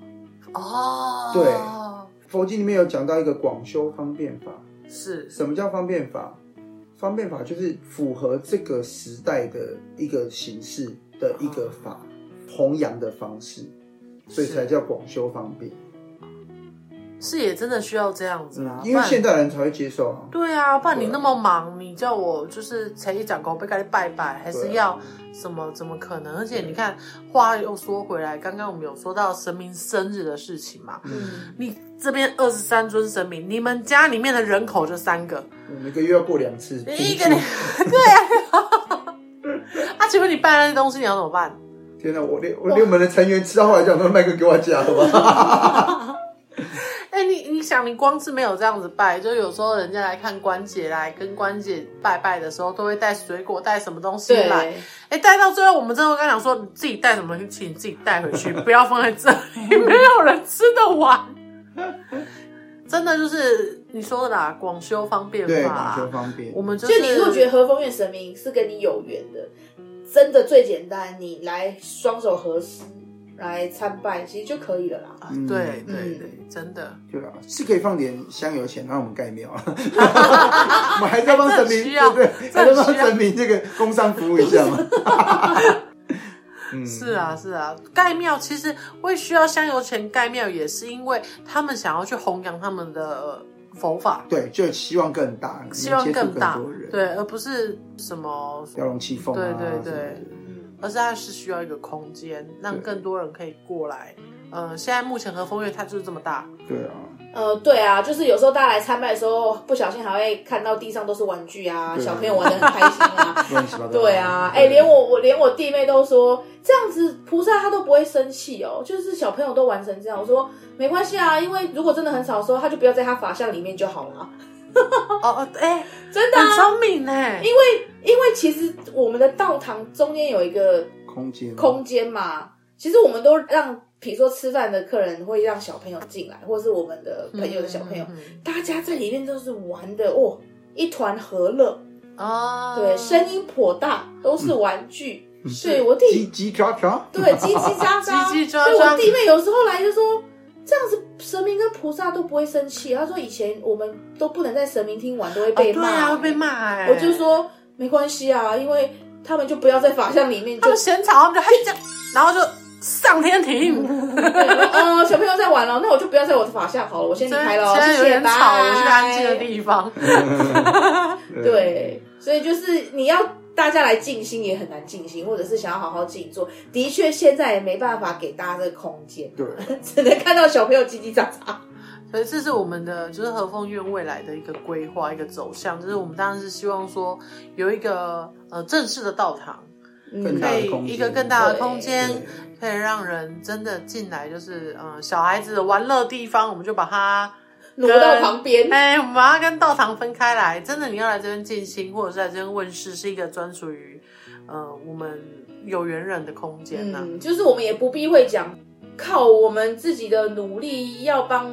Speaker 3: 哦，
Speaker 2: 对佛经里面有讲到一个广修方便法，
Speaker 3: 是
Speaker 2: 什么叫方便法？方便法就是符合这个时代的一个形式的一个法，
Speaker 3: 啊
Speaker 2: 弘扬的方式，所以才叫广修方便。
Speaker 3: 是也真的需要这样子啊，
Speaker 2: 因为现
Speaker 3: 在
Speaker 2: 代人才会接受啊。
Speaker 3: 对啊，不然你那么忙，你叫我就是才一讲狗被该拜拜，还是要什么？怎么可能？而且你看，话又说回来，刚刚我们有说到神明生日的事情嘛，
Speaker 1: 嗯，
Speaker 3: 你这边二十三尊神明，你们家里面的人口就三个，
Speaker 2: 我每个月要过两次，
Speaker 3: 你一 <laughs> 个人对啊， <laughs> 啊，请问你拜那些东西你要怎么办？
Speaker 2: 天哪！我六我六门的成员吃到后来讲说，麦克给我加了吧？
Speaker 3: 哎、你你想，你光是没有这样子拜，就有时候人家来看关节来跟关节拜拜的时候，都会带水果带什么东西
Speaker 1: 对，
Speaker 3: 来。哎、带到最后，我们真的会跟他讲说，你自己带什么东西，请你自己带回去，不要放在这里，没有人吃得完。真的就是你说的啦，广修方便
Speaker 2: 对，
Speaker 3: 法
Speaker 2: 网。球方便
Speaker 3: 我。们
Speaker 1: 就是你如果觉得和风院神明是跟你有缘的，真的最简单，你来双手合十来参拜，其实就可以了啦。
Speaker 2: 嗯
Speaker 3: 对对
Speaker 1: 嗯
Speaker 3: 对，真的，
Speaker 2: 对啊，是可以放点香油钱让我们盖庙啊，我们还在帮神明，
Speaker 3: 这很需要
Speaker 2: 对不对？
Speaker 3: 这
Speaker 2: 还
Speaker 3: 很需
Speaker 2: 在
Speaker 3: 要
Speaker 2: 帮神明这个工商服务一下嘛。嗯，
Speaker 3: 是，啊是啊。盖庙其实会需要香油钱盖庙，也是因为他们想要去弘扬他们的佛法，
Speaker 2: 对，就希望更大，能
Speaker 3: 希望
Speaker 2: 接触
Speaker 3: 更
Speaker 2: 更
Speaker 3: 大
Speaker 2: 多人，，
Speaker 3: 对，而不是什么，
Speaker 2: 雕龙气凤啊，
Speaker 3: 对对对
Speaker 2: 什么的
Speaker 1: 嗯，
Speaker 3: 而是它是需要一个空间，让
Speaker 2: 对
Speaker 3: 更多人可以过来。呃，现在目前和风月它就是这么大，
Speaker 2: 对啊，
Speaker 1: 呃，对啊，就是有时候大家来参拜的时候，不小心还会看到地上都是玩具啊，
Speaker 2: 对啊
Speaker 1: 小朋友玩的很开心啊。
Speaker 2: 乱七八糟。
Speaker 1: 对啊，哎、连我我连我弟妹都说这样子菩萨他都不会生气哦，就是小朋友都玩成这样，我说没关系啊，因为如果真的很少的时候，他就不要在他法相里面就好了啊，
Speaker 3: 哦哦，哎、
Speaker 1: 真的啊、
Speaker 3: 很聪明呢，
Speaker 1: 因为因为其实我们的道堂中间有一个
Speaker 2: 空间，
Speaker 1: 空间嘛，其实我们都让，比如说吃饭的客人会让小朋友进来，或是我们的朋友的小朋友，
Speaker 3: 嗯嗯嗯
Speaker 1: 大家在里面都是玩的哦，一团和乐，
Speaker 3: 嗯哦，
Speaker 1: 对，声音颇大，都是玩具，
Speaker 2: 嗯
Speaker 1: 所以我
Speaker 2: 叽
Speaker 1: 弟
Speaker 2: 叽喳喳，
Speaker 3: <laughs>
Speaker 1: 对叽叽喳喳，
Speaker 3: 叽叽喳喳
Speaker 1: 所以我弟妹有时候来就说。这样子，神明跟菩萨都不会生气。他说以前我们都不能在神明厅玩，都会
Speaker 3: 哦
Speaker 1: 被骂、
Speaker 3: 对啊，会被骂哎、
Speaker 1: 我就说没关系啊，因为他们就不要在法相里
Speaker 3: <laughs>
Speaker 1: 面
Speaker 3: 他
Speaker 1: 就
Speaker 3: 们嫌吵，他们就还这样，然后就上天庭。
Speaker 1: 呃小朋友在玩了，那我就不要在我的法相好了，我先离
Speaker 3: 现
Speaker 1: 开
Speaker 3: 在
Speaker 1: 了，
Speaker 3: 现在
Speaker 1: 谢
Speaker 3: 有
Speaker 1: 谢，
Speaker 3: 点
Speaker 1: 拜。
Speaker 3: 吵，我去安静的地方。 <laughs>
Speaker 1: 对，所以就是你要。大家来静心也很难静心，或者是想要好好静坐，的确现在也没办法给大家这个空间，
Speaker 2: 对，
Speaker 1: 只能看到小朋友叽叽喳喳。
Speaker 3: 所以这是我们的就是和风院未来的一个规划，一个走向，就是我们当然是希望说有一个呃正式的道堂，
Speaker 2: 更大
Speaker 3: 可
Speaker 2: 的
Speaker 3: 以
Speaker 2: 空间
Speaker 3: 一个更大的空
Speaker 2: 对
Speaker 3: 间，可以让人真的进来，就是嗯、呃小孩子的玩乐地方，我们就把它。
Speaker 1: 挪到旁边，
Speaker 3: 哎、我们把它跟道堂分开来。真的，你要来这边静心，或者是来这边问世，是一个专属于呃我们有缘人的空间呐、
Speaker 1: 嗯，就是我们也不避讳讲，靠我们自己的努力要帮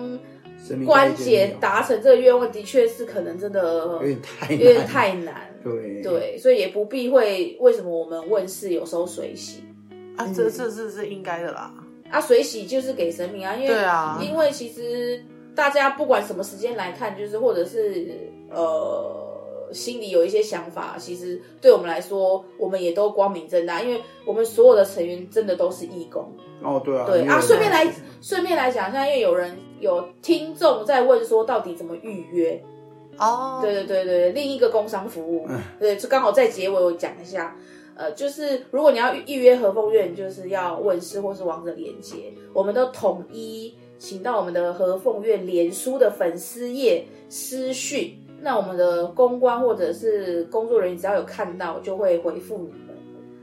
Speaker 2: 神明
Speaker 1: 关
Speaker 2: 在这里
Speaker 1: 节
Speaker 2: 啊
Speaker 1: 达成这个愿望，的确是可能真的
Speaker 2: 有点太
Speaker 1: 有
Speaker 2: 难
Speaker 1: 点太难。
Speaker 2: 对
Speaker 1: 对，所以也不避讳为什么我们问世有时候水洗
Speaker 3: 啊，
Speaker 1: 嗯
Speaker 3: 这这这是应该的啦。
Speaker 1: 啊，水洗就是给神明啊，因为
Speaker 3: 对啊，
Speaker 1: 因为其实大家不管什么时间来看，就是或者是呃心里有一些想法，其实对我们来说，我们也都光明正大，因为我们所有的成员真的都是义工。
Speaker 2: 哦对啊
Speaker 1: 对
Speaker 2: 因为
Speaker 1: 啊，顺便来顺便来讲一下，因为有人有听众在问说，到底怎么预约？
Speaker 3: 哦，
Speaker 1: 对对对对，另一个工商服务，
Speaker 2: 嗯
Speaker 1: 对，就刚好在结尾我讲一下，呃，就是如果你要预约和风院，就是要问世或是王者连接，我们都统一请到我们的和凤院脸书的粉丝页私讯，那我们的公关或者是工作人员只要有看到就会回复你们。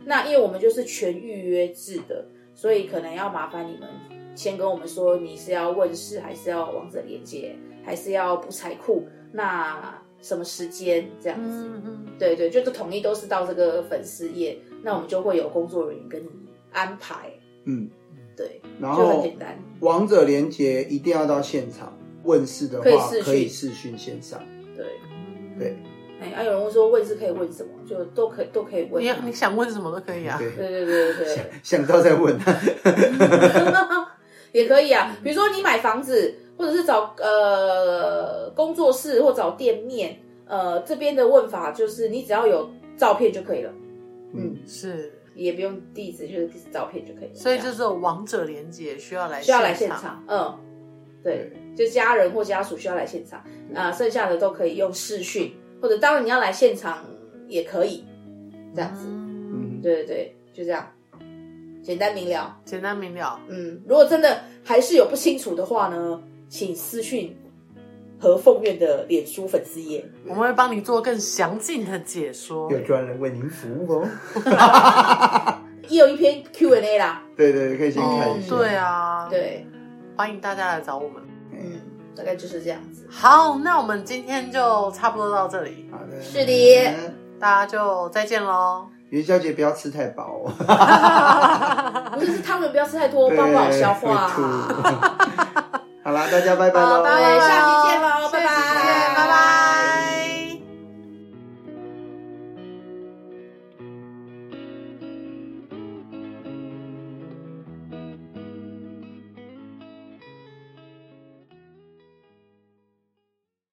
Speaker 1: 那因为我们就是全预约制的，所以可能要麻烦你们先跟我们说你是要问世还是要王者连接，还是要补财库，那什么时间这样子？
Speaker 3: 嗯嗯，
Speaker 1: 对对，就是统一都是到这个粉丝页，那我们就会有工作人员跟你安排，
Speaker 2: 嗯，
Speaker 1: 对，
Speaker 2: 然
Speaker 1: 就很
Speaker 2: 后
Speaker 1: 简单。
Speaker 2: 王者连接一定要到现场问世的
Speaker 1: 可以
Speaker 2: 话
Speaker 1: 视讯，
Speaker 2: 可以视讯线上。
Speaker 1: 对，
Speaker 3: 嗯
Speaker 2: 对
Speaker 1: 哎，啊，有人问说问是可以问什么，就都可以都可以问
Speaker 3: 你
Speaker 1: 啊。
Speaker 3: 你想问什么都可以啊。
Speaker 2: 对，
Speaker 1: 对对对对对。
Speaker 2: 想到再问，啊
Speaker 1: 也可以啊。
Speaker 3: 嗯
Speaker 1: 比如说你买房子，或者是找呃工作室或找店面，呃这边的问法就是你只要有照片就可以了，
Speaker 2: 嗯，
Speaker 3: 是，
Speaker 1: 也不用地址，就是照片就可以了。
Speaker 3: 所以就
Speaker 1: 这样
Speaker 3: 是有王者连接需要来
Speaker 1: 需要来
Speaker 3: 现
Speaker 1: 现，场，嗯，对，就家人或家属需要来现场，
Speaker 3: 嗯
Speaker 1: 啊、剩下的都可以用视讯，或者当然你要来现场也可以，这样子，
Speaker 3: 嗯，
Speaker 2: 嗯
Speaker 1: 对对对，就这样，简单明了。
Speaker 3: 简单明了。
Speaker 1: 嗯，如果真的还是有不清楚的话呢，请私讯和凤院的脸书粉丝 <laughs> 页。
Speaker 3: 我们会帮你做更详尽的解说
Speaker 2: 有。专人为您服务哦。
Speaker 1: 也有一篇 Q&A 啦，
Speaker 2: 对对，对可以先看
Speaker 3: 哦
Speaker 2: 一，下。
Speaker 3: 对啊，，
Speaker 1: 对，
Speaker 3: 欢迎大家来找我们。
Speaker 1: 嗯，大概就是这样 <laughs> 子。
Speaker 3: 好，那我们今天就差不多到这里，
Speaker 2: 好的，
Speaker 1: 是的
Speaker 3: 大家就再见喽。
Speaker 2: 元宵节不要吃太饱哦，
Speaker 1: 不是，是汤圆不要吃太多，帮不好消化。
Speaker 2: 对会吐 <laughs> 好啦，大家拜拜喽，
Speaker 3: 好拜
Speaker 1: 对，下期见，拜